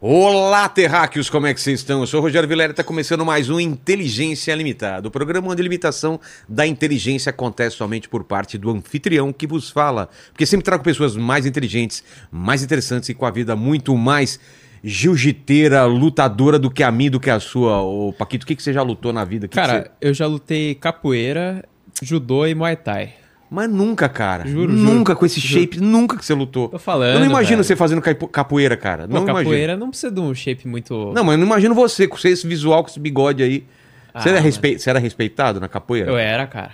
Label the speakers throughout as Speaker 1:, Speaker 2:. Speaker 1: Olá, terráqueos, como é que vocês estão? Eu sou o Rogério Vilera e está começando mais um Inteligência Limitada, o programa onde a limitação da inteligência acontece somente por parte do anfitrião que vos fala. Porque sempre trago pessoas mais inteligentes, mais interessantes e com a vida muito mais jiu-jiteira, lutadora do que a minha, do que a sua. Ô, Paquito, o que, que você já lutou na vida? O Que que
Speaker 2: Cara,
Speaker 1: você-
Speaker 2: eu já lutei capoeira, judô e muay thai.
Speaker 1: Mas nunca, cara.
Speaker 2: Juro, juro.
Speaker 1: Nunca com esse shape, nunca que você lutou.
Speaker 2: Tô falando,
Speaker 1: Eu não imagino
Speaker 2: velho.
Speaker 1: você fazendo caipo- capoeira, cara.
Speaker 2: Pô,
Speaker 1: não
Speaker 2: capoeira
Speaker 1: imagino.
Speaker 2: não precisa de um shape muito.
Speaker 1: Não, mas eu não imagino você, com esse visual, com esse bigode aí. Você,
Speaker 2: Ah,
Speaker 1: era
Speaker 2: mano.
Speaker 1: respe- você era respeitado na capoeira?
Speaker 2: Eu era, cara.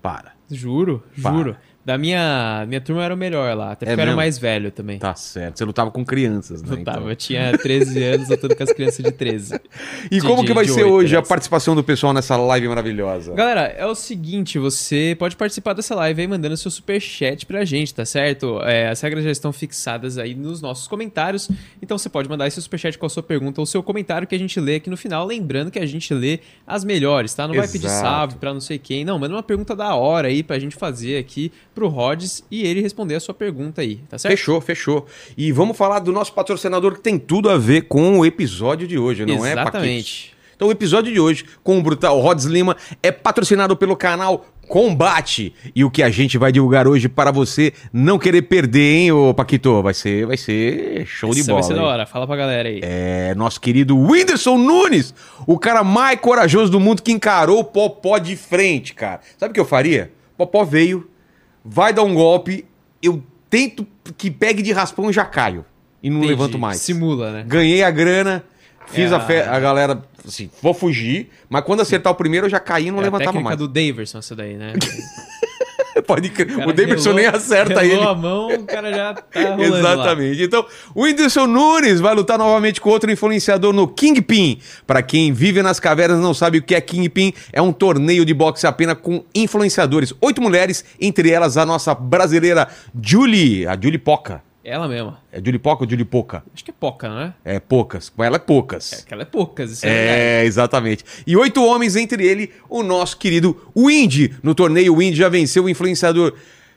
Speaker 1: Para.
Speaker 2: Juro,
Speaker 1: Para.
Speaker 2: juro. Da minha, minha turma eu era o melhor lá,
Speaker 1: É
Speaker 2: até porque eu era
Speaker 1: mesmo?
Speaker 2: mais velho também.
Speaker 1: Tá certo. Você lutava com crianças, né?
Speaker 2: Não tava,
Speaker 1: então?
Speaker 2: eu tinha 13 anos, lutando com as crianças de 13.
Speaker 1: E
Speaker 2: De-
Speaker 1: como
Speaker 2: de-
Speaker 1: que vai
Speaker 2: de
Speaker 1: ser
Speaker 2: oito, né?
Speaker 1: hoje a
Speaker 2: aliás.
Speaker 1: participação do pessoal nessa live maravilhosa?
Speaker 2: Galera, é o seguinte, você pode participar dessa live aí mandando seu superchat pra gente, tá certo? É, as regras já estão fixadas aí nos nossos comentários, então você pode mandar esse superchat com a sua pergunta ou seu comentário que a gente lê aqui no final, lembrando que a gente lê as melhores, tá? Não vai pedir
Speaker 1: Exato.
Speaker 2: salve pra não sei quem, não, manda uma pergunta da hora aí pra gente fazer aqui pro Rods e ele responder a sua pergunta aí, tá certo?
Speaker 1: Fechou, fechou. E vamos falar do nosso patrocinador que tem tudo a ver com o episódio de hoje, não é, Paquito?
Speaker 2: Exatamente.
Speaker 1: Então, o episódio de hoje com o Brutal Rods Lima é patrocinado pelo canal Combate. E o que a gente vai divulgar hoje para você não querer perder, hein, ô Paquito? Vai ser, vai ser show de
Speaker 2: Essa
Speaker 1: bola.
Speaker 2: vai ser da
Speaker 1: hein?
Speaker 2: hora, fala pra galera aí.
Speaker 1: É nosso querido Whindersson Nunes, o cara mais corajoso do mundo que encarou o Popó de frente, cara. Sabe o que eu faria? Popó veio, vai dar um golpe, eu tento que pegue de raspão e já caio. E não
Speaker 2: Entendi.
Speaker 1: levanto mais.
Speaker 2: Simula, né?
Speaker 1: Ganhei a grana, fiz
Speaker 2: É
Speaker 1: a, fe-
Speaker 2: a-
Speaker 1: a galera, assim, vou fugir, mas quando acertar o primeiro eu já caí e não
Speaker 2: é a
Speaker 1: levantava
Speaker 2: técnica
Speaker 1: mais.
Speaker 2: do Daverson essa daí, né?
Speaker 1: Pode crer,
Speaker 2: cara
Speaker 1: o Davidson
Speaker 2: relou-
Speaker 1: nem acerta
Speaker 2: relou
Speaker 1: ele.
Speaker 2: a mão, o cara já tá rolando lá.
Speaker 1: Exatamente. Então, o Whindersson Nunes vai lutar novamente com outro influenciador no Kingpin. Pra quem vive nas cavernas e não sabe o que é Kingpin, é um torneio de boxe apenas com influenciadores. Oito mulheres, entre elas a nossa brasileira Julie, a Julie Poca.
Speaker 2: Ela mesma.
Speaker 1: É Julie Poca ou Julie Poca?
Speaker 2: Acho que é poca, não é?
Speaker 1: É Poucas. Com ela é Poucas.
Speaker 2: Aquela é poucas, isso é,
Speaker 1: É, exatamente. E oito homens, entre ele, o nosso querido Windy. No torneio, o Windy já venceu o influenciador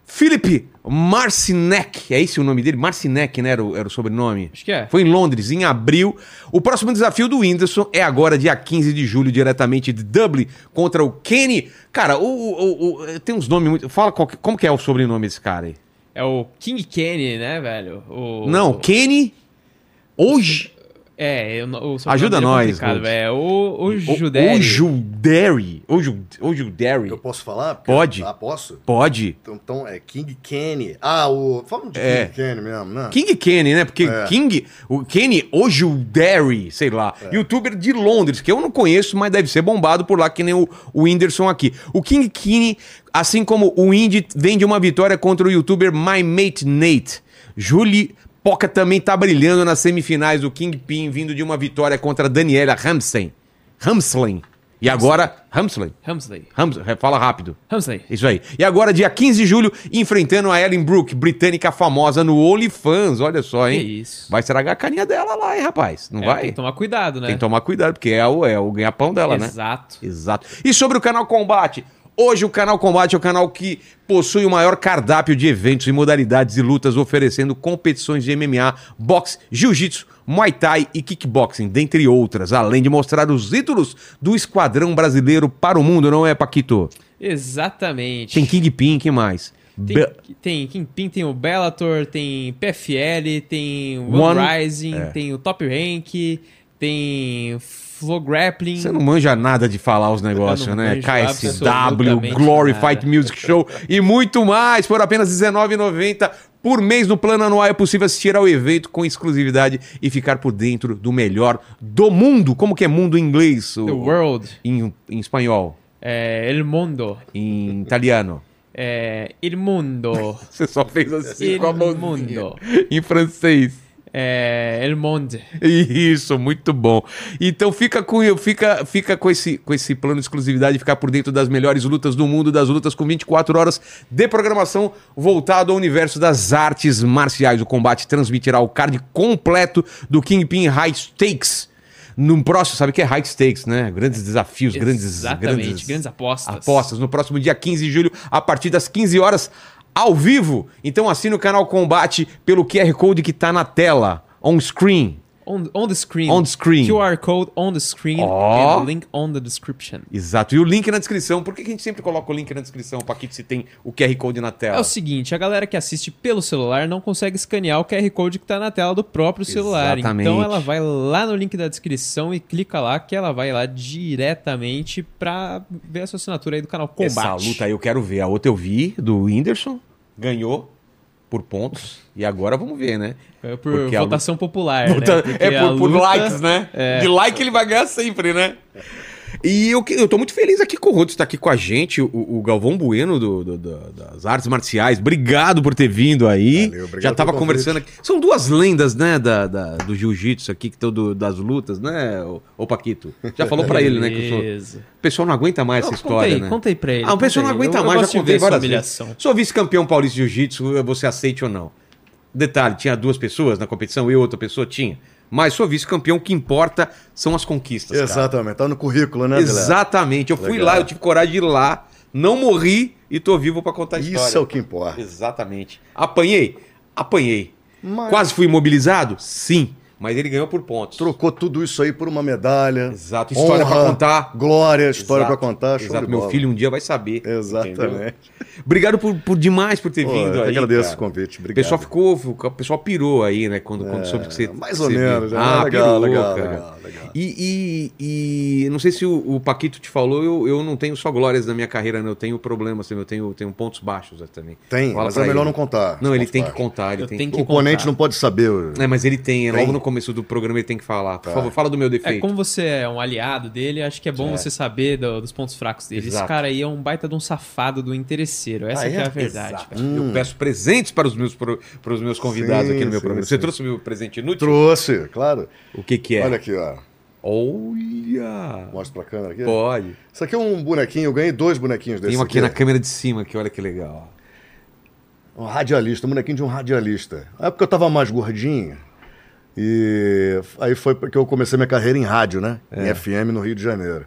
Speaker 1: Felipe Marcinek. É esse o nome dele? Marcinek, né? Era o, era o sobrenome.
Speaker 2: Acho que é.
Speaker 1: Foi em Londres, em abril. O próximo desafio do Whindersson é agora, dia 15 de julho, diretamente de Dublin, contra o Kenny. Cara, o, o- o- tem uns nomes muito. Fala qual que- como que é o sobrenome desse cara aí?
Speaker 2: É o King Kenny, né, velho? O...
Speaker 1: Não, Kenny. Hoje.
Speaker 2: É, eu não- o sobrenome
Speaker 1: Ajuda
Speaker 2: dele é
Speaker 1: nós,
Speaker 2: complicado,
Speaker 1: Ruth.
Speaker 2: velho. O, o
Speaker 1: O,
Speaker 2: Juderi.
Speaker 1: o Juderi. O, Ju- o Juderi.
Speaker 3: Eu posso falar?
Speaker 1: Pode.
Speaker 3: Ah, posso?
Speaker 1: Pode.
Speaker 3: Então, então é King Kenny. Ah, o. Falamos de
Speaker 1: É.
Speaker 3: King Kenny mesmo, né?
Speaker 1: King Kenny, né? Porque
Speaker 3: É.
Speaker 1: King, o Kenny Ojulderi, sei lá, youtuber de Londres, que eu não conheço, mas deve ser bombado por lá, que nem o, o Whindersson aqui. O King Kenny, assim como o Indy, vem de uma vitória contra o youtuber My Mate Nate. Julie Poca também tá brilhando nas semifinais do Kingpin, vindo de uma vitória contra a Daniela Ramsey. Ramslen. E agora, Ramslen.
Speaker 2: Hamsley.
Speaker 1: Rams, fala rápido.
Speaker 2: Hamsley.
Speaker 1: Isso aí. E agora, dia 15 de julho, enfrentando a Ellen Brooke, britânica famosa no OnlyFans. Olha só,
Speaker 2: Que
Speaker 1: hein?
Speaker 2: isso.
Speaker 1: Vai estragar a carinha dela lá, hein, rapaz? Não
Speaker 2: É,
Speaker 1: vai?
Speaker 2: Tem que tomar cuidado, né?
Speaker 1: tomar cuidado, porque é o, é o ganha-pão dela, né?
Speaker 2: Exato.
Speaker 1: Exato. E sobre o canal Combate? Hoje o canal Combate é o canal que possui o maior cardápio de eventos e modalidades e lutas, oferecendo competições de MMA, boxe, jiu-jitsu, muay thai e kickboxing, dentre outras, além de mostrar os ídolos do esquadrão brasileiro para o mundo, não é, Paquito?
Speaker 2: Exatamente.
Speaker 1: Tem Kingpin, quem mais? Be-
Speaker 2: Tem, tem Kingpin, tem o Bellator, tem PFL, tem o
Speaker 1: One-
Speaker 2: One,
Speaker 1: É.
Speaker 2: Rising, tem o Top Rank, tem Flow Grappling.
Speaker 1: Você não manja nada de falar os negócios,
Speaker 2: não
Speaker 1: né?
Speaker 2: manjo
Speaker 1: KSW,
Speaker 2: absolutamente
Speaker 1: Glory
Speaker 2: nada.
Speaker 1: Fight Music Show e muito mais por apenas R$19,90 por mês no plano anual. É possível assistir ao evento com exclusividade e ficar por dentro do melhor do mundo. Como que é mundo em inglês?
Speaker 2: The
Speaker 1: O-
Speaker 2: World.
Speaker 1: Em, em espanhol,
Speaker 2: É, El Mundo.
Speaker 1: em italiano.
Speaker 2: É, il Mundo.
Speaker 1: Você só fez assim
Speaker 2: il
Speaker 1: com a mãozinha.
Speaker 2: Mundo.
Speaker 1: Em francês.
Speaker 2: É, el Monde.
Speaker 1: Isso, muito bom. Então fica com fica, fica com esse com esse plano de exclusividade, ficar por dentro das melhores lutas do mundo, das lutas com 24 horas de programação voltado ao universo das artes marciais. O combate transmitirá o card completo do Kingpin High Stakes. No próximo, sabe o que é High Stakes, né? Grandes desafios, grandes
Speaker 2: Exatamente, grandes, apostas.
Speaker 1: apostas no próximo dia 15 de julho, a partir das 15 horas, ao vivo. Então assine o canal Combate pelo QR Code que tá na tela, on screen.
Speaker 2: on, on the screen.
Speaker 1: On the screen. Oh.
Speaker 2: QR code on the screen.
Speaker 1: Ó.
Speaker 2: And link on the description.
Speaker 1: Exato. E o link na descrição. Por que que a gente sempre coloca o link na descrição, Paquito, se tem o QR Code na
Speaker 2: É
Speaker 1: tela?
Speaker 2: o seguinte, a galera que assiste pelo celular não consegue escanear o QR Code que tá na tela do próprio celular.
Speaker 1: Exatamente.
Speaker 2: Então ela vai lá no link da descrição e clica lá que ela vai lá diretamente pra ver a sua assinatura aí do canal Combate.
Speaker 1: Essa luta aí eu quero ver. A outra eu vi, do Whindersson. Ganhou por pontos. E agora vamos ver, né?
Speaker 2: É por
Speaker 1: Porque a
Speaker 2: votação popular, né?
Speaker 1: Puta,
Speaker 2: Porque
Speaker 1: é
Speaker 2: a
Speaker 1: por, por
Speaker 2: luta- é.
Speaker 1: likes, né? De like ele vai ganhar sempre, né? E eu, que- eu tô muito feliz aqui com o Rodos, tá aqui com a gente, o, o Galvão Bueno do- do- do- das artes marciais. Obrigado por ter vindo aí.
Speaker 3: Valeu, obrigado
Speaker 1: Já tava
Speaker 3: pelo convite.
Speaker 1: conversando aqui. São duas lendas, né, da, da- do jiu-jitsu aqui, que estão do- das lutas, né, ô, ô Paquito? Já falou pra ele, né, que eu sou...
Speaker 2: Beleza.
Speaker 1: O pessoal não aguenta mais
Speaker 2: Não,
Speaker 1: essa história,
Speaker 2: conta aí,
Speaker 1: né?
Speaker 2: conta aí pra ele,
Speaker 1: Ah, o pessoal não
Speaker 2: conta aí.
Speaker 1: aguenta
Speaker 2: Eu- eu
Speaker 1: mais,
Speaker 2: gosto de
Speaker 1: já contei
Speaker 2: ver
Speaker 1: várias
Speaker 2: essa
Speaker 1: vezes.
Speaker 2: humilhação. É,
Speaker 1: Sou vice-campeão paulista de jiu-jitsu, você aceite ou não? Detalhe, tinha duas pessoas na competição, eu e outra pessoa tinha. Mas sou vice-campeão, o que importa são as conquistas, cara.
Speaker 3: Exatamente, tá no currículo, né, Vilela?
Speaker 1: Exatamente. Eu fui
Speaker 3: Legal.
Speaker 1: lá, eu tive coragem de ir lá, não morri e tô vivo pra contar a história.
Speaker 3: Isso é o que importa.
Speaker 1: Exatamente. Apanhei? Apanhei.
Speaker 3: Mas
Speaker 1: Quase fui imobilizado? Sim. Mas ele ganhou por pontos.
Speaker 3: trocou tudo isso aí por uma medalha.
Speaker 1: Exato. História
Speaker 3: honra,
Speaker 1: pra contar.
Speaker 3: Glória, história
Speaker 1: Exato.
Speaker 3: pra contar. Show
Speaker 1: Exato.
Speaker 3: de
Speaker 1: Meu
Speaker 3: bola.
Speaker 1: filho um dia vai saber. entendeu?
Speaker 3: Exatamente.
Speaker 1: Obrigado por, por demais por ter
Speaker 3: Pô,
Speaker 1: vindo
Speaker 3: eu
Speaker 1: aí. cara.
Speaker 3: agradeço o convite.
Speaker 1: O
Speaker 3: Obrigado.
Speaker 1: pessoal ficou, ficou- o pessoal pirou aí, né? Quando, quando soube que você.
Speaker 3: É, mais
Speaker 1: que
Speaker 3: ou
Speaker 1: você
Speaker 3: menos.
Speaker 1: veio.
Speaker 3: né?
Speaker 1: Ah,
Speaker 3: legal,
Speaker 1: pirou,
Speaker 3: legal,
Speaker 1: cara.
Speaker 3: legal, legal.
Speaker 1: E, e- e não sei se o, o Paquito te falou, eu, eu não tenho só glórias na minha carreira, não. Eu tenho problemas também, eu tenho, tenho pontos baixos também.
Speaker 3: Tem,
Speaker 1: Fala
Speaker 3: mas é
Speaker 1: pra
Speaker 3: melhor
Speaker 1: ele.
Speaker 3: não contar.
Speaker 1: Não, ele
Speaker 3: Conta
Speaker 1: tem
Speaker 3: pra
Speaker 1: que contar, ele
Speaker 2: Eu
Speaker 1: tem.
Speaker 2: tenho
Speaker 3: gente.
Speaker 2: que
Speaker 3: O oponente
Speaker 2: contar.
Speaker 3: não pode saber.
Speaker 1: É, mas ele tem, é, logo
Speaker 3: Tem.
Speaker 1: no começo do programa ele tem que falar. Por
Speaker 3: Tá.
Speaker 1: favor, fala do meu
Speaker 2: É,
Speaker 1: defeito.
Speaker 2: como você é um aliado dele, acho que é bom você saber do- dos pontos fracos dele.
Speaker 1: Exato.
Speaker 2: Esse cara aí é um baita de um safado, do interesseiro. Essa
Speaker 1: Ah,
Speaker 2: que é a verdade.
Speaker 1: Exato.
Speaker 2: cara.
Speaker 1: Eu peço presentes para os meus, pro- para os meus convidados
Speaker 3: Sim,
Speaker 1: aqui no meu
Speaker 3: sim,
Speaker 1: programa.
Speaker 3: sim.
Speaker 1: Você trouxe o meu presente inútil?
Speaker 3: Trouxe, claro.
Speaker 1: O que que é?
Speaker 3: Olha aqui, ó.
Speaker 1: Olha!
Speaker 3: Mostra pra câmera aqui.
Speaker 1: Pode.
Speaker 3: Isso aqui é um bonequinho, eu ganhei dois bonequinhos desse
Speaker 1: Tem um aqui na câmera de cima, que olha que legal.
Speaker 3: Um radialista, um bonequinho de um radialista. Na época eu tava mais gordinho. E aí foi porque eu comecei minha carreira em rádio, né?
Speaker 1: É.
Speaker 3: Em FM no Rio de Janeiro.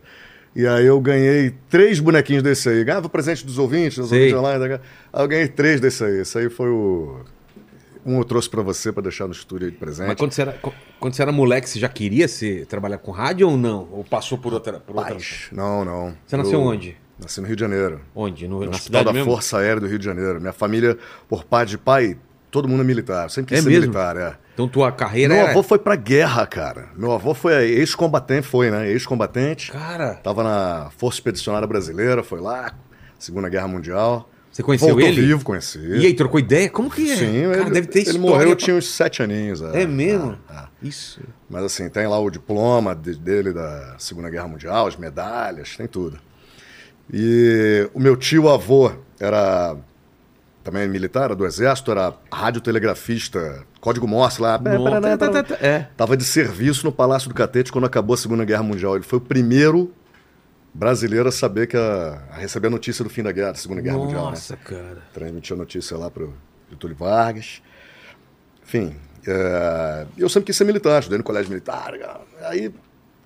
Speaker 3: E aí eu ganhei três bonequinhos desse aí. Ganhava presente dos ouvintes, dos
Speaker 1: Sei.
Speaker 3: ouvintes online. né? Aí eu ganhei três desse aí. Esse aí foi o. Um eu trouxe pra você pra deixar no estúdio aí Né, de presente.
Speaker 1: Mas quando você, era, co- quando você era moleque, você já queria ser, trabalhar com rádio ou não? Ou passou por outra. Por outra...
Speaker 3: Paz. Não, não.
Speaker 1: Você nasceu
Speaker 3: Eu
Speaker 1: onde?
Speaker 3: Nasci no Rio de Janeiro.
Speaker 1: Onde? No,
Speaker 3: No
Speaker 1: na
Speaker 3: Hospital
Speaker 1: cidade
Speaker 3: da
Speaker 1: mesmo?
Speaker 3: Força Aérea do Rio de Janeiro. Minha família, por pai de pai, todo mundo é militar. Sempre quis
Speaker 1: É
Speaker 3: ser
Speaker 1: mesmo?
Speaker 3: militar, é.
Speaker 1: Então tua carreira
Speaker 3: Meu
Speaker 1: era.
Speaker 3: avô foi pra guerra, cara. Meu avô foi ex-combatente, foi, né? Ex-combatente.
Speaker 1: Cara,
Speaker 3: Tava na Força Expedicionária Brasileira, foi lá, Segunda Guerra Mundial.
Speaker 1: você conheceu
Speaker 3: Voltou
Speaker 1: ele?
Speaker 3: vivo, conheci.
Speaker 1: E aí, trocou ideia? Como que é?
Speaker 3: É. Sim,
Speaker 1: Cara,
Speaker 3: ele,
Speaker 1: deve ter
Speaker 3: ele
Speaker 1: história
Speaker 3: morreu, eu
Speaker 1: pra-
Speaker 3: tinha uns sete aninhos.
Speaker 1: É mesmo?
Speaker 3: é, é.
Speaker 1: Isso.
Speaker 3: Mas assim, tem lá o diploma de- dele da Segunda Guerra Mundial, as medalhas, tem tudo. E o meu tio avô era também militar, era do exército, era radiotelegrafista, código Morse lá.
Speaker 1: Nossa. Tá, tá, tá, tá. É.
Speaker 3: Tava de serviço no Palácio do Catete quando acabou a Segunda Guerra Mundial. Ele foi o primeiro brasileiro a saber que a, a receber a notícia do fim da guerra, da Segunda Guerra Mundial. né?
Speaker 1: Nossa, cara.
Speaker 3: transmitiu a notícia lá para Getúlio Vargas. Enfim, é, eu sempre quis ser militar, estudei no colégio militar. cara. Aí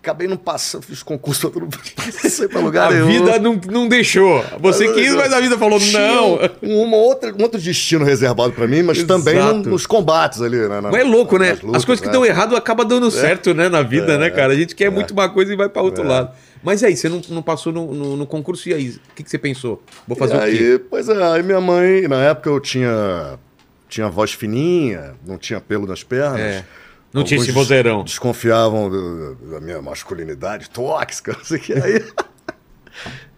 Speaker 3: acabei não passando, fiz concurso, eu não passei para lugar
Speaker 1: a
Speaker 3: nenhum.
Speaker 1: vida não, não deixou. Você quis, mas a vida falou
Speaker 3: Tinha
Speaker 1: não.
Speaker 3: Um, uma outra, um outro destino reservado para mim, mas também
Speaker 1: Exato.
Speaker 3: no- nos combates ali. Né, na-
Speaker 1: Mas é louco, né?
Speaker 3: nas lutas,
Speaker 1: As coisas que
Speaker 3: né? É,
Speaker 1: dão errado acabam dando certo, né? Na vida, né, cara? A gente quer muito uma coisa e vai pra outro lado. Mas aí, você não, não passou no, no- no concurso, e aí? O que, que você pensou? Vou fazer
Speaker 3: e
Speaker 1: o quê?
Speaker 3: aí, pois é, aí minha mãe, na época eu tinha, tinha voz fininha, não tinha pelo nas pernas.
Speaker 1: É. Não tinha
Speaker 3: Alguns
Speaker 1: esse vozeirão.
Speaker 3: Desconfiavam do- do- da minha masculinidade tóxica, não sei o que. Aí,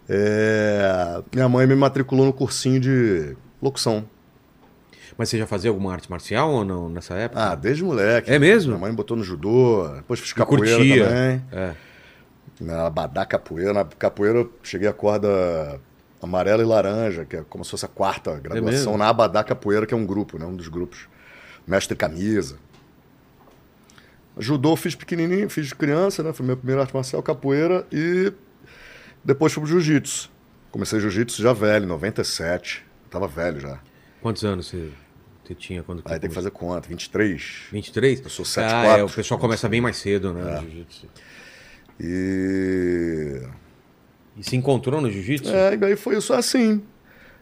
Speaker 3: É, minha mãe me matriculou no cursinho de locução.
Speaker 1: Mas você já fazia alguma arte marcial ou não nessa época?
Speaker 3: Ah, desde moleque.
Speaker 1: É mesmo?
Speaker 3: Minha mãe botou no judô, depois fiz
Speaker 1: Eu
Speaker 3: capoeira
Speaker 1: curtia.
Speaker 3: também.
Speaker 1: É.
Speaker 3: Na Badá Capoeira. Na capoeira eu cheguei a corda amarela e laranja, que é como se fosse a quarta graduação,
Speaker 1: mesmo?
Speaker 3: na Abadá Capoeira, que é um grupo, né? Um dos grupos. Mestre Camisa. Judô eu fiz pequenininho, fiz de criança, né? Foi minha primeira arte marcial, capoeira, e depois fui pro jiu-jitsu. Comecei jiu-jitsu já velho, 97. Tava velho já.
Speaker 1: Quantos anos você, você tinha quando
Speaker 3: Aí tem que fazer conta, 23.
Speaker 1: 23?
Speaker 3: Eu sou É.
Speaker 1: ah,
Speaker 3: 7'4".
Speaker 1: é, o pessoal começa bem mais cedo, né? no jiu-jitsu.
Speaker 3: E
Speaker 1: E se encontrou no jiu-jitsu?
Speaker 3: É, e aí foi isso assim.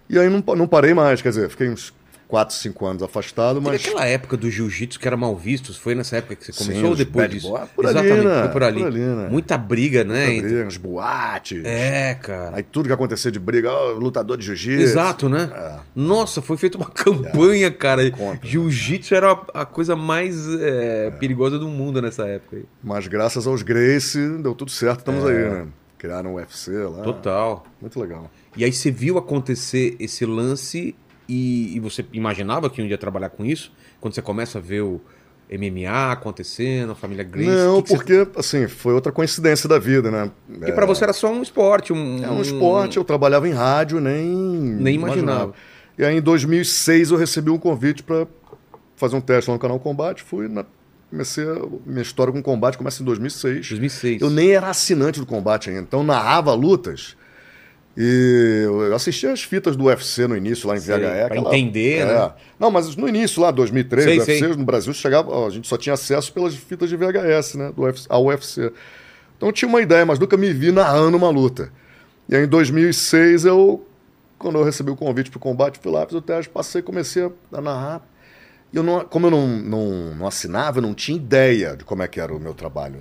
Speaker 3: E aí não, pa- não parei mais, quer dizer, fiquei uns 4, 5 anos afastado,
Speaker 1: Teve
Speaker 3: mas.
Speaker 1: aquela época do jiu-jitsu que era mal vistos, foi nessa época que você começou
Speaker 3: Sim,
Speaker 1: ou
Speaker 3: os
Speaker 1: depois
Speaker 3: bad
Speaker 1: disso?
Speaker 3: boy, por ali,
Speaker 1: Exatamente,
Speaker 3: né?
Speaker 1: foi por ali.
Speaker 3: Por ali, né?
Speaker 1: Muita briga, né? entre-
Speaker 3: Briga, Uns boates.
Speaker 1: É, cara.
Speaker 3: Aí tudo que acontecia de briga, ó, lutador de jiu-jitsu.
Speaker 1: Exato, né?
Speaker 3: É.
Speaker 1: Nossa, foi feita uma campanha, cara.
Speaker 3: Contra, né?
Speaker 1: Jiu-jitsu era a a coisa mais é, perigosa do mundo nessa época. aí.
Speaker 3: Mas graças aos Grace, deu tudo certo, estamos aí, né? Criaram o UFC lá.
Speaker 1: É. Total.
Speaker 3: Muito legal.
Speaker 1: E aí você viu acontecer esse lance e, e você imaginava que um dia ia trabalhar com isso? Quando você começa a ver o MMA acontecendo, a família Grace.
Speaker 3: Não,
Speaker 1: que que você-
Speaker 3: porque, assim, foi outra coincidência da vida, né?
Speaker 1: Porque pra você era só um esporte. Um,
Speaker 3: É um esporte, eu trabalhava em rádio, nem.
Speaker 1: Nem imaginava.
Speaker 3: E aí, em 2006, eu recebi um convite para fazer um teste lá no canal Combate. Fui na. Comecei. a- Minha história com combate começa em
Speaker 1: um
Speaker 3: 2006.
Speaker 1: 2006.
Speaker 3: Eu nem era assinante do combate ainda, então eu narrava lutas. E eu assistia as fitas do UFC no início, lá em
Speaker 1: Sei,
Speaker 3: VHE.
Speaker 1: pra entender, né?
Speaker 3: É. Não, mas no início, lá, 2003,
Speaker 1: Sei,
Speaker 3: o UFC,
Speaker 1: sei.
Speaker 3: no Brasil, chegava, ó, a gente só tinha acesso pelas fitas de VHS, né? Do UFC, ao UFC. Então eu tinha uma ideia, mas nunca me vi narrando uma luta. E aí, em 2006, eu, quando eu recebi o convite para o combate, fui lá, fiz o teste, passei, comecei a narrar. E eu não, como eu não, não, não assinava, eu não tinha ideia de como é que era o meu trabalho.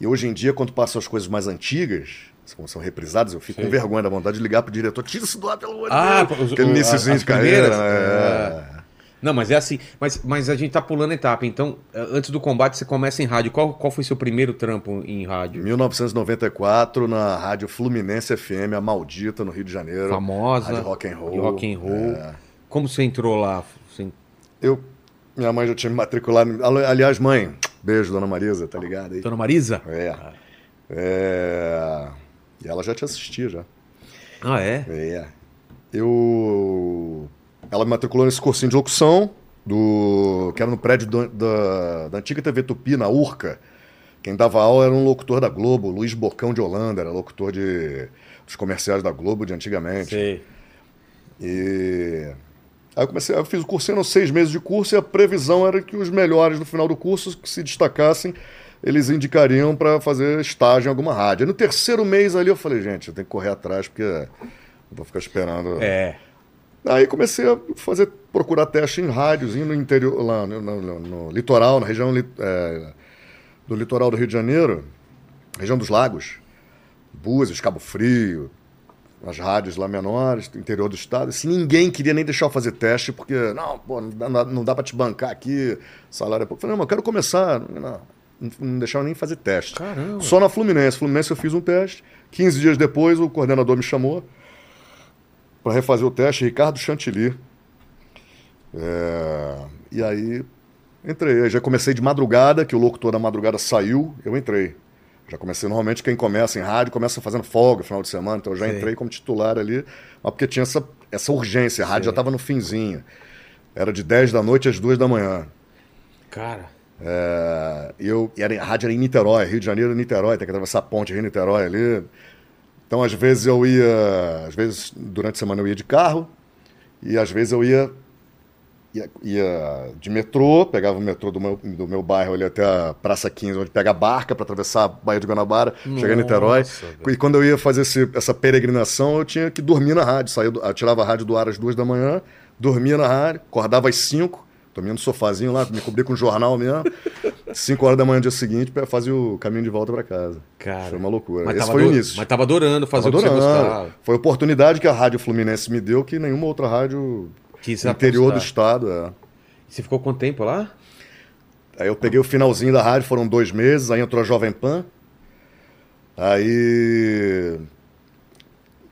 Speaker 3: E hoje em dia, quando passam as coisas mais antigas, como são reprisadas, eu fico com vergonha da vontade de ligar pro diretor, tira isso do ar, pelo amor de
Speaker 1: Ah,
Speaker 3: Deus.
Speaker 1: os-
Speaker 3: Aquele
Speaker 1: o-
Speaker 3: iniciozinho
Speaker 1: as
Speaker 3: de carreira.
Speaker 1: primeiras? Ah.
Speaker 3: né? É.
Speaker 1: Não, mas é assim. Mas, mas a gente tá pulando etapa. Então, eh, antes do combate, você começa em rádio. Qual, qual foi seu primeiro trampo em
Speaker 3: Em
Speaker 1: rádio?
Speaker 3: 1994, na rádio Fluminense FM, a maldita, no Rio de Janeiro.
Speaker 1: Famosa.
Speaker 3: Rádio rock and roll.
Speaker 1: Rock and roll.
Speaker 3: É.
Speaker 1: Como você entrou lá? Você-
Speaker 3: Eu, minha mãe já tinha me matriculado. ali- Aliás, mãe, beijo, dona Marisa, tá ligada aí?
Speaker 1: Dona Marisa?
Speaker 3: É. É. E ela já te assistia, já.
Speaker 1: Ah, é?
Speaker 3: É. Eu. Ela me matriculou nesse cursinho de locução, do... que era no prédio do- da... da antiga TV Tupi, na Urca. Quem dava aula era um locutor da Globo, Luiz Bocão de Holanda, era locutor de... dos comerciais da Globo de antigamente.
Speaker 1: Sei.
Speaker 3: E aí eu comecei, eu fiz o cursinho, eram seis meses de curso, e a previsão era que os melhores no final do curso, que se destacassem, eles indicariam para fazer estágio em alguma rádio. Aí no terceiro mês ali eu falei, gente, eu tenho que correr atrás, porque não vou ficar esperando.
Speaker 1: É.
Speaker 3: Aí comecei a fazer, procurar teste em rádios, indo no interior, lá no, no- no- no litoral, na região li- é, do litoral do Rio de Janeiro, região dos lagos, Búzios, Cabo Frio, as rádios lá menores, do interior do estado. Assim, ninguém queria nem deixar eu fazer teste, porque, não, pô, não dá, não dá pra te bancar aqui, salário é pouco. Eu Falei, não, mas eu quero começar. Não, não, não deixaram nem fazer teste.
Speaker 1: Caramba.
Speaker 3: Só na Fluminense. Fluminense eu fiz um teste. 15 dias depois, o coordenador me chamou para refazer o teste, Ricardo Chantilly. É, E aí entrei. Eu já comecei de madrugada, que o locutor da madrugada saiu, eu entrei. Já comecei, normalmente quem começa em rádio começa fazendo folga final de semana, então eu já
Speaker 1: Sei.
Speaker 3: entrei como titular ali, mas porque tinha essa, essa urgência, a rádio já estava no finzinho. Era de 10 da noite às 2 da manhã.
Speaker 1: Cara.
Speaker 3: É, e eu, e era, a rádio era em Niterói, Rio de Janeiro, Niterói, tem que atravessar a ponte Rio-Niterói ali. Então, às vezes eu ia, às vezes durante a semana eu ia de carro, e às vezes eu ia, ia, ia de metrô, pegava o metrô do meu, do meu bairro ali até a Praça 15, onde pega a barca para atravessar a Baía de Guanabara, chegar em Niterói.
Speaker 1: velho.
Speaker 3: E quando eu ia fazer esse- essa peregrinação, eu tinha que dormir na rádio. Saía, do- eu tirava a rádio do ar às duas da manhã, dormia na rádio, acordava às cinco, dormia no sofazinho lá, me cobria com um jornal mesmo. Cinco horas da manhã no dia seguinte, pra- fazia o caminho de volta pra casa.
Speaker 1: Cara.
Speaker 3: Foi uma loucura.
Speaker 1: Mas
Speaker 3: esse
Speaker 1: tava,
Speaker 3: foi o
Speaker 1: ado-
Speaker 3: início.
Speaker 1: mas tava adorando fazer
Speaker 3: Tava
Speaker 1: o que você
Speaker 3: adorando.
Speaker 1: gostava.
Speaker 3: Foi a oportunidade que a Rádio Fluminense me deu que nenhuma outra rádio
Speaker 1: Que você
Speaker 3: interior do
Speaker 1: apostar.
Speaker 3: estado. é.
Speaker 1: Você ficou quanto tempo lá?
Speaker 3: Aí eu peguei o finalzinho da rádio, foram dois meses, aí entrou a Jovem Pan. Aí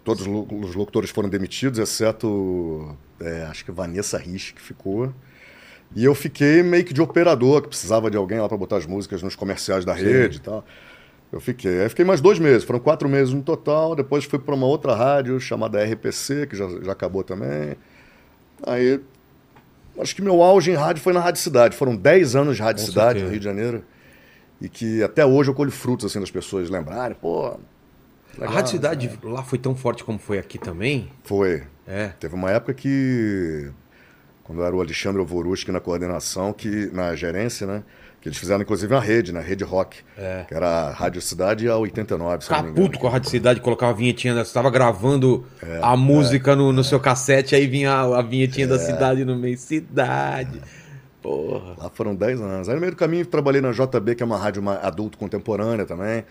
Speaker 3: todos os lo- os locutores foram demitidos, exceto é, acho que Vanessa Rich que ficou. E eu fiquei meio que de operador, que precisava de alguém lá para botar as músicas nos comerciais da rede e tal. Eu fiquei. Aí fiquei mais dois meses, foram quatro meses no total. Depois fui para uma outra rádio chamada RPC, que já, já acabou também. Aí acho que meu auge em rádio foi na Rádio Cidade. Foram 10 anos de Rádio
Speaker 1: Com
Speaker 3: Cidade,
Speaker 1: certeza.
Speaker 3: no Rio de Janeiro. E que até hoje eu colho frutos assim das pessoas lembrarem. Pô.
Speaker 1: a
Speaker 3: legal, é.
Speaker 1: Rádio Cidade lá foi tão forte como foi aqui também?
Speaker 3: Foi.
Speaker 1: É.
Speaker 3: Teve uma época que quando era o Alexandre Alvoruski na coordenação, que na gerência, né? Que eles fizeram inclusive uma rede, né? Rede Rock,
Speaker 1: É.
Speaker 3: que era a Rádio Cidade e a 89, se eu não me
Speaker 1: Ficar
Speaker 3: engano.
Speaker 1: puto com a radicidade, colocava a vinhetinha, da- você tava gravando
Speaker 3: É,
Speaker 1: a música no, no seu cassete, aí vinha a, a vinhetinha da cidade no meio. Cidade. Porra.
Speaker 3: Lá foram 10 anos. Aí no meio do caminho trabalhei na JB, que é uma rádio ma- adulto contemporânea também.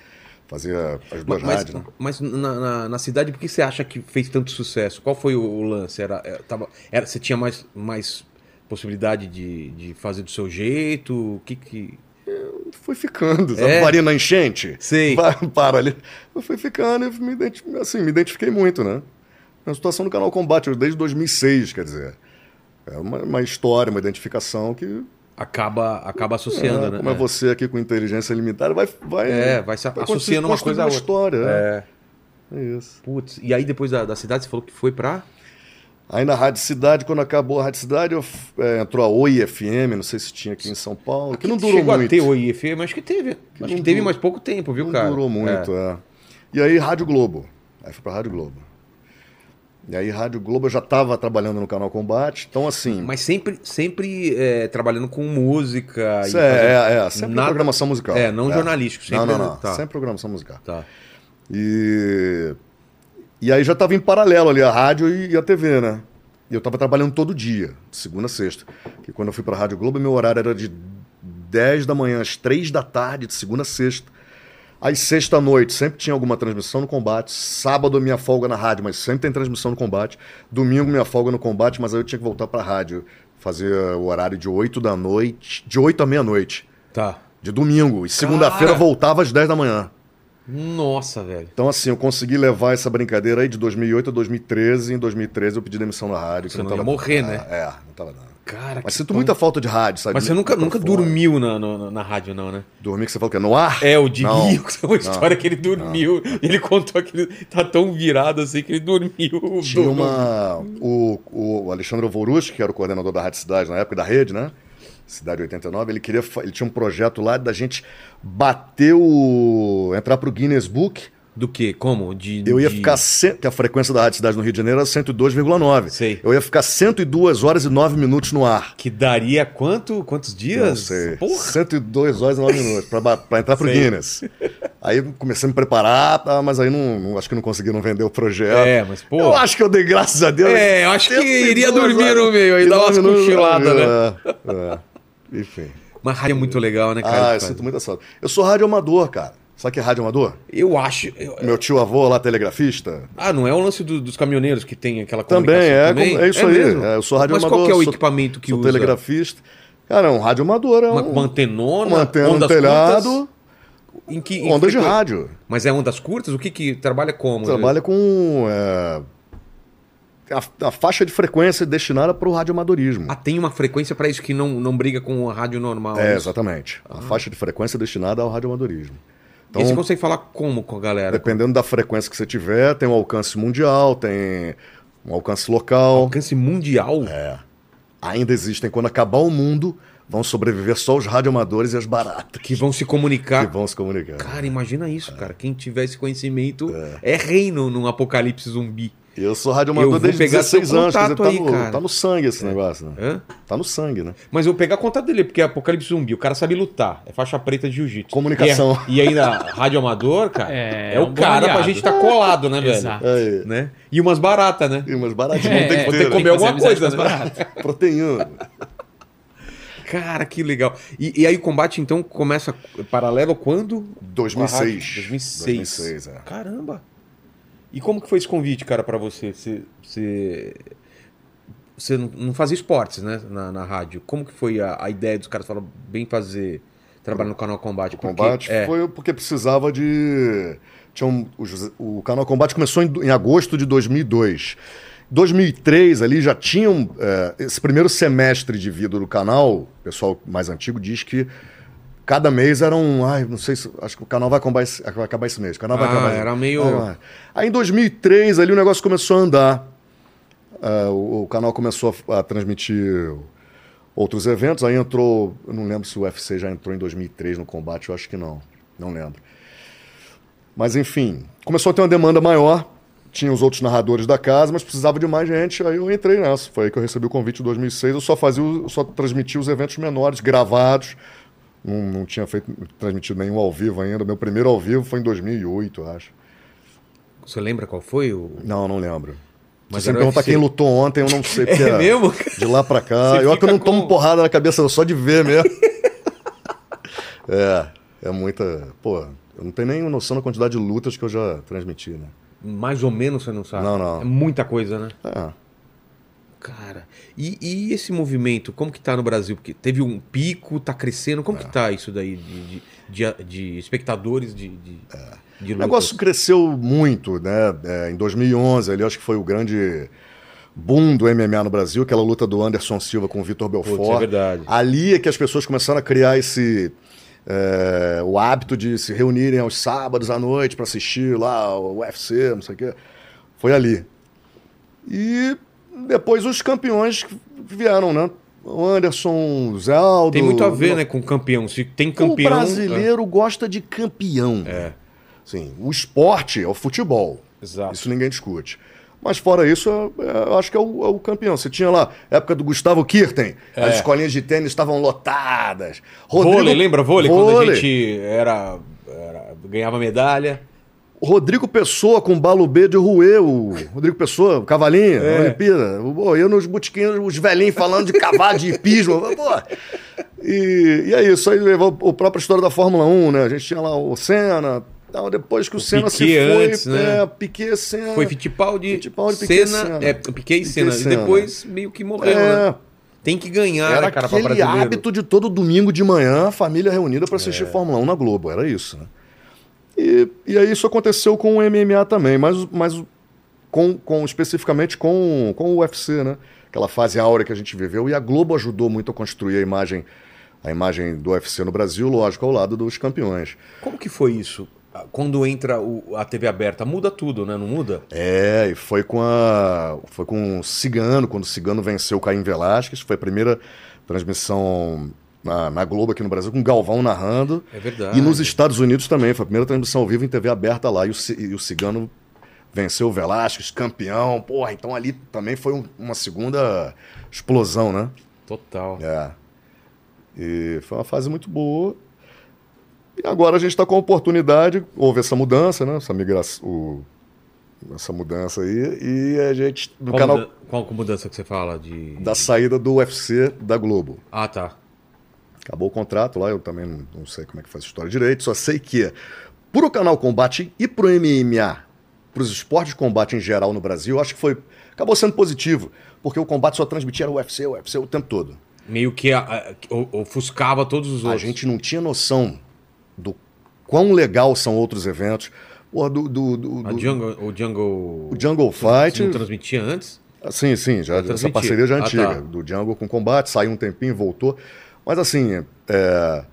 Speaker 3: Fazia as duas
Speaker 1: Mas, mas,
Speaker 3: rádios, né?
Speaker 1: na, na- na cidade, por que você acha que fez tanto sucesso? Qual foi o, o lance? Era, era- tava, era- você tinha mais, mais possibilidade de, de fazer do seu jeito? O que que.
Speaker 3: Fui ficando, sabe?
Speaker 1: É.
Speaker 3: Varia na enchente.
Speaker 1: Sei.
Speaker 3: Pa- Para ali. Eu fui ficando e me, identi- assim, me identifiquei muito, né? Na situação do Canal Combate, eu desde 2006, quer dizer. É uma, uma história, uma identificação que.
Speaker 1: Acaba, acaba associando,
Speaker 3: ah,
Speaker 1: né?
Speaker 3: Como é você aqui com inteligência limitada, vai. vai
Speaker 1: É, vai se
Speaker 3: construir-
Speaker 1: associando uma
Speaker 3: construir
Speaker 1: coisa a outra.
Speaker 3: história. É.
Speaker 1: É.
Speaker 3: é isso.
Speaker 1: Putz, e aí depois da, da cidade você falou que foi pra.
Speaker 3: Aí na Rádio Cidade, quando acabou a Rádio Cidade, eu, f- é, entrou a Oi FM, não sei se tinha aqui em São Paulo, que não durou
Speaker 1: Chegou
Speaker 3: muito.
Speaker 1: a ter o IFM, acho que teve.
Speaker 3: não
Speaker 1: acho que teve
Speaker 3: durou-
Speaker 1: mais pouco tempo, viu,
Speaker 3: não
Speaker 1: cara?
Speaker 3: durou muito, é. E aí Rádio Globo. Aí fui pra Rádio Globo. E aí Rádio Globo eu já tava trabalhando no Canal Combate, então assim...
Speaker 1: Mas sempre, sempre é, trabalhando com música.
Speaker 3: isso
Speaker 1: e
Speaker 3: é,
Speaker 1: fazendo-
Speaker 3: é, é, sempre
Speaker 1: nada-
Speaker 3: programação musical.
Speaker 1: É, não jornalístico, sempre-
Speaker 3: Não, não, não,
Speaker 1: tá.
Speaker 3: sempre programação musical.
Speaker 1: Tá.
Speaker 3: E... E aí já estava em paralelo ali a rádio e e a TV, né? E eu estava trabalhando todo dia, de segunda a sexta. Que quando eu fui para a Rádio Globo, meu horário era de 10 da manhã às 3 da tarde, de segunda a sexta. Aí sexta à noite sempre tinha alguma transmissão no combate. Sábado minha folga na rádio, mas sempre tem transmissão no combate. Domingo minha folga no combate, mas aí eu tinha que voltar para a rádio. Fazer eh, o horário de 8 da noite, de 8 à meia-noite,
Speaker 1: Tá.
Speaker 3: de domingo. E segunda-feira
Speaker 1: Cara!
Speaker 3: voltava às 10 da manhã.
Speaker 1: Nossa, velho.
Speaker 3: Então, assim, eu consegui levar essa brincadeira aí de 2008 a 2013. Em 2013 eu pedi demissão na rádio. que
Speaker 1: Você não ia morrer, né?
Speaker 3: É, não tava dando.
Speaker 1: Cara,
Speaker 3: Mas
Speaker 1: que
Speaker 3: sinto
Speaker 1: tão-
Speaker 3: muita falta de rádio, sabe?
Speaker 1: Mas você nunca, nunca
Speaker 3: Fora.
Speaker 1: dormiu na, na, na rádio, não, né?
Speaker 3: Dormir que você falou que é no ar?
Speaker 1: É, o
Speaker 3: Não.
Speaker 1: Diguinho, que tem uma história que ele dormiu. e Ele contou que ele tá tão virado assim que ele dormiu.
Speaker 3: Tinha
Speaker 1: Do-
Speaker 3: uma. O, o Alexandre Alvoruski, que era o coordenador da Rádio Cidade na época da rede, né? Cidade 89, ele queria. fa- Ele tinha um projeto lá da gente bater o. entrar pro Guinness Book.
Speaker 1: Do quê? Como? De,
Speaker 3: Eu ia
Speaker 1: de-
Speaker 3: ficar. cem- Que a frequência da Rádio Cidade no Rio de Janeiro era 102,9.
Speaker 1: Sei.
Speaker 3: Eu ia ficar 102 horas e 9 minutos no ar.
Speaker 1: Que daria quanto, quantos dias?
Speaker 3: Não sei.
Speaker 1: Porra.
Speaker 3: 102 horas e 9 minutos pra, ba- pra entrar pro
Speaker 1: Sei.
Speaker 3: Guinness. Aí eu comecei a me preparar, tá, mas aí não, não- acho que não conseguiram vender o projeto.
Speaker 1: É, mas pô.
Speaker 3: Eu acho que eu dei graças a Deus.
Speaker 1: É, eu acho que
Speaker 3: 102
Speaker 1: iria dormir no meio, aí
Speaker 3: e
Speaker 1: dá umas
Speaker 3: 9 minutos,
Speaker 1: cochiladas,
Speaker 3: né? É, é. Enfim.
Speaker 1: Mas rádio é muito legal, né, cara?
Speaker 3: Ah, eu sinto muita sorte. Eu sou radioamador, cara. Sabe que é radioamador?
Speaker 1: Eu acho. eu-
Speaker 3: Meu tio avô lá, telegrafista.
Speaker 1: Ah, não é o lance do- dos caminhoneiros que tem aquela
Speaker 3: Também, é,
Speaker 1: comunicação
Speaker 3: com- é isso aí.
Speaker 1: mesmo?
Speaker 3: É, eu sou radioamador.
Speaker 1: Mas qual que é o
Speaker 3: sou-
Speaker 1: equipamento que
Speaker 3: sou
Speaker 1: usa?
Speaker 3: telegrafista. Cara, é um radioamador. É
Speaker 1: Uma,
Speaker 3: um,
Speaker 1: uma antenona,
Speaker 3: uma antena no
Speaker 1: ondas
Speaker 3: um telhado,
Speaker 1: curtas? Em que, em
Speaker 3: ondas de
Speaker 1: frequ-
Speaker 3: rádio.
Speaker 1: Mas é ondas curtas? O que que trabalha como?
Speaker 3: Trabalha com é, a, a faixa de frequência destinada para o radioamadorismo.
Speaker 1: Ah, tem uma frequência pra isso que não, não briga com a rádio normal.
Speaker 3: é,
Speaker 1: né?
Speaker 3: exatamente. A faixa de frequência destinada ao radioamadorismo.
Speaker 1: E você
Speaker 3: Então, É
Speaker 1: consegue falar como com a galera?
Speaker 3: dependendo da frequência que você tiver, tem um alcance mundial, tem um alcance local.
Speaker 1: Alcance mundial?
Speaker 3: É. Ainda existem. Quando acabar o mundo, vão sobreviver só os radioamadores e as baratas
Speaker 1: Que vão se comunicar.
Speaker 3: que vão se comunicar.
Speaker 1: Tá. Cara, imagina isso, cara. Quem tiver esse conhecimento é, reino num apocalipse zumbi.
Speaker 3: Eu sou
Speaker 1: Eu
Speaker 3: radioamador
Speaker 1: vou
Speaker 3: desde
Speaker 1: pegar seu
Speaker 3: 16 anos. Quer dizer,
Speaker 1: contato
Speaker 3: tá,
Speaker 1: aí,
Speaker 3: no,
Speaker 1: cara. É.
Speaker 3: tá no sangue esse negócio, né?
Speaker 1: Hã?
Speaker 3: Tá no sangue, né?
Speaker 1: Mas eu vou pegar a conta dele, porque é apocalipse zumbi. O cara sabe lutar. É faixa preta de jiu-jitsu.
Speaker 3: Comunicação.
Speaker 1: E, é, e ainda, rádio amador, cara, é,
Speaker 2: É,
Speaker 1: o
Speaker 2: um bom
Speaker 1: cara pra
Speaker 2: aliado.
Speaker 1: gente estar tá colado, né, velho?
Speaker 2: Exato.
Speaker 3: Aí.
Speaker 1: Né? E umas baratas, né?
Speaker 3: É, E umas baratas
Speaker 2: É,
Speaker 3: não tem
Speaker 2: é,
Speaker 3: que
Speaker 1: Vou ter
Speaker 3: ter,
Speaker 1: que
Speaker 3: né?
Speaker 1: comer
Speaker 2: fazer
Speaker 1: alguma
Speaker 2: amizade
Speaker 1: coisa.
Speaker 2: com as
Speaker 1: né?
Speaker 3: Proteína.
Speaker 1: Cara, que legal. E, e aí o combate, então, começa paralelo quando?
Speaker 3: 2006.
Speaker 1: 2006.
Speaker 3: 2006, é.
Speaker 1: Caramba. E como que foi esse convite, cara, pra você? Você, você, você não- não fazia esportes, né, na, na rádio. Como que foi a, a ideia dos caras falar bem fazer, trabalhar no canal Combate?
Speaker 3: O combate
Speaker 1: Porque, é,
Speaker 3: foi porque precisava de. Tinha um- o, José- o canal Combate começou em, em agosto de 2002. 2003 ali já tinham. eh, esse primeiro semestre de vida do canal, o pessoal mais antigo diz que cada mês era um. Ai, não sei se. Acho que o canal vai acabar esse, vai acabar esse mês. O canal vai
Speaker 1: Ah,
Speaker 3: acabar esse-
Speaker 1: era meio-
Speaker 3: Ah, aí em 2003 ali o negócio começou a andar. Ah, o, o canal começou a, a transmitir outros eventos. Aí entrou, eu não lembro se o UFC já entrou em 2003 no combate, eu acho que não, não lembro. Mas enfim, começou a ter uma demanda maior. Tinha os outros narradores da casa, mas precisava de mais gente, aí eu entrei nessa. Foi aí que eu recebi o convite em 2006. Eu só fazia, o- eu só transmitia os eventos menores, gravados. Não, não tinha feito, transmitido nenhum ao vivo ainda. Meu primeiro ao vivo foi em 2008, eu acho.
Speaker 1: Você lembra qual foi o.
Speaker 3: Não, não lembro.
Speaker 1: Mas
Speaker 3: Mas se
Speaker 1: era
Speaker 3: me perguntar
Speaker 1: UFC.
Speaker 3: quem lutou ontem, eu não sei. Porque
Speaker 1: É mesmo?
Speaker 3: De lá pra cá.
Speaker 1: Você
Speaker 3: eu acho que eu
Speaker 1: fica
Speaker 3: não tomo
Speaker 1: com-
Speaker 3: porrada na cabeça só de ver mesmo. é, é muita. Pô, eu não tenho nem noção da quantidade de lutas que eu já transmiti, né?
Speaker 1: Mais ou menos você não sabe.
Speaker 3: Não, não.
Speaker 1: É muita coisa, né?
Speaker 3: É.
Speaker 1: Cara, e, e esse movimento, como que tá no Brasil? Porque teve um pico, tá crescendo,
Speaker 3: É.
Speaker 1: como que tá isso daí de, de, de- de espectadores de, de, de
Speaker 3: O
Speaker 1: lutas?
Speaker 3: É. negócio cresceu muito, né? É, em 2011, ali, eu acho que foi o grande boom do MMA no Brasil, aquela luta do Anderson Silva com o Vitor Belfort.
Speaker 1: Putz, é verdade.
Speaker 3: Ali é que as pessoas começaram a criar esse. é, o hábito de se reunirem aos sábados à noite para assistir lá o UFC, não sei o quê. Foi ali. E depois os campeões que vieram, né? O Anderson, o Zé Aldo.
Speaker 1: Tem muito a ver, né, com campeão. Se tem campeão.
Speaker 3: O brasileiro gosta de campeão.
Speaker 1: É.
Speaker 3: Sim, o esporte é o futebol.
Speaker 1: é, exato.
Speaker 3: Isso ninguém discute. Mas fora isso, eu, eu acho que é o, é o campeão. Você tinha lá, época do Gustavo Kirten, as escolinhas de tênis estavam lotadas.
Speaker 1: É. Vôlei, lembra vôlei? Quando a
Speaker 3: Vôlei.
Speaker 1: gente era, era- ganhava medalha.
Speaker 3: Rodrigo Pessoa com balo B de Ruê, o Rodrigo Pessoa, o cavalinho,
Speaker 1: É.
Speaker 3: na Olimpíada. Pô, eu nos botiquinhos, os velhinhos falando de cavalo, de hipismo. Pô. E, e é isso, aí levou a própria história da Fórmula 1, né? A gente tinha lá o Senna, tal, depois que o, Senna
Speaker 1: Piquet
Speaker 3: se foi,
Speaker 1: antes, né?
Speaker 3: é, Piquet, Senna...
Speaker 1: Foi Fittipaldi,
Speaker 3: Fittipaldi, Piquet,
Speaker 1: Senna,
Speaker 3: Senna.
Speaker 1: é, Piquet e Senna. E
Speaker 3: Senna.
Speaker 1: depois meio que morreu,
Speaker 3: É.
Speaker 1: né? Tem que ganhar, né,
Speaker 3: Era
Speaker 1: cara, pra
Speaker 3: aquele
Speaker 1: brasileiro. É.
Speaker 3: hábito de todo domingo de manhã, a família reunida para assistir Fórmula 1 na Globo, era isso, né? E, e aí isso aconteceu com o MMA também, mas, mas com, com- especificamente com, com o UFC, né? Aquela fase áurea que a gente viveu, e a Globo ajudou muito a construir a imagem, a imagem do UFC no Brasil, lógico, ao lado dos campeões.
Speaker 1: Como que foi isso? Ah, Quando entra o- a TV aberta, muda tudo, né? Não muda?
Speaker 3: É, e foi com a. Foi com o Cigano, quando o Cigano venceu o Caim Velasquez, foi a primeira transmissão na, na Globo aqui no Brasil, com o Galvão narrando.
Speaker 1: É verdade.
Speaker 3: E nos Estados Unidos também, foi a primeira transmissão ao vivo em TV aberta lá, e o, Ci- e o Cigano venceu o Velasquez, campeão, porra, então ali também foi um- uma segunda explosão, né?
Speaker 1: Total.
Speaker 3: É. E foi uma fase muito boa. E agora a gente está com a oportunidade, houve essa mudança, né? Essa migração, essa mudança aí, e a gente, no
Speaker 1: Qual,
Speaker 3: canal
Speaker 1: muda- qual mudança que você fala de...
Speaker 3: da saída do UFC da Globo.
Speaker 1: Ah, tá.
Speaker 3: Acabou o contrato lá, eu também não, não sei como é que faz a história direito, só sei que pro canal Combate e pro MMA, pros esportes de combate em geral no Brasil, eu acho que foi acabou sendo positivo, porque o combate só transmitia o UFC, o UFC o tempo todo.
Speaker 1: Meio que a- a- que o- ofuscava todos os
Speaker 3: A
Speaker 1: outros.
Speaker 3: gente não tinha noção do quão legal são outros eventos. Porra, do, do, do-
Speaker 1: A
Speaker 3: do-
Speaker 1: Jungle, o Jungle...
Speaker 3: o Jungle
Speaker 1: Você não
Speaker 3: Fight.
Speaker 1: transmitia antes?
Speaker 3: Sim, sim, já, essa
Speaker 1: transmitia.
Speaker 3: parceria já é
Speaker 1: Ah,
Speaker 3: antiga.
Speaker 1: tá.
Speaker 3: Do Jungle com combate, saiu um tempinho, voltou. Mas assim, é...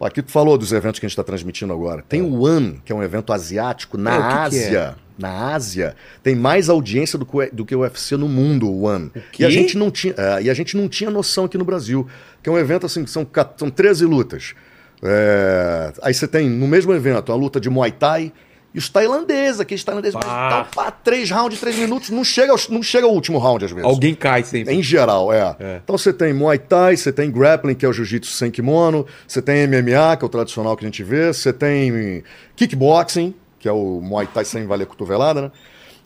Speaker 3: aqui tu falou dos eventos que a gente está transmitindo agora. Tem o One, que é um evento asiático na
Speaker 1: É, o que que é?
Speaker 3: Ásia. Na Ásia, tem mais audiência do que, o- do que o UFC no mundo, o One.
Speaker 1: quê?
Speaker 3: E a, gente não tinha, é, e a gente não tinha noção aqui no Brasil. Que é um evento assim, que são, ca- são 13 lutas. É, aí você tem no mesmo evento a luta de Muay Thai e os tailandeses, aqueles tailandeses
Speaker 1: Pá.
Speaker 3: mas tal, pá, três rounds, três minutos, não chega, aos- não chega ao último round às vezes.
Speaker 1: Alguém cai sempre.
Speaker 3: Em geral, é.
Speaker 1: É.
Speaker 3: Então você tem Muay Thai, você tem grappling, que é o jiu-jitsu sem kimono, você tem MMA, que é o tradicional que a gente vê, você tem kickboxing, que é o Muay Thai sem valer cotovelada, né?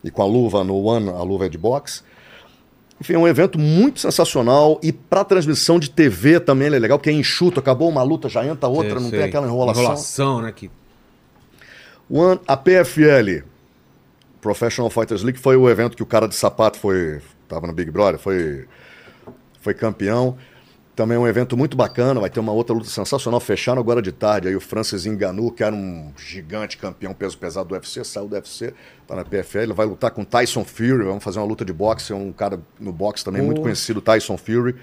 Speaker 3: E com a luva no One, a luva é de boxe. Enfim, é um evento muito sensacional e para transmissão de TV também ele é legal, porque é enxuto, acabou uma luta, já entra outra,
Speaker 1: Sei,
Speaker 3: não
Speaker 1: sei.
Speaker 3: tem aquela enrolação.
Speaker 1: Enrolação, né? Que...
Speaker 3: One, a PFL, Professional Fighters League, foi o evento que o cara de sapato foi. Tava no Big Brother, foi, foi campeão. Também é um evento muito bacana, vai ter uma outra luta sensacional. Fecharam agora de tarde. Aí o Francis Enganu, que era um gigante campeão peso pesado do UFC, saiu do UFC, tá na PFL, vai lutar com Tyson Fury. Vamos fazer uma luta de boxe, é um cara no boxe também muito
Speaker 1: Boa.
Speaker 3: conhecido, Tyson Fury.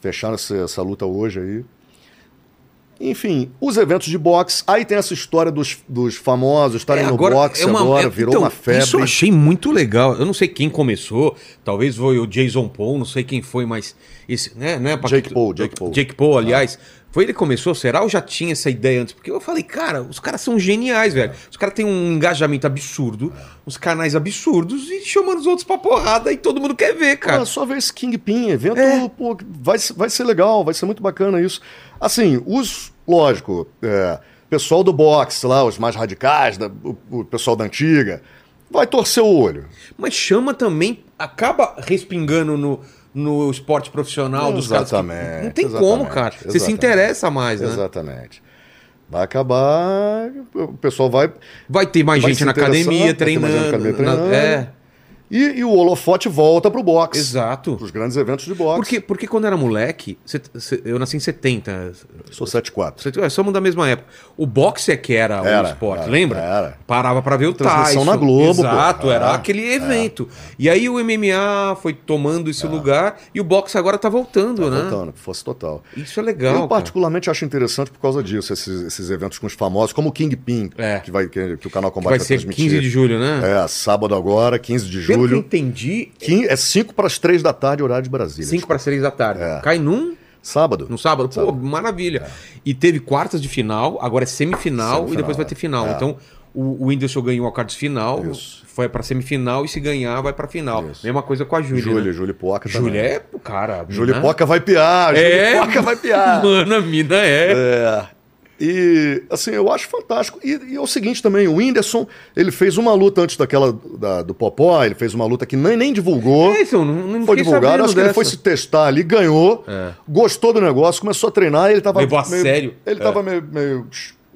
Speaker 3: Fecharam essa, essa luta hoje aí. Enfim, os eventos de boxe. Aí tem essa história dos, dos famosos estarem
Speaker 1: É,
Speaker 3: Tá no boxe agora,
Speaker 1: é-
Speaker 3: virou
Speaker 1: então,
Speaker 3: uma febre.
Speaker 1: Isso eu achei muito legal. Eu não sei quem começou, talvez foi o Jason Paul, não sei quem foi, mas esse, né, né, Paquito?
Speaker 3: Jake Paul, Ah. Jake Paul.
Speaker 1: Jake Paul, aliás, Foi ele que começou, será? Ou já tinha essa ideia antes? Porque eu falei, cara, os caras são geniais, velho. Os caras têm um engajamento absurdo, uns canais absurdos e chamando os outros pra porrada e todo mundo quer ver,
Speaker 3: Cara,
Speaker 1: cara.
Speaker 3: é só ver esse Kingpin, evento,
Speaker 1: É.
Speaker 3: pô, vai, ser- vai ser legal, vai ser muito bacana isso. Assim, os, lógico, é, pessoal do boxe lá, os mais radicais, da- o, o pessoal da antiga, vai torcer o olho.
Speaker 1: Mas chama também, acaba respingando no, no esporte profissional dos caras. que-
Speaker 3: Exatamente,
Speaker 1: Não tem como,
Speaker 3: exatamente,
Speaker 1: cara. Você se
Speaker 3: exatamente.
Speaker 1: interessa mais, né?
Speaker 3: Exatamente. Vai acabar, o pessoal vai...
Speaker 1: Vai ter mais
Speaker 3: Vai
Speaker 1: gente
Speaker 3: se
Speaker 1: na academia
Speaker 3: interessar, vai ter
Speaker 1: treinando.
Speaker 3: mais gente na academia
Speaker 1: na-
Speaker 3: treinando.
Speaker 1: É,
Speaker 3: E, e o holofote volta pro boxe.
Speaker 1: exato.
Speaker 3: Os grandes eventos de boxe.
Speaker 1: Porque, porque quando eu era moleque, cê- cê- eu nasci em 70.
Speaker 3: Sou 7'4".
Speaker 1: cê- nós Somos da mesma época. O boxe é que era,
Speaker 3: Era,
Speaker 1: o esporte,
Speaker 3: era,
Speaker 1: lembra?
Speaker 3: era.
Speaker 1: Parava pra ver o Tyson.
Speaker 3: Transmissão na Globo, pô.
Speaker 1: Exato, era
Speaker 3: É, É.
Speaker 1: aquele evento. E aí o MMA foi tomando esse lugar e o boxe agora tá voltando, né?
Speaker 3: Voltando, fosse total.
Speaker 1: Isso é legal.
Speaker 3: eu
Speaker 1: cara.
Speaker 3: particularmente acho interessante por causa disso, esses, esses eventos com os famosos, como o Kingpin,
Speaker 1: É.
Speaker 3: que, vai, que, que o canal Combate
Speaker 1: Vai ser 15 de julho, né?
Speaker 3: É, sábado agora, 15
Speaker 1: Pelo
Speaker 3: de
Speaker 1: que eu
Speaker 3: É, julho.
Speaker 1: entendi,
Speaker 3: Quin- É 5 para as 3 da tarde, horário de Brasília.
Speaker 1: 5 para 6 da tarde.
Speaker 3: É.
Speaker 1: Cai num,
Speaker 3: Sábado? É.
Speaker 1: no sábado. Pô, maravilha. E teve quartas de final, agora é semifinal, e
Speaker 3: Semifinal,
Speaker 1: depois vai
Speaker 3: é.
Speaker 1: ter final.
Speaker 3: É.
Speaker 1: Então, o, o Whindersson ganhou a quartas de final,
Speaker 3: Isso.
Speaker 1: foi pra semifinal, e se ganhar, vai pra final.
Speaker 3: Isso.
Speaker 1: Mesma coisa com a Júlia.
Speaker 3: Júlia,
Speaker 1: né?
Speaker 3: Júlia Poca também.
Speaker 1: Júlia é, pô, cara. a
Speaker 3: Júlia
Speaker 1: mina-
Speaker 3: Poca vai piar,
Speaker 1: É.
Speaker 3: Júlia Poca vai piar.
Speaker 1: Mano, a mina é.
Speaker 3: É. E, assim, eu acho fantástico. E, e é o seguinte também, o Whindersson, ele fez uma luta antes daquela da- do Popó, ele fez uma luta que nem, nem divulgou.
Speaker 1: É, isso, eu não, não
Speaker 3: Não foi
Speaker 1: fiquei
Speaker 3: divulgado,
Speaker 1: sabendo
Speaker 3: acho que ele
Speaker 1: dessa.
Speaker 3: foi se testar ali, ganhou, gostou do negócio, começou a treinar e ele tava.
Speaker 1: É. Levou a sério.
Speaker 3: Ele
Speaker 1: É.
Speaker 3: tava meio. meio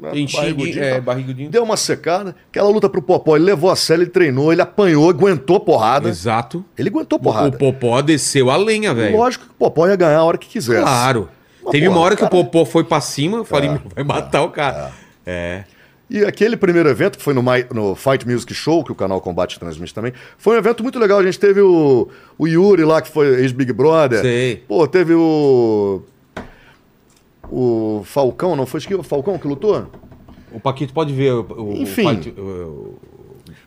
Speaker 3: né,
Speaker 1: Enchigui,
Speaker 3: barrigudinho,
Speaker 1: é,
Speaker 3: tá?
Speaker 1: barrigudinho.
Speaker 3: Deu uma secada, aquela luta pro Popó, ele levou a sério, ele treinou, ele apanhou, aguentou porrada.
Speaker 1: Exato.
Speaker 3: Ele aguentou
Speaker 1: O
Speaker 3: porrada.
Speaker 1: Popó desceu a lenha, velho.
Speaker 3: Lógico que o Popó ia ganhar a hora que quisesse.
Speaker 1: Claro.
Speaker 3: Mas,
Speaker 1: Teve
Speaker 3: porra,
Speaker 1: uma hora que
Speaker 3: cara- É,
Speaker 1: o Popó foi pra cima, eu falei, "Meu, vai matar o cara.
Speaker 3: E aquele primeiro evento, que foi no, Mi- no Fight Music Show, que o canal Combate transmite também, foi um evento muito legal. A gente teve o, o Yuri lá, que foi ex-Big Brother.
Speaker 1: Sei.
Speaker 3: Pô, teve o. O Falcão, não foi esqui- o Falcão que lutou?
Speaker 1: O Paquito pode ver o, o-
Speaker 3: Enfim.
Speaker 1: o fight- o- o-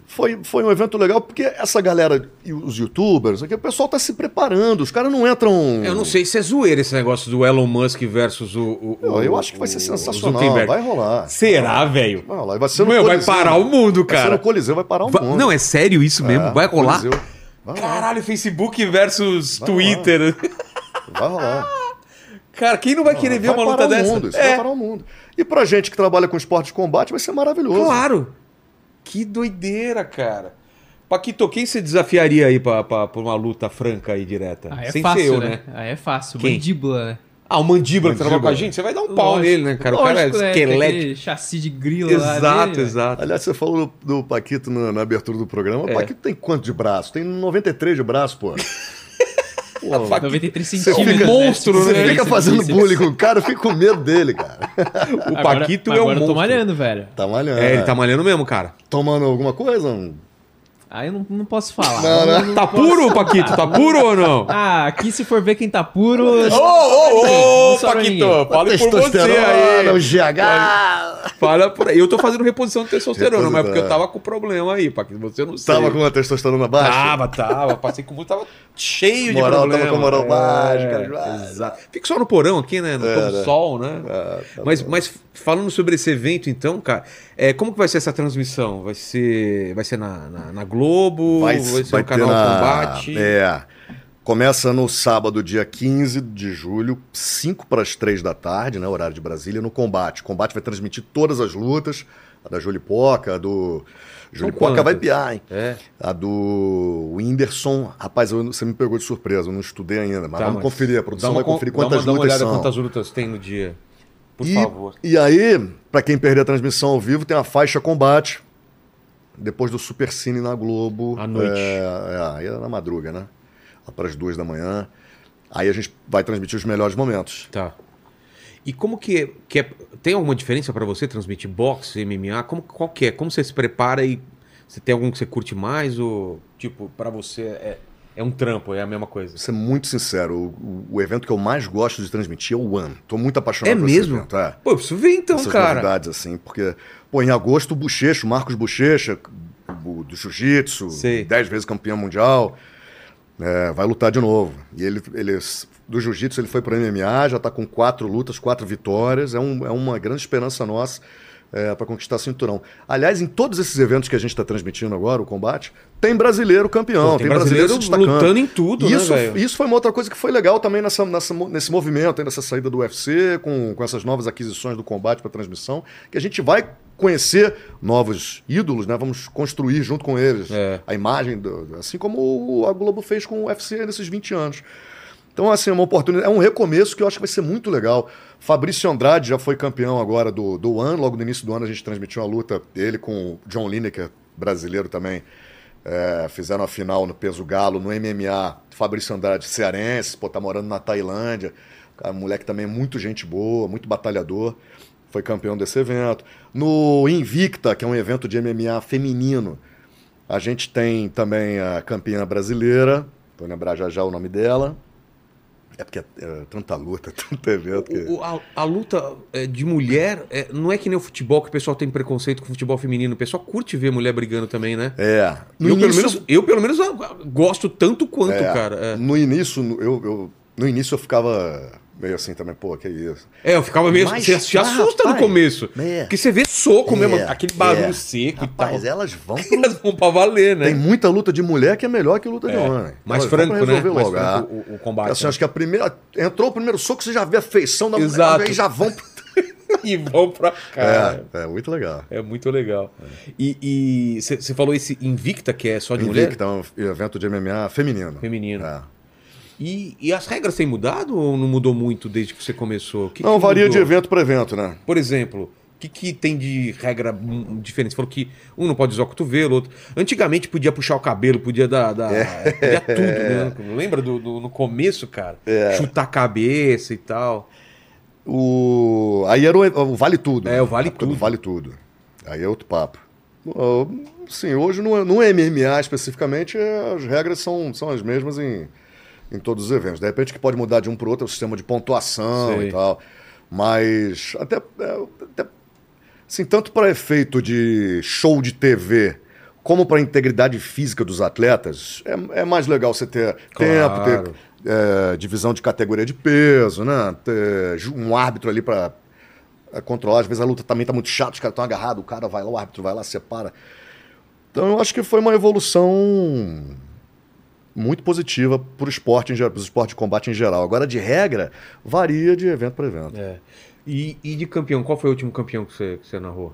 Speaker 3: Foi, foi um evento legal porque essa galera, e os youtubers, aqui, o pessoal tá se preparando, os caras não entram.
Speaker 1: Eu não sei se é zoeira esse negócio do Elon Musk versus o. o-
Speaker 3: Eu, eu acho que vai ser sensacional. Vai rolar.
Speaker 1: Será, velho?
Speaker 3: Vai rolar. Vai ser no
Speaker 1: Meu, vai
Speaker 3: Coliseu.
Speaker 1: parar o mundo,
Speaker 3: Vai ser
Speaker 1: cara.
Speaker 3: no Coliseu, vai parar o
Speaker 1: Va-
Speaker 3: mundo.
Speaker 1: Não, é sério isso mesmo?
Speaker 3: um É,
Speaker 1: vai rolar?
Speaker 3: Coliseu. Vai rolar.
Speaker 1: Caralho, Facebook versus
Speaker 3: Vai
Speaker 1: Twitter.
Speaker 3: Vai rolar.
Speaker 1: Cara, quem não vai querer ver
Speaker 3: vai
Speaker 1: uma luta
Speaker 3: parar
Speaker 1: dessa?
Speaker 3: O mundo, isso
Speaker 1: é,
Speaker 3: vai parar o mundo. E pra gente que trabalha com esporte de combate, vai ser maravilhoso.
Speaker 1: claro. Que doideira, cara. Paquito, quem se desafiaria aí pra, pra, pra uma luta franca aí direta?
Speaker 2: Ah, é
Speaker 1: Sem
Speaker 2: fácil,
Speaker 1: ser eu,
Speaker 2: né?
Speaker 1: né?
Speaker 2: Ah, é fácil.
Speaker 1: Quem?
Speaker 2: Mandíbula, né?
Speaker 1: Ah, o Mandíbula que trabalha com a
Speaker 3: Mandíbula.
Speaker 1: gente, você vai dar um pau
Speaker 2: Lógico,
Speaker 1: nele, né, cara? o cara é
Speaker 2: lógico, né? Com
Speaker 1: esquelético.
Speaker 2: aquele chassi de grilo lá
Speaker 1: Exato,
Speaker 2: dele, né?
Speaker 1: exato.
Speaker 3: Aliás, você falou do, do Paquito na, na abertura do programa.
Speaker 1: É.
Speaker 3: O Paquito tem quanto de braço? Tem 93 de braço, pô.
Speaker 1: A faca-
Speaker 2: 93
Speaker 3: fica-
Speaker 2: centímetros. né?
Speaker 1: monstro,
Speaker 2: Esse
Speaker 1: né?
Speaker 3: Você
Speaker 2: bíceps,
Speaker 3: fica fazendo
Speaker 2: bíceps.
Speaker 3: bullying com o cara, eu fico com medo dele, cara.
Speaker 1: O
Speaker 2: Agora-
Speaker 1: Paquito
Speaker 2: mas
Speaker 1: é um
Speaker 2: Agora eu tô
Speaker 1: monstro.
Speaker 2: malhando, velho.
Speaker 3: Tá malhando.
Speaker 1: É, ele tá malhando mesmo, cara.
Speaker 3: Tomando alguma coisa? Um-
Speaker 2: Aí eu não, não posso falar.
Speaker 3: Não, não.
Speaker 1: Tá puro o Paquito? Tá puro ou não?
Speaker 2: Ah, aqui se for ver quem tá puro.
Speaker 1: Ô, ô, ô,
Speaker 2: Não sobra
Speaker 1: Paquito,
Speaker 2: ninguém.
Speaker 1: fala por você
Speaker 3: o
Speaker 1: aí.
Speaker 3: GH.
Speaker 1: Fala por aí. Eu tô fazendo reposição de testosterona, mas é
Speaker 3: Reposição.
Speaker 1: porque eu tava com problema aí, Paquito. Você não sabe.
Speaker 3: Tava com a testosterona baixa?
Speaker 1: Tava, tava. Passei com muito, tava cheio
Speaker 3: Moral,
Speaker 1: de problema. é,
Speaker 3: tava com moral baixa, cara.
Speaker 1: Exato. Fico só no porão aqui, né? No
Speaker 3: É,
Speaker 1: tomo
Speaker 3: né?
Speaker 1: sol, né?
Speaker 3: Ah, tá
Speaker 1: mas,
Speaker 3: bom.
Speaker 1: mas falando sobre esse evento, então, cara, é, como que vai ser essa transmissão? Vai ser, vai ser na, na, na Globo?
Speaker 3: Vai,
Speaker 1: ser
Speaker 3: vai
Speaker 1: no canal
Speaker 3: ter na-
Speaker 1: Combate?
Speaker 3: É. Começa no sábado, dia 15 de julho, 5 para as 3 da tarde, né, horário de Brasília, no Combate. O Combate vai transmitir todas as lutas, a da Julipoca, a do... Julipoca
Speaker 1: quantas?
Speaker 3: vai piar, hein?
Speaker 1: É.
Speaker 3: A do Whindersson. Rapaz, eu- você me pegou de surpresa, eu não estudei ainda, mas
Speaker 1: Tá,
Speaker 3: vamos
Speaker 1: mas
Speaker 3: conferir, a produção vai conferir quantas
Speaker 1: dá uma,
Speaker 3: lutas
Speaker 1: dá uma olhada
Speaker 3: são.
Speaker 1: quantas lutas tem no dia. Por
Speaker 3: e,
Speaker 1: favor.
Speaker 3: e aí, para quem perder a transmissão ao vivo, tem a faixa Combate, depois do Supercine na Globo.
Speaker 1: À noite.
Speaker 3: É, é, aí é na madruga, né? Lá para as duas da manhã. Aí a gente vai transmitir os melhores momentos.
Speaker 1: Tá. E como que é, que é- tem alguma diferença pra você transmitir boxe, MMA? Como qual que é? Como você se prepara e você tem algum que você curte mais ou tipo pra você é, é um trampo, é a mesma coisa?
Speaker 3: Vou ser muito sincero, o, o- o evento que eu mais gosto de transmitir é o One. Tô muito apaixonado
Speaker 1: É
Speaker 3: por
Speaker 1: mesmo?
Speaker 3: esse evento. É.
Speaker 1: Pô, eu preciso ver então,
Speaker 3: Essas
Speaker 1: cara.
Speaker 3: novidades, assim, porque, pô, em agosto o Bochecha, o Marcos Bochecha, o- do Jiu-Jitsu,
Speaker 1: Sei.
Speaker 3: dez vezes campeão mundial, é, vai lutar de novo. E ele, ele s- do jiu-jitsu ele foi para MMA, já está com quatro lutas, quatro vitórias. É, um, é uma grande esperança nossa é, para conquistar cinturão. Aliás, em todos esses eventos que a gente está transmitindo agora, o combate, tem brasileiro campeão,
Speaker 1: Pô, tem
Speaker 3: tem, brasileiro, se
Speaker 1: brasileiro
Speaker 3: destacando.
Speaker 1: lutando em tudo, né,
Speaker 3: isso,
Speaker 1: velho?
Speaker 3: isso foi uma outra coisa que foi legal também nessa, nessa mo- nesse movimento, aí, nessa saída do UFC, com, com essas novas aquisições do combate para transmissão, que a gente vai conhecer novos ídolos, né? Vamos construir junto com eles
Speaker 1: É.
Speaker 3: a imagem, do- assim como o- a Globo fez com o UFC nesses 20 anos. Então, assim, é uma oportunidade, é um recomeço que eu acho que vai ser muito legal. Fabrício Andrade já foi campeão agora do, do One, logo no início do ano a gente transmitiu a luta dele com o John Lineker, brasileiro também. É, fizeram a final no peso galo, no MMA. Fabrício Andrade, cearense, pô, tá morando na Tailândia. Cara, moleque também é muito gente boa, muito batalhador. Foi campeão desse evento. No Invicta, que é um evento de MMA feminino, a gente tem também a campeã brasileira, vou lembrar já já o nome dela. É porque é, é tanta luta, tanto evento que...
Speaker 1: O- o- a, a luta é, de mulher é, não é que nem o futebol, que o pessoal tem preconceito com o futebol feminino. O pessoal curte ver mulher brigando também, né?
Speaker 3: É. No
Speaker 1: eu,
Speaker 3: início-
Speaker 1: pelo menos, eu, pelo menos, ah, gosto tanto quanto,
Speaker 3: É,
Speaker 1: cara. É.
Speaker 3: No início, no- eu, eu- no início eu ficava meio assim também, pô, que isso.
Speaker 1: É, eu ficava meio.
Speaker 3: Mas
Speaker 1: Você se
Speaker 3: tá,
Speaker 1: assusta no
Speaker 3: rapaz.
Speaker 1: começo.
Speaker 3: É.
Speaker 1: Porque você vê soco mesmo,
Speaker 3: É,
Speaker 1: aquele barulho
Speaker 3: é.
Speaker 1: seco
Speaker 3: Rapaz,
Speaker 1: e tal.
Speaker 3: elas vão pro...
Speaker 1: Elas vão pra valer, né?
Speaker 3: Tem muita luta de mulher que é melhor que luta de homem.
Speaker 1: Mais
Speaker 3: Elas vão pra
Speaker 1: franco, né?
Speaker 3: resolver
Speaker 1: Mais
Speaker 3: logo. Ah,
Speaker 1: franco o, o combate.
Speaker 3: assim,
Speaker 1: né?
Speaker 3: acho que a primeira... Entrou o primeiro soco, você já vê a feição da
Speaker 1: Exato.
Speaker 3: mulher, aí já vão... pro-
Speaker 1: E vão pra cá.
Speaker 3: É, é muito legal.
Speaker 1: É muito legal. E você falou esse Invicta, que é só de mulher?
Speaker 3: Invicta, é um evento de MMA feminino.
Speaker 1: Feminino.
Speaker 3: É.
Speaker 1: E, e as regras têm mudado ou não mudou muito desde que você começou? O que
Speaker 3: Não,
Speaker 1: que
Speaker 3: varia de
Speaker 1: mudou?
Speaker 3: evento para evento, né?
Speaker 1: Por exemplo, o que, que tem de regra hum, diferente? Você falou que um não pode usar o cotovelo, outro. Antigamente podia puxar o cabelo, podia dar. dar- Podia tudo, né? Lembra do, do- no começo, cara? Chutar a cabeça e tal.
Speaker 3: O... Aí era o, o Vale Tudo.
Speaker 1: É, o Vale
Speaker 3: Na época do
Speaker 1: Tudo.
Speaker 3: Vale Tudo. Aí é outro papo. Ah, Sim, hoje é, no, no MMA especificamente, eh, as regras são, são as mesmas em, em todos os eventos. De repente, o que pode mudar de um para outro é o sistema de pontuação
Speaker 1: Sei.
Speaker 3: e tal. Mas, até, eh, até Assim, tanto para efeito de show de TV, como para integridade física dos atletas, é, é mais legal você ter
Speaker 1: Claro.
Speaker 3: tempo, ter é, divisão de categoria de peso, né? Ter ju- um árbitro ali para controlar. Às vezes a luta também tá muito chata, os caras estão agarrados, o cara vai lá, o árbitro vai lá, separa. Então eu acho que foi uma evolução muito positiva para o esporte, em geral, pro esporte de combate em geral. Agora, de regra, varia de evento para evento.
Speaker 1: É. E, e de campeão, qual foi o último campeão que você, que você narrou?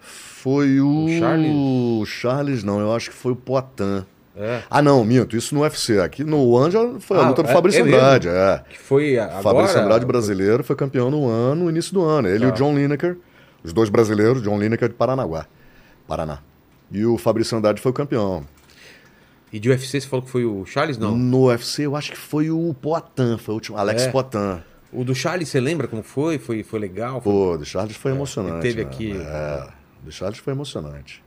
Speaker 3: Foi o...
Speaker 1: O Charles?
Speaker 3: o Charles, não, eu acho que foi o Poitin.
Speaker 1: É.
Speaker 3: Ah, não, minto, isso no UFC. Aqui no One já foi a
Speaker 1: Ah,
Speaker 3: luta do
Speaker 1: é-
Speaker 3: Fabrício
Speaker 1: é mesmo?
Speaker 3: Andrade. É.
Speaker 1: Que foi a- agora?
Speaker 3: Fabrício Andrade, brasileiro, foi campeão no ano, no início do ano. Ele e
Speaker 1: Tá.
Speaker 3: o John Lineker, os dois brasileiros, John Lineker de Paranaguá, Paraná. E o Fabrício Andrade foi o campeão.
Speaker 1: E de UFC você falou que foi o Charles? Não.
Speaker 3: No UFC, eu acho que foi o Poitin, foi o último, Alex
Speaker 1: É.
Speaker 3: Poitin.
Speaker 1: O do Charles, você lembra como foi? Foi, foi legal? Foi-
Speaker 3: Pô, o do Charles foi emocionante.
Speaker 1: É, teve
Speaker 3: né?
Speaker 1: aqui-
Speaker 3: É, o do Charles foi emocionante.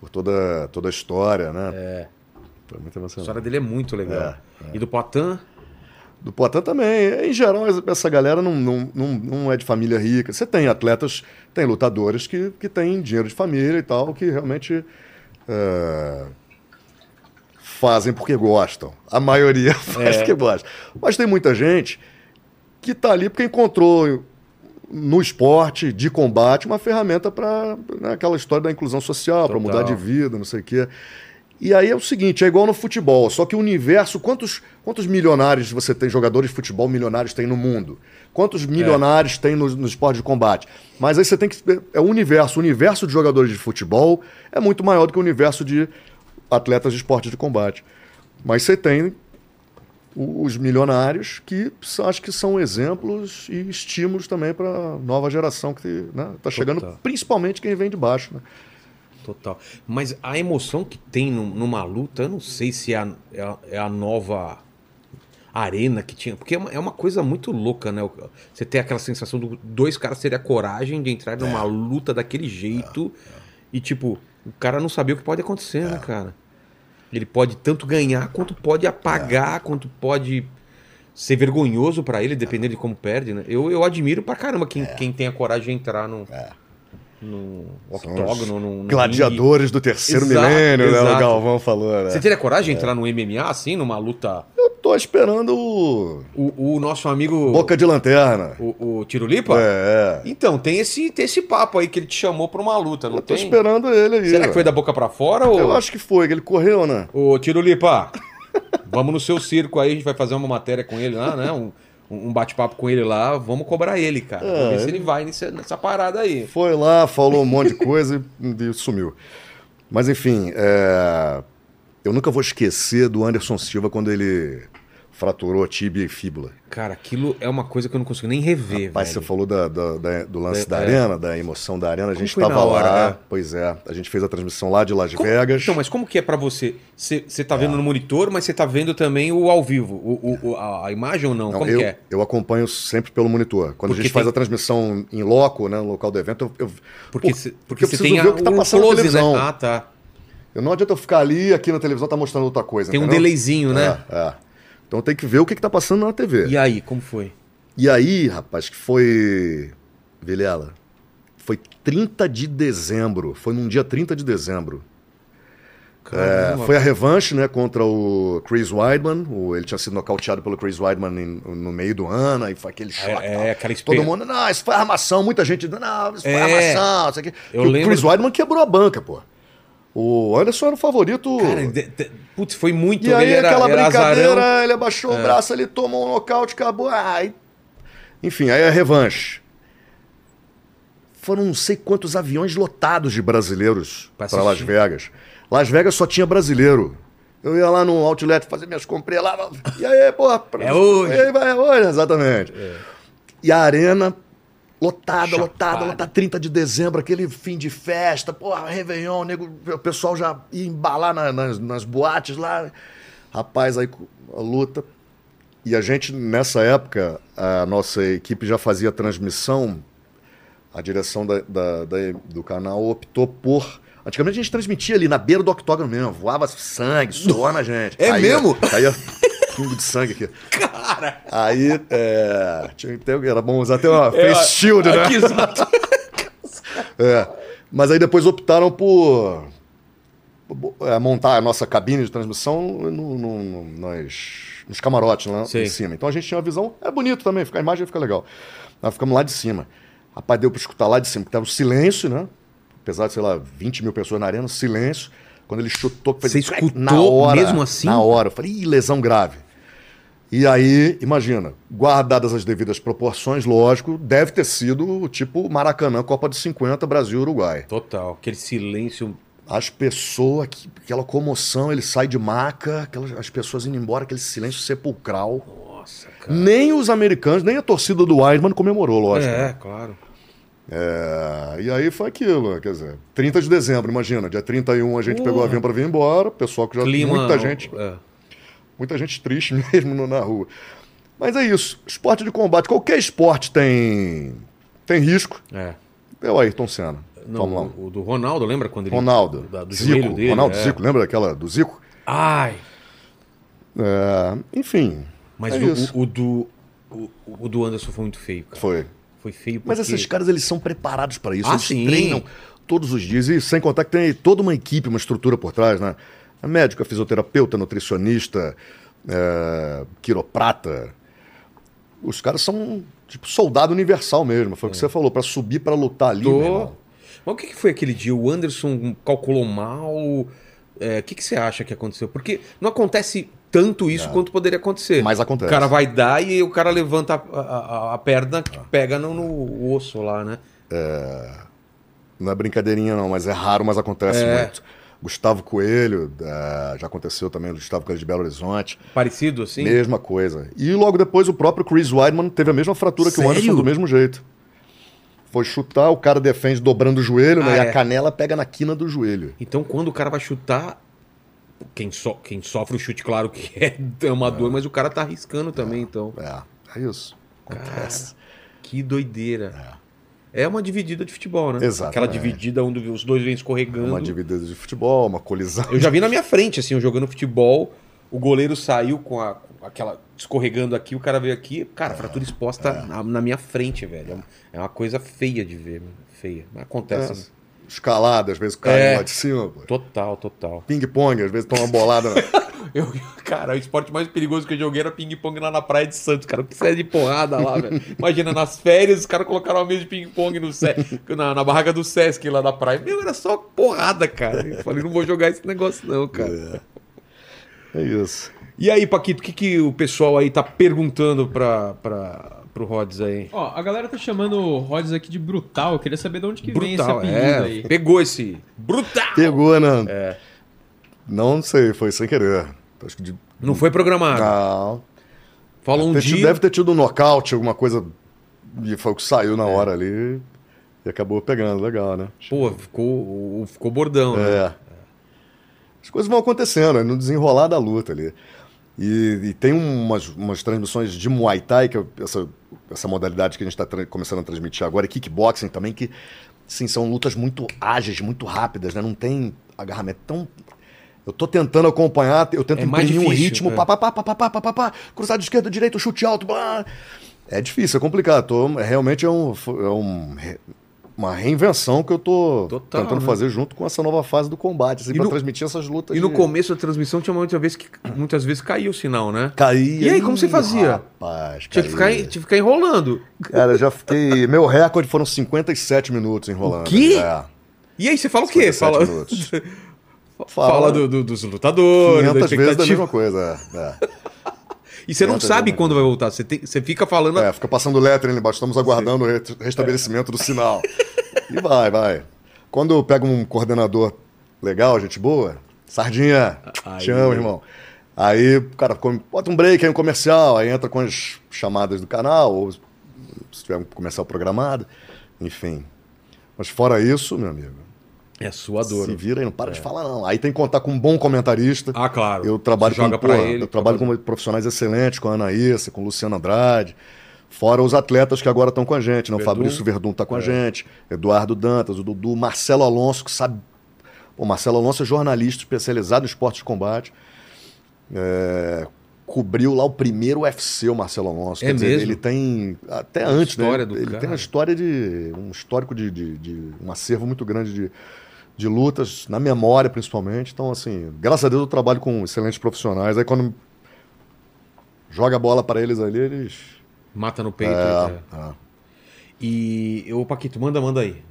Speaker 3: Por toda, toda a história, né? É. Foi muito
Speaker 1: A
Speaker 3: emocionante.
Speaker 1: história dele é muito legal. E do Poitin?
Speaker 3: Do Poitin também. Em geral, es- essa galera não, não, não, não é de família rica. Você tem atletas, tem lutadores que, que têm dinheiro de família e tal, que realmente é, fazem porque gostam. A maioria
Speaker 1: É.
Speaker 3: faz porque gosta. Mas tem muita gente que está ali porque encontrou no esporte de combate uma ferramenta para aquela história da inclusão social, para
Speaker 1: Total.
Speaker 3: mudar de vida, não sei o quê. E aí é o seguinte, é igual no futebol, só que o universo, quantos, quantos milionários você tem, jogadores de futebol milionários tem no mundo? Quantos milionários tem no, no esporte de combate? Mas aí você tem que... É o universo, o universo de jogadores de futebol é muito maior do que o universo de atletas de esporte de combate. Mas você tem o- os milionários que são- acho que são exemplos e estímulos também para a nova geração que está chegando,
Speaker 1: Total.
Speaker 3: principalmente quem vem de baixo. Né?
Speaker 1: Total. Mas a emoção que tem num- numa luta, eu não sei se é a, é a- é a nova arena que tinha. Porque é uma, é uma coisa muito louca, né? O- Você tem aquela sensação do dois caras terem a coragem de entrar numa
Speaker 3: É.
Speaker 1: luta daquele jeito. E tipo, o cara não sabia o que pode acontecer,
Speaker 3: É.
Speaker 1: né, cara? Ele pode tanto ganhar quanto pode
Speaker 3: É.
Speaker 1: apagar, quanto pode ser vergonhoso pra ele, dependendo de como perde, né? Eu, eu admiro pra caramba
Speaker 3: É.
Speaker 1: quem, quem tem a coragem de entrar num, num
Speaker 3: São os
Speaker 1: octógono, num, num ringue.
Speaker 3: Gladiadores do terceiro
Speaker 1: Exato,
Speaker 3: milênio, né?
Speaker 1: exato.
Speaker 3: O Galvão falou, né?
Speaker 1: Você teria coragem de entrar no MMA assim, numa luta?
Speaker 3: Eu tô tô esperando o
Speaker 1: O, o nosso amigo.
Speaker 3: Boca de Lanterna.
Speaker 1: O, o Tirulipa?
Speaker 3: É, é.
Speaker 1: Então, tem esse, tem esse papo aí que ele te chamou pra uma luta, não
Speaker 3: Eu tô
Speaker 1: tem?
Speaker 3: esperando ele aí.
Speaker 1: Será que
Speaker 3: ó.
Speaker 1: foi da boca pra fora ou.
Speaker 3: Eu acho que foi, que ele correu, né?
Speaker 1: Ô, Tirulipa, vamos no seu circo aí, a gente vai fazer uma matéria com ele lá, né? Um, um bate-papo com ele lá, vamos cobrar ele, cara.
Speaker 3: É,
Speaker 1: vamos ver se
Speaker 3: ele-
Speaker 1: ele vai nesse- nessa parada aí.
Speaker 3: Foi lá, falou um monte de coisa e, e sumiu. Mas enfim, é, eu nunca vou esquecer do Anderson Silva quando ele fraturou a tíbia e fíbula.
Speaker 1: Cara, aquilo é uma coisa que eu não consigo nem rever,
Speaker 3: Mas você
Speaker 1: velho.
Speaker 3: falou da- da- da- do lance
Speaker 1: É,
Speaker 3: da
Speaker 1: é.
Speaker 3: arena, da emoção da arena. A gente
Speaker 1: foi na
Speaker 3: estava
Speaker 1: hora,
Speaker 3: lá,
Speaker 1: né?
Speaker 3: pois é. A gente fez a transmissão lá de Las
Speaker 1: Como-
Speaker 3: Vegas. É.
Speaker 1: Então, mas como que é pra você? Você você tá vendo no monitor, mas você tá vendo também o ao vivo, o, o- o- a, a imagem ou não?
Speaker 3: Não,
Speaker 1: como
Speaker 3: eu,
Speaker 1: que é?
Speaker 3: eu acompanho sempre pelo monitor. Quando
Speaker 1: Porque
Speaker 3: a gente faz
Speaker 1: tem-
Speaker 3: a transmissão em loco, né, no local do evento, eu, eu-
Speaker 1: Porque,
Speaker 3: por-
Speaker 1: cê-
Speaker 3: porque eu
Speaker 1: você
Speaker 3: preciso ver o que tá passando na televisão.
Speaker 1: né? Ah, tá.
Speaker 3: Eu não adianta eu ficar ali, aqui na televisão tá mostrando outra coisa.
Speaker 1: Tem um
Speaker 3: entendeu?
Speaker 1: delayzinho, né?
Speaker 3: É, é. Então tem que ver o que, que tá passando na TV.
Speaker 1: E aí, como foi?
Speaker 3: E aí, rapaz, que foi. Vilela, foi 30 de dezembro. Foi num dia 30 de dezembro. É,
Speaker 1: Caramba,
Speaker 3: foi a revanche, né, contra o Chris Weidman. O- ele tinha sido nocauteado pelo Chris Weidman em- no meio do ano, aí foi aquele show.
Speaker 1: É, é, aquela espe-
Speaker 3: Todo mundo, não, isso foi armação. Muita gente, não, isso foi
Speaker 1: É.
Speaker 3: armação. Isso aqui.
Speaker 1: Eu
Speaker 3: o
Speaker 1: lembro-
Speaker 3: Chris Weidman quebrou a banca, pô. O Anderson era o favorito.
Speaker 1: Cara, de- de- putz, foi muito.
Speaker 3: E aí
Speaker 1: ele era,
Speaker 3: aquela
Speaker 1: era
Speaker 3: brincadeira,
Speaker 1: azarão. É.
Speaker 3: ele abaixou o braço, ele tomou um nocaute, acabou. Ai. Enfim, aí é revanche. Foram não sei quantos aviões lotados de brasileiros
Speaker 1: Pra
Speaker 3: para Las
Speaker 1: assistir.
Speaker 3: Vegas. Las Vegas só tinha brasileiro. Eu ia lá no Outlet fazer minhas compras lá. E aí, porra. pra-
Speaker 1: É hoje. É.
Speaker 3: E aí, vai, é hoje, exatamente. E a arena lotada,
Speaker 1: Chapada.
Speaker 3: lotada, lotada. 30 de dezembro, aquele fim de festa, porra, Réveillon, nego, o pessoal já ia embalar na- nas, nas boates lá. Rapaz, aí cu- a luta. E a gente, nessa época, a nossa equipe já fazia transmissão. A direção da- da- da- do canal optou por. Antigamente a gente transmitia ali na beira do octógono mesmo, voava sangue, suando a gente.
Speaker 1: É mesmo?
Speaker 3: Caía pingo de sangue aqui. Cara! Aí, é. tinha- Era bom usar até uma
Speaker 1: É,
Speaker 3: face shield, né?
Speaker 1: Aqui, exato.
Speaker 3: É. Mas aí depois optaram por é, montar a nossa cabine de transmissão no, no- no- nas- nos camarotes lá
Speaker 1: Sim.
Speaker 3: em cima. Então a gente tinha uma visão. É bonito também, fica- a imagem fica legal. Nós ficamos lá de cima. Rapaz, deu para escutar lá de cima, porque tava o silêncio, né? Apesar de, sei lá, 20 mil pessoas na arena, silêncio. Quando ele chutou, que fez
Speaker 1: Você
Speaker 3: crack,
Speaker 1: escutou
Speaker 3: na hora,
Speaker 1: mesmo assim?
Speaker 3: Na hora. Eu falei, Ih, lesão grave. E aí, imagina, guardadas as devidas proporções, lógico, deve ter sido tipo Maracanã, Copa de 50, Brasil-Uruguai.
Speaker 1: Total, aquele silêncio.
Speaker 3: As pessoas, que- aquela comoção, ele sai de maca, aquelas, as pessoas indo embora, aquele silêncio sepulcral.
Speaker 1: Nossa, cara.
Speaker 3: Nem os americanos, nem a torcida do Weidman comemorou, lógico.
Speaker 1: É, claro.
Speaker 3: É, e aí foi aquilo, quer dizer, 30 de dezembro, imagina, dia 31 a gente pegou o avião pra vir embora, pessoal que já
Speaker 1: Clima.
Speaker 3: muita gente,
Speaker 1: é.
Speaker 3: muita gente triste mesmo no- na rua. Mas é isso, esporte de combate, qualquer esporte tem tem risco.
Speaker 1: É.
Speaker 3: É o Ayrton Senna.
Speaker 1: Não,
Speaker 3: Vamos lá.
Speaker 1: o, o do Ronaldo, lembra quando ele.
Speaker 3: Ronaldo.
Speaker 1: da- do
Speaker 3: Zico.
Speaker 1: joelho dele.
Speaker 3: Ronaldo
Speaker 1: é.
Speaker 3: Zico, lembra daquela do Zico?
Speaker 1: Ai.
Speaker 3: É, enfim.
Speaker 1: Mas
Speaker 3: é
Speaker 1: o-
Speaker 3: isso.
Speaker 1: o, o do. O, o do Anderson foi muito feio, cara.
Speaker 3: Foi.
Speaker 1: Foi feio porque...
Speaker 3: Mas esses caras, eles são preparados para isso.
Speaker 1: Ah,
Speaker 3: eles
Speaker 1: sim.
Speaker 3: treinam todos os dias. E sem contar que tem toda uma equipe, uma estrutura por trás, né? É Médico, é fisioterapeuta, nutricionista, é, quiroprata. Os caras são tipo soldado universal mesmo. Foi o que você falou, para subir, para lutar ali, meu
Speaker 1: Tô...
Speaker 3: irmão.
Speaker 1: Mas o que, que foi aquele dia? O Anderson calculou mal? É, O que, que você acha que aconteceu? Porque não acontece tanto isso quanto poderia acontecer.
Speaker 3: Mas
Speaker 1: O
Speaker 3: acontece. Ah.
Speaker 1: cara vai dar e o cara levanta a, a- a- a perna que pega no, no osso lá, né?
Speaker 3: Não é brincadeirinha, não, mas é raro, mas acontece
Speaker 1: É.
Speaker 3: muito. Gustavo Coelho, é, já aconteceu também, o Gustavo Coelho de Belo Horizonte.
Speaker 1: Parecido assim?
Speaker 3: Mesma coisa. E logo depois o próprio Chris Weidman teve a mesma fratura que
Speaker 1: Sério?
Speaker 3: o Anderson do mesmo jeito. Foi chutar, o cara defende dobrando o joelho, né?
Speaker 1: Ah,
Speaker 3: E
Speaker 1: é.
Speaker 3: a canela pega na quina do joelho.
Speaker 1: Então quando o cara vai chutar, quem, so- quem sofre o chute, claro que é uma dor,
Speaker 3: Ah.
Speaker 1: mas o cara tá arriscando também, então.
Speaker 3: É, é isso. Acontece.
Speaker 1: Que doideira. É. uma dividida de futebol, né?
Speaker 3: Exatamente. É
Speaker 1: Aquela dividida onde os dois vêm escorregando.
Speaker 3: Uma dividida de futebol, uma colisão.
Speaker 1: Eu já vi na minha frente, assim, eu jogando futebol, o goleiro saiu com, a, com aquela escorregando aqui, o cara veio aqui, cara, fratura exposta
Speaker 3: É.
Speaker 1: na, na minha frente, velho. É uma- É uma coisa feia de ver, mano, feia. Mas
Speaker 3: É.
Speaker 1: acontece. né?
Speaker 3: Escalada, às vezes cai
Speaker 1: É.
Speaker 3: lá de cima, pô.
Speaker 1: Total, total.
Speaker 3: Ping-pong, às vezes toma uma bolada. na-
Speaker 1: Eu, cara, o esporte mais perigoso que eu joguei era ping-pong lá na Praia de Santos, cara. Que série de porrada lá, velho. Imagina, nas férias, os caras colocaram uma mesa de ping-pong no Se- na, na barraca do Sesc lá na praia. Meu, era só porrada, cara. Eu falei, não vou jogar esse negócio, não, cara.
Speaker 3: É isso.
Speaker 1: E aí, Paquito, o que, que o pessoal aí tá perguntando pra, pra, pro Rods aí?
Speaker 2: Ó, a galera tá chamando o Rods aqui de brutal. Eu queria saber de onde que vem esse
Speaker 1: Brutal,
Speaker 2: apelido
Speaker 1: é.
Speaker 2: aí.
Speaker 1: Pegou esse. Brutal!
Speaker 3: Pegou, né?
Speaker 1: É.
Speaker 3: Não sei, foi sem querer. Acho que de...
Speaker 1: Não foi programado.
Speaker 3: Não.
Speaker 1: Falou um
Speaker 3: Ter tido-
Speaker 1: dia.
Speaker 3: Ah, Deve ter tido um nocaute, alguma coisa. E foi o que saiu na hora ali e acabou pegando. Legal, né?
Speaker 1: Pô, ficou, o- ficou bordão, né?
Speaker 3: É. As coisas vão acontecendo, é no desenrolar da luta ali. E, e tem umas, umas transmissões de Muay Thai, que é essa, essa modalidade que a gente está começando a transmitir agora, e kickboxing também, que sim, são lutas muito ágeis, muito rápidas, né? Não tem agarramento tão. Eu tô tentando acompanhar, eu tento
Speaker 1: É mais
Speaker 3: imprimir um
Speaker 1: difícil,
Speaker 3: ritmo,
Speaker 1: é.
Speaker 3: pá, pá, pá, pá, pá, pá, pá, pá, pá, cruzado esquerdo, direito, chute alto, blá. É difícil, é complicado. Tô, realmente é, um, é um, uma reinvenção que eu tô
Speaker 1: Total,
Speaker 3: tentando
Speaker 1: né?
Speaker 3: fazer junto com essa nova fase do combate, assim,
Speaker 1: E
Speaker 3: pra
Speaker 1: no-
Speaker 3: transmitir essas lutas.
Speaker 1: E no
Speaker 3: de-
Speaker 1: começo da transmissão tinha muitas vezes que, muitas vezes caía o sinal, né?
Speaker 3: Caía.
Speaker 1: E aí, como você
Speaker 3: Ih,
Speaker 1: fazia?
Speaker 3: Rapaz,
Speaker 1: Tinha que, ficar,
Speaker 3: caía.
Speaker 1: tinha que ficar enrolando.
Speaker 3: Cara, eu já fiquei. Meu recorde foram 57 minutos enrolando.
Speaker 1: O quê?
Speaker 3: É,
Speaker 1: E aí você fala o quê?
Speaker 3: 57
Speaker 1: Fala,
Speaker 3: minutos.
Speaker 1: fala
Speaker 3: Fala
Speaker 1: do- do- dos lutadores, da
Speaker 3: 500 vezes da
Speaker 1: expectativa.
Speaker 3: mesma coisa. é,
Speaker 1: E você não
Speaker 3: 500
Speaker 1: sabe
Speaker 3: vezes.
Speaker 1: quando vai voltar. Você, tem- você fica falando.
Speaker 3: É. É, fica passando letra ali embaixo. Estamos aguardando o re-
Speaker 1: É.
Speaker 3: restabelecimento do sinal. E vai, vai. Quando eu pego um coordenador legal, gente boa, Sardinha, te
Speaker 1: Ah, Aí.
Speaker 3: amo, irmão. Aí o cara come- bota um break aí, um comercial, aí entra com as chamadas do canal, ou se tiver um comercial programado, enfim. Mas fora isso, meu amigo,
Speaker 1: É, sua dor.
Speaker 3: se vira aí, não para de falar não. Aí tem que contar com um bom comentarista.
Speaker 1: É. Ah, claro.
Speaker 3: Eu trabalho
Speaker 1: Você joga
Speaker 3: com,
Speaker 1: pra
Speaker 3: porra,
Speaker 1: ele,
Speaker 3: eu trabalho
Speaker 1: pra
Speaker 3: com profissionais excelentes, com a Anaísa, com o Luciano Andrade, fora os atletas que agora estão com a gente, né? O
Speaker 1: Verdun. É.
Speaker 3: Fabrício Verdun está com a gente, Eduardo Dantas, o Dudu, Marcelo Alonso, que sabe. O Marcelo Alonso é jornalista especializado em esportes de combate. É, Cobriu lá o primeiro UFC, o Marcelo Alonso.
Speaker 1: É
Speaker 3: Quer dizer,
Speaker 1: mesmo?
Speaker 3: ele tem. Até
Speaker 1: A
Speaker 3: antes, né?
Speaker 1: história do
Speaker 3: ele
Speaker 1: cara.
Speaker 3: tem uma história de. um histórico de- de- de um acervo muito grande de, de lutas, na memória principalmente. Então, assim, graças a Deus eu trabalho com excelentes profissionais. Aí quando joga a bola para eles ali, eles.
Speaker 1: Mata no peito.
Speaker 3: É,
Speaker 1: é.
Speaker 3: é.
Speaker 1: E. Ô, Paquito, manda, manda aí.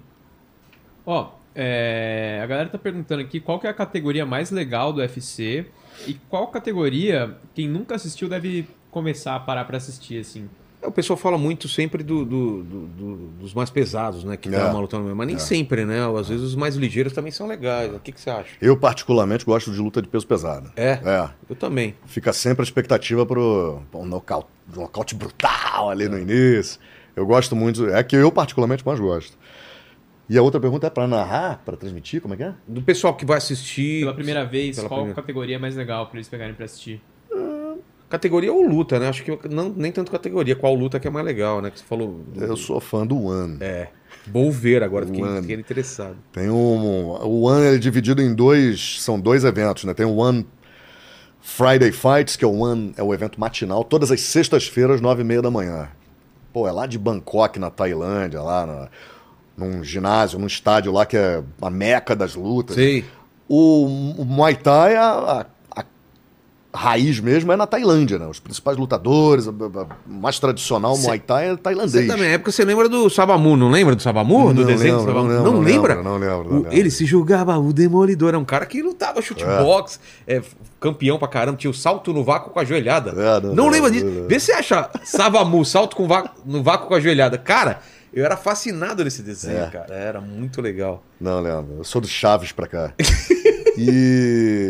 Speaker 2: Ó, é, a galera tá perguntando aqui qual que é a categoria mais legal do UFC e qual categoria quem nunca assistiu deve começar a parar pra assistir, assim.
Speaker 1: É, O pessoal fala muito sempre do, do- do- do- dos mais pesados, né? Que
Speaker 3: É.
Speaker 1: dá uma luta no meio. Mas nem
Speaker 3: É.
Speaker 1: sempre, né? Às vezes os mais ligeiros também são legais. O que, que você acha?
Speaker 3: Eu, particularmente, gosto de luta de peso pesado.
Speaker 1: É,
Speaker 3: É.
Speaker 1: eu também.
Speaker 3: Fica sempre a expectativa pro um nocaute, nocaute brutal ali
Speaker 1: É.
Speaker 3: no início. Eu gosto muito. É que eu, particularmente, mais gosto. E a outra pergunta é para narrar, para transmitir, como é que é?
Speaker 1: Do pessoal que vai assistir.
Speaker 2: Pela primeira vez,
Speaker 1: Pela
Speaker 2: qual é
Speaker 1: primeira. né? é
Speaker 3: um, é né? é é é é né? é
Speaker 1: é é um
Speaker 3: É,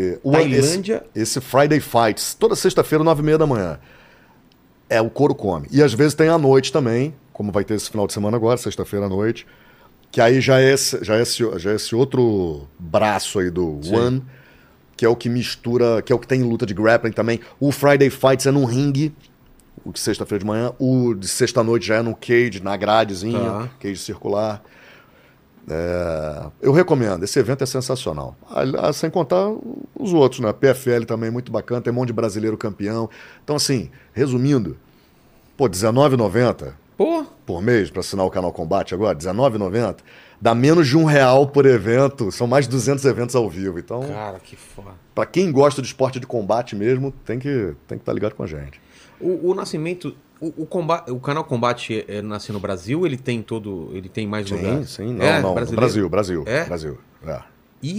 Speaker 3: É, é é é é É, ah, né? é um Então, assim, Dá menos de um real por evento. São mais de 200 eventos ao vivo. Então,
Speaker 1: Cara, que foda.
Speaker 3: pra quem gosta de esporte de combate mesmo, tem que estar tem que tá ligado com a gente.
Speaker 1: O, o Nascimento, o, o, comba- o canal Combate é, nasce no Brasil, ele tem todo. Ele tem mais
Speaker 3: Sim,
Speaker 1: lugar.
Speaker 3: sim. Não,
Speaker 1: É,
Speaker 3: não.
Speaker 1: brasileiro?
Speaker 3: Brasil, Brasil.
Speaker 1: É?
Speaker 3: Brasil. É.
Speaker 1: E,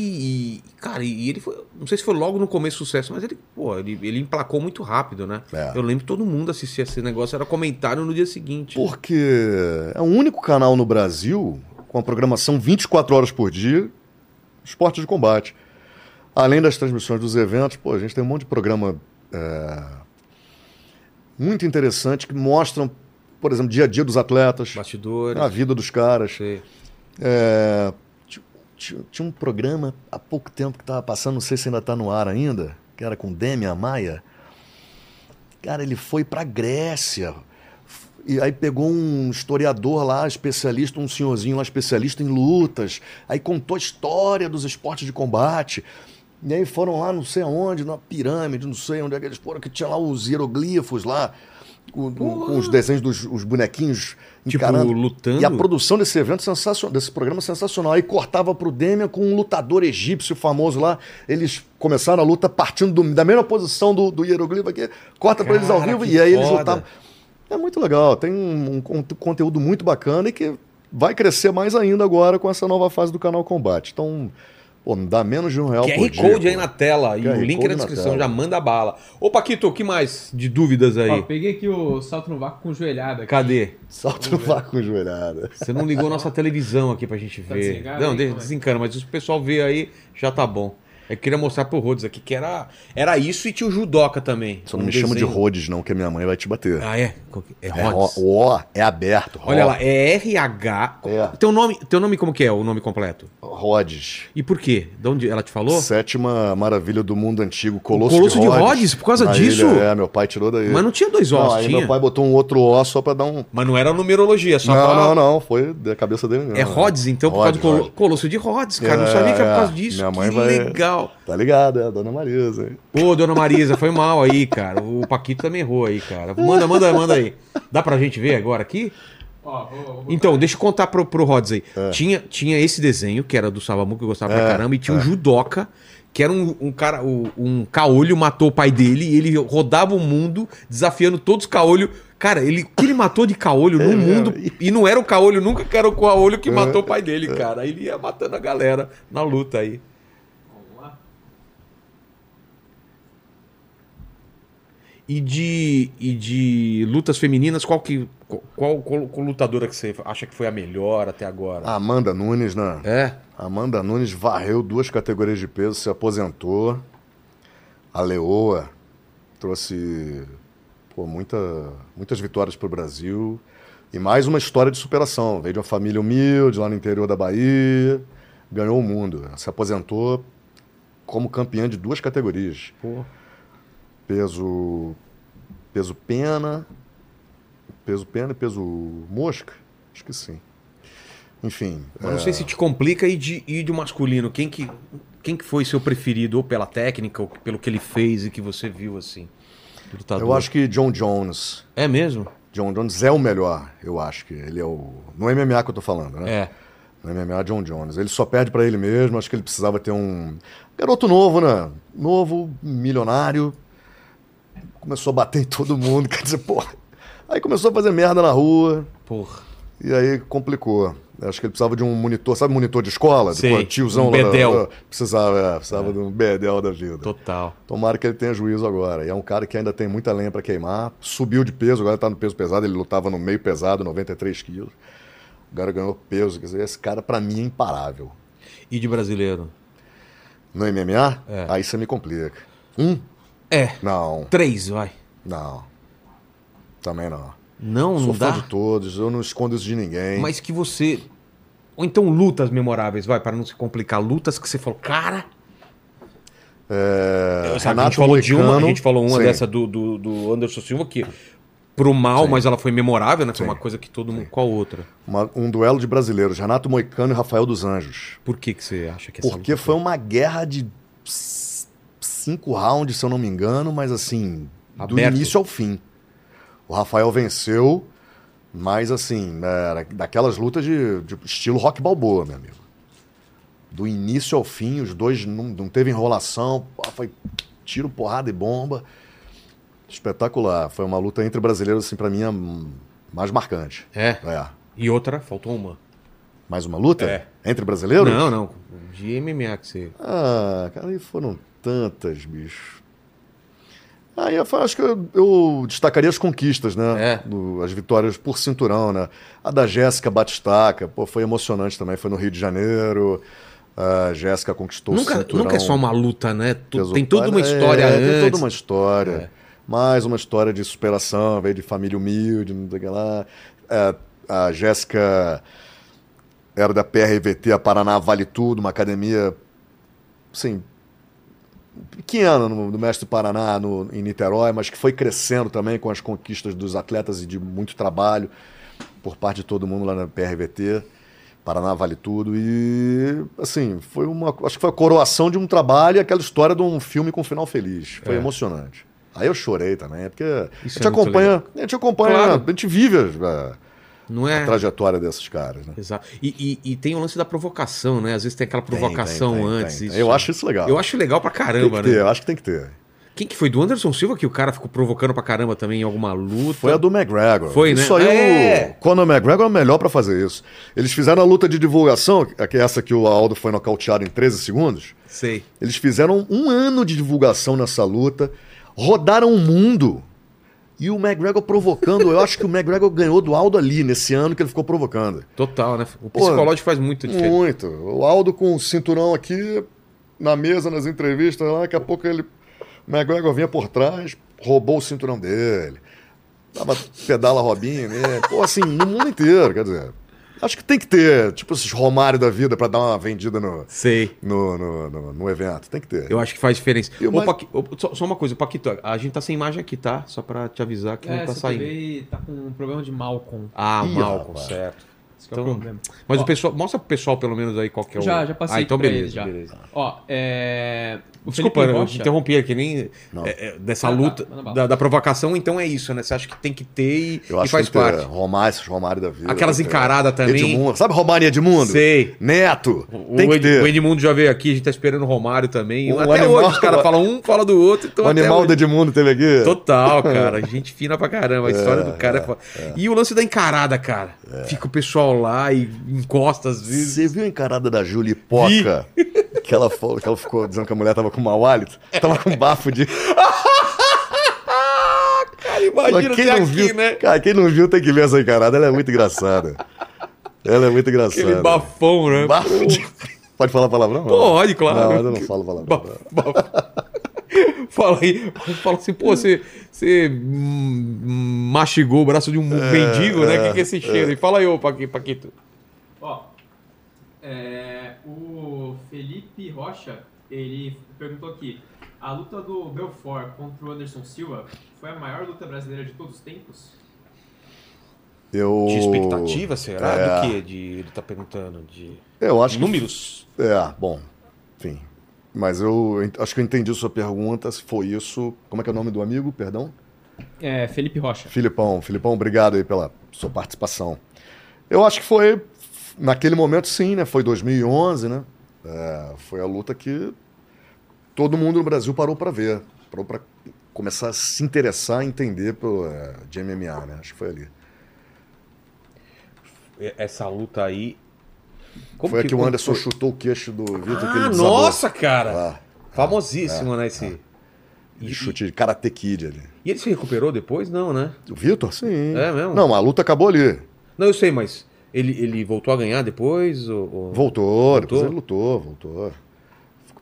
Speaker 1: e, cara, e ele foi. Não sei se foi logo no começo sucesso, mas ele, pô, ele, ele emplacou muito rápido, né?
Speaker 3: É.
Speaker 1: Eu lembro que todo mundo assistia esse negócio, era comentário no dia seguinte.
Speaker 3: Porque é o único canal no Brasil com a programação 24 horas por dia, esporte de combate. Além das transmissões dos eventos, pô, a gente tem um monte de programa é, muito interessante que mostram, por exemplo, dia a dia dos atletas,
Speaker 1: Bastidores.
Speaker 3: a vida dos caras.
Speaker 1: sei.
Speaker 3: É, ti- ti- tinha um programa há pouco tempo que estava passando, não sei se ainda está no ar ainda, que era com Demian Maia. Cara, ele foi para Grécia. F- E aí pegou um historiador lá, especialista, um senhorzinho lá, especialista em lutas. Aí contou a história dos esportes de combate. E aí foram lá, não sei aonde, na pirâmide, não sei onde é que eles foram, que tinha lá os hieroglifos lá, com, com- com os desenhos dos os bonequinhos
Speaker 1: Tipo,
Speaker 3: encarando.
Speaker 1: lutando.
Speaker 3: E a produção desse evento sensacional, desse programa sensacional. Aí cortava pro Demian com um lutador egípcio famoso lá. Eles começaram a luta partindo do- da mesma posição do, do hieroglifo aqui. Corta pra eles ao
Speaker 1: Cara,
Speaker 3: vivo
Speaker 1: que
Speaker 3: e aí eles
Speaker 1: foda.
Speaker 3: lutavam. É muito legal, tem um, um con- conteúdo muito bacana e que vai crescer mais ainda agora com essa nova fase do canal Combate. Então, pô, dá menos de um real por
Speaker 1: QR
Speaker 3: dia.
Speaker 1: Code aí
Speaker 3: pô.
Speaker 1: na tela e
Speaker 3: QR
Speaker 1: o link
Speaker 3: Code
Speaker 1: na
Speaker 3: na
Speaker 1: descrição,
Speaker 3: tela.
Speaker 1: já manda bala. Ô Paquito, o que mais de dúvidas aí?
Speaker 2: Ó, peguei aqui o salto no vácuo com joelhada. Cara.
Speaker 1: Cadê? né?
Speaker 3: Salto no vácuo joelhada.
Speaker 1: Você não ligou nossa televisão aqui pra gente ver.
Speaker 2: desligado
Speaker 1: não,
Speaker 2: aí,
Speaker 1: de-
Speaker 2: como é?
Speaker 1: desencana, mas se o pessoal vê aí, já tá bom. Eu queria mostrar pro Rhodes aqui que era, era isso e tinha o Judoca também.
Speaker 3: Só não
Speaker 1: Um
Speaker 3: me chama de
Speaker 1: desenho.
Speaker 3: Rhodes, não, que a minha mãe vai te bater.
Speaker 1: Ah, é? Qual que- É
Speaker 3: É ro-
Speaker 1: Rhodes.
Speaker 3: o é aberto.
Speaker 1: Olha
Speaker 3: Ro-
Speaker 1: lá, é RH.
Speaker 3: É.
Speaker 1: Teu, nome, teu nome como que é o nome completo?
Speaker 3: Rhodes.
Speaker 1: E por quê? De onde ela te falou?
Speaker 3: Sétima maravilha do mundo antigo, Colosso,
Speaker 1: Colosso
Speaker 3: de
Speaker 1: de
Speaker 3: Rhodes.
Speaker 1: Rhodes, por causa
Speaker 3: Na
Speaker 1: disso?
Speaker 3: ilha, é, meu pai tirou daí.
Speaker 1: Mas não tinha dois
Speaker 3: Não,
Speaker 1: ossos,
Speaker 3: aí
Speaker 1: tinha?
Speaker 3: meu pai botou um outro ó só pra dar um...
Speaker 1: Mas não era numerologia, só
Speaker 3: não,
Speaker 1: pra...
Speaker 3: não, não, foi da cabeça dele mesmo.
Speaker 1: É Rhodes, então,
Speaker 3: Rhodes,
Speaker 1: por causa do Colo-
Speaker 3: Rhodes.
Speaker 1: Colosso de Rhodes, cara. não
Speaker 3: É,
Speaker 1: sabia que era por causa
Speaker 3: é.
Speaker 1: disso.
Speaker 3: Minha mãe
Speaker 1: que
Speaker 3: vai-
Speaker 1: legal.
Speaker 3: Tá ligado, é a dona Marisa. hein?
Speaker 1: Pô, dona Marisa, foi mal aí, cara. O Paquito também errou aí, cara. Manda, manda, manda aí. Dá pra gente ver agora aqui?
Speaker 2: Ó, vou, vou botar
Speaker 1: Então, deixa eu contar pro, pro Rhodes aí. Tinha, tinha esse desenho, que era do Savamu, que eu gostava pra
Speaker 3: É,
Speaker 1: caramba, e tinha o Judoca, que era um, um cara, o- um caolho matou o pai dele, e ele rodava o mundo desafiando todos os caolho. Cara, ele, o que ele matou de caolho no
Speaker 3: mesmo?
Speaker 1: mundo, e não era o caolho nunca, que era o caolho
Speaker 3: É.
Speaker 1: que matou o pai dele, cara. Aí ele ia matando a galera na luta aí.
Speaker 2: lá.
Speaker 1: E de, e de lutas femininas, qual que qual, qual, qual lutadora que você acha que foi a melhor até agora?
Speaker 3: A Tá. Amanda Nunes, né?
Speaker 1: É?
Speaker 3: Amanda Nunes varreu duas categorias de peso, se aposentou. A Leoa trouxe pô, muita, muitas vitórias para o Brasil. E mais uma história de superação. Veio de uma família humilde lá no interior da Bahia, ganhou o mundo. Se aposentou como campeã de duas categorias
Speaker 1: Pô.
Speaker 3: peso peso pena peso pena e peso mosca acho que sim enfim
Speaker 1: Mas não sei se te complica e de, e de masculino. Quem que, quem que foi seu preferido? Ou pela técnica, ou pelo que ele fez e que você viu assim?
Speaker 3: eu acho que John Jones
Speaker 1: É mesmo?
Speaker 3: John Jones é o melhor eu acho que ele é o no MMA que eu tô falando né
Speaker 1: É.
Speaker 3: no MMA John Jones ele só perde pra ele mesmo acho que ele precisava ter um garoto novo né novo milionário começou a bater em todo mundo quer dizer porra aí começou a fazer merda na rua
Speaker 1: Porra.
Speaker 3: E aí complicou. Acho que ele precisava de um monitor, sabe monitor de escola?
Speaker 1: Sei,
Speaker 3: Tipo, tiozão
Speaker 1: um
Speaker 3: lá da-
Speaker 1: bedel.
Speaker 3: da- precisava, é, precisava de um bedel da vida.
Speaker 1: Total.
Speaker 3: Tomara que ele tenha juízo agora. E é um cara que ainda tem muita lenha pra queimar. Subiu de peso, agora tá no peso pesado. Ele lutava no meio pesado, 93 quilos. Agora ganhou peso. Quer dizer, esse cara pra mim é imparável.
Speaker 1: E de brasileiro?
Speaker 3: No MMA,
Speaker 1: É.
Speaker 3: aí você me complica. Um?
Speaker 1: É.
Speaker 3: Não,
Speaker 1: Três, vai.
Speaker 3: não. Também não.
Speaker 1: Não, não
Speaker 3: Sou
Speaker 1: dá.
Speaker 3: fã de todos, eu não escondo isso de ninguém.
Speaker 1: Mas que você. Ou então lutas memoráveis, vai, para não se complicar. Lutas que você falou, cara.
Speaker 3: É,
Speaker 1: Sabe, a gente falou de uma, a
Speaker 3: Moicano.
Speaker 1: gente falou uma
Speaker 3: Sim.
Speaker 1: dessa do, do, do Anderson Silva que pro mal, mas ela foi memorável, né? Foi
Speaker 3: Sim.
Speaker 1: uma coisa que todo mundo. Qual outra?
Speaker 3: Uma- um duelo de brasileiros, Renato Moicano e Rafael dos Anjos.
Speaker 1: Por que, que você acha que essa
Speaker 3: Porque foi uma guerra de c- cinco rounds, se eu não me engano, mas assim, do
Speaker 1: Aberto.
Speaker 3: início ao fim. O Rafael venceu, Mas, assim, era daquelas lutas de, de estilo rock balboa, meu amigo. Do início ao fim, os dois não, não teve enrolação. pô, Foi tiro, porrada e bomba. Espetacular. Foi uma luta entre brasileiros, assim, pra mim, a m- mais marcante.
Speaker 1: É.
Speaker 3: É.
Speaker 1: E outra, faltou uma.
Speaker 3: Mais uma luta?
Speaker 1: É.
Speaker 3: Entre brasileiros?
Speaker 1: Não, não. De MMA que você.
Speaker 3: Ah, cara, aí foram tantas, bicho. Aí eu fa- acho que eu, eu destacaria as conquistas, né?
Speaker 1: É.
Speaker 3: Do- as vitórias por cinturão, né? A da Jéssica Batistaca, pô, foi emocionante também, foi no Rio de Janeiro. A Jéssica conquistou o
Speaker 1: Nunca,
Speaker 3: cinturão.
Speaker 1: nunca é só uma luta, né? Tu-
Speaker 3: peso
Speaker 1: tem toda
Speaker 3: palha.
Speaker 1: uma história
Speaker 3: um é,
Speaker 1: antes. É.
Speaker 3: Tem toda uma história. Mais uma história de superação, veio de família humilde, não sei o que lá. É, a Jéssica era da PRVT, a Paraná Vale Tudo, uma academia, assim, pequena no, no Mestre do Paraná, no, em Niterói, mas que foi crescendo também com as conquistas dos atletas e de muito trabalho por parte de todo mundo lá na PRVT. Paraná vale tudo. E, assim, foi uma. Acho que foi a coroação de um trabalho e aquela história de um filme com um final feliz. Foi emocionante. Aí eu chorei também, porque a gente,
Speaker 1: é muito
Speaker 3: acompanha, a gente acompanha,
Speaker 1: Claro.
Speaker 3: a gente vive a,
Speaker 1: Não
Speaker 3: a
Speaker 1: é?
Speaker 3: trajetória desses caras, né?
Speaker 1: Exato. E, e- e tem o lance da provocação, né? Às vezes tem aquela provocação
Speaker 3: Tem, tem, tem,
Speaker 1: antes.
Speaker 3: tem.
Speaker 1: isso.
Speaker 3: Eu acho isso legal.
Speaker 1: Eu acho legal pra
Speaker 3: tem
Speaker 1: caramba,
Speaker 3: Tá. que é? ter,
Speaker 1: né?
Speaker 3: eu acho que tem que ter.
Speaker 1: Quem que foi? Do Anderson Silva que o cara ficou provocando pra caramba também em alguma luta?
Speaker 3: Foi a do McGregor.
Speaker 1: Foi, né?
Speaker 3: Isso aí
Speaker 1: É.
Speaker 3: o Conor McGregor é o melhor pra fazer isso. Eles fizeram a luta de divulgação, que é essa que o Aldo foi nocauteado em 13 segundos.
Speaker 1: Sei.
Speaker 3: Eles fizeram um ano de divulgação nessa luta, rodaram o mundo. E o McGregor provocando, eu acho que o McGregor ganhou do Aldo ali, nesse ano que ele ficou provocando.
Speaker 1: Total, né? O psicológico faz
Speaker 3: um
Speaker 1: muito diferença.
Speaker 3: Muito. O Aldo com o cinturão aqui, na mesa, nas entrevistas lá, daqui a pouco ele. O McGregor vinha por trás, roubou o cinturão dele. Dava pedala Robinho né? Pô, assim, no mundo inteiro, quer dizer. Acho que tem que ter, tipo, esses romários da vida pra dar uma vendida no,
Speaker 1: Sei.
Speaker 3: no, no, no- no evento. Tem que ter.
Speaker 1: Eu acho que faz diferença.
Speaker 3: E o
Speaker 1: Ô,
Speaker 3: mais-
Speaker 1: Paqui- ô, só, só uma coisa, Paquito, a gente tá sem imagem aqui, tá? Só pra te avisar que não
Speaker 2: É,
Speaker 1: tá
Speaker 2: essa
Speaker 1: saindo.
Speaker 2: TV tá com um problema de Malcolm.
Speaker 1: Ah,
Speaker 3: Ih,
Speaker 1: Malcolm,
Speaker 3: rapaz.
Speaker 1: certo.
Speaker 2: Esse que é
Speaker 1: Então,
Speaker 2: o problema.
Speaker 1: mas
Speaker 2: Ó.
Speaker 1: o pessoal, mostra pro pessoal pelo menos aí qual que é o.
Speaker 2: Já, já passei
Speaker 1: Ah, então
Speaker 2: pra
Speaker 1: beleza,
Speaker 2: ele já.
Speaker 1: beleza.
Speaker 2: Ó, é... O
Speaker 1: Desculpa,
Speaker 2: Felipe
Speaker 1: eu
Speaker 2: Rocha-
Speaker 1: te interrompi aqui, nem
Speaker 3: Não.
Speaker 1: é, é, dessa
Speaker 2: Ah, tá,
Speaker 1: luta
Speaker 2: manda bala.
Speaker 1: da, da provocação, então é isso, né? Você acha que tem que ter e,
Speaker 3: Eu
Speaker 1: e
Speaker 3: acho
Speaker 1: faz
Speaker 3: que tem que ter
Speaker 1: parte.
Speaker 3: Romário, esses Romário da vida.
Speaker 1: Aquelas
Speaker 3: tem que ter.
Speaker 1: encaradas também.
Speaker 3: Edmundo. Sabe Romário e Edmundo?
Speaker 1: Sei.
Speaker 3: Neto.
Speaker 1: O,
Speaker 3: tem que
Speaker 1: Ed- o
Speaker 3: ter.
Speaker 1: Edmundo já veio aqui, a gente tá esperando o Romário também.
Speaker 3: O
Speaker 1: até
Speaker 3: animal-
Speaker 1: hoje os caras falam um, fala do outro. Então
Speaker 3: O
Speaker 1: até
Speaker 3: animal
Speaker 1: hoje-
Speaker 3: do Edmundo teve aqui.
Speaker 1: Total, cara. Gente fina pra caramba. A história do cara é, foda. E o lance da encarada, cara.
Speaker 3: É.
Speaker 1: Fica o pessoal lá e encosta às vezes.
Speaker 3: Você viu a encarada da Júlia Poca? Que ela, fo- que ela ficou dizendo que a mulher tava com mau hálito? Tava com bafo de.
Speaker 1: Cara,
Speaker 3: Mas quem
Speaker 1: ter
Speaker 3: não viu,
Speaker 1: né?
Speaker 3: Cara, quem não viu tem que ver essa encarada. Ela é muito engraçada. Ela é muito engraçada.
Speaker 1: Aquele bafão, né?
Speaker 3: Bafo de. Pode falar palavrão?
Speaker 1: Pode, claro.
Speaker 3: Não, mas eu não falo palavrão.
Speaker 1: Ba- ba- Fala aí, fala assim, pô, você, você hum, mastigou o braço de um mendigo, né? O que, que é esse cheiro? E fala aí, ô Paqui- Paquito.
Speaker 2: Ó, é, o Felipe Rocha, ele perguntou aqui, a luta do Belfort contra o Anderson Silva foi a maior luta brasileira de todos os tempos?
Speaker 3: Eu...
Speaker 1: De expectativa, será?
Speaker 3: É.
Speaker 1: Do que? De, ele tá perguntando de
Speaker 3: Eu acho que
Speaker 1: números.
Speaker 3: É, bom, enfim. Mas eu ent- acho que eu entendi sua pergunta. Se foi isso. Como é que é o nome do amigo? Perdão?
Speaker 2: É, Felipe Rocha.
Speaker 3: Filipão. Filipão, obrigado aí pela sua participação. Eu acho que foi. Naquele momento, sim, né? Foi 2011, né? É, foi a luta que todo mundo no Brasil parou para ver. Parou para começar a se interessar, entender pelo, é, de MMA, né? Acho que foi ali.
Speaker 1: E- Essa luta aí. Como
Speaker 3: foi a que o
Speaker 1: como
Speaker 3: Anderson
Speaker 1: foi?
Speaker 3: chutou o queixo do Vitor. que ele
Speaker 1: Ah,
Speaker 3: desabou.
Speaker 1: nossa, cara!
Speaker 3: Ah,
Speaker 1: Famosíssimo, né? Esse... E,
Speaker 3: de chute de Karate Kid ali.
Speaker 1: e ele se recuperou depois? Não, né?
Speaker 3: O Vitor? Sim.
Speaker 1: É mesmo?
Speaker 3: Não, a luta acabou ali.
Speaker 1: Não, eu sei, mas ele, ele voltou a ganhar depois? Ou, ou-
Speaker 3: Voltou, depois
Speaker 1: Voltou?
Speaker 3: ele lutou, voltou.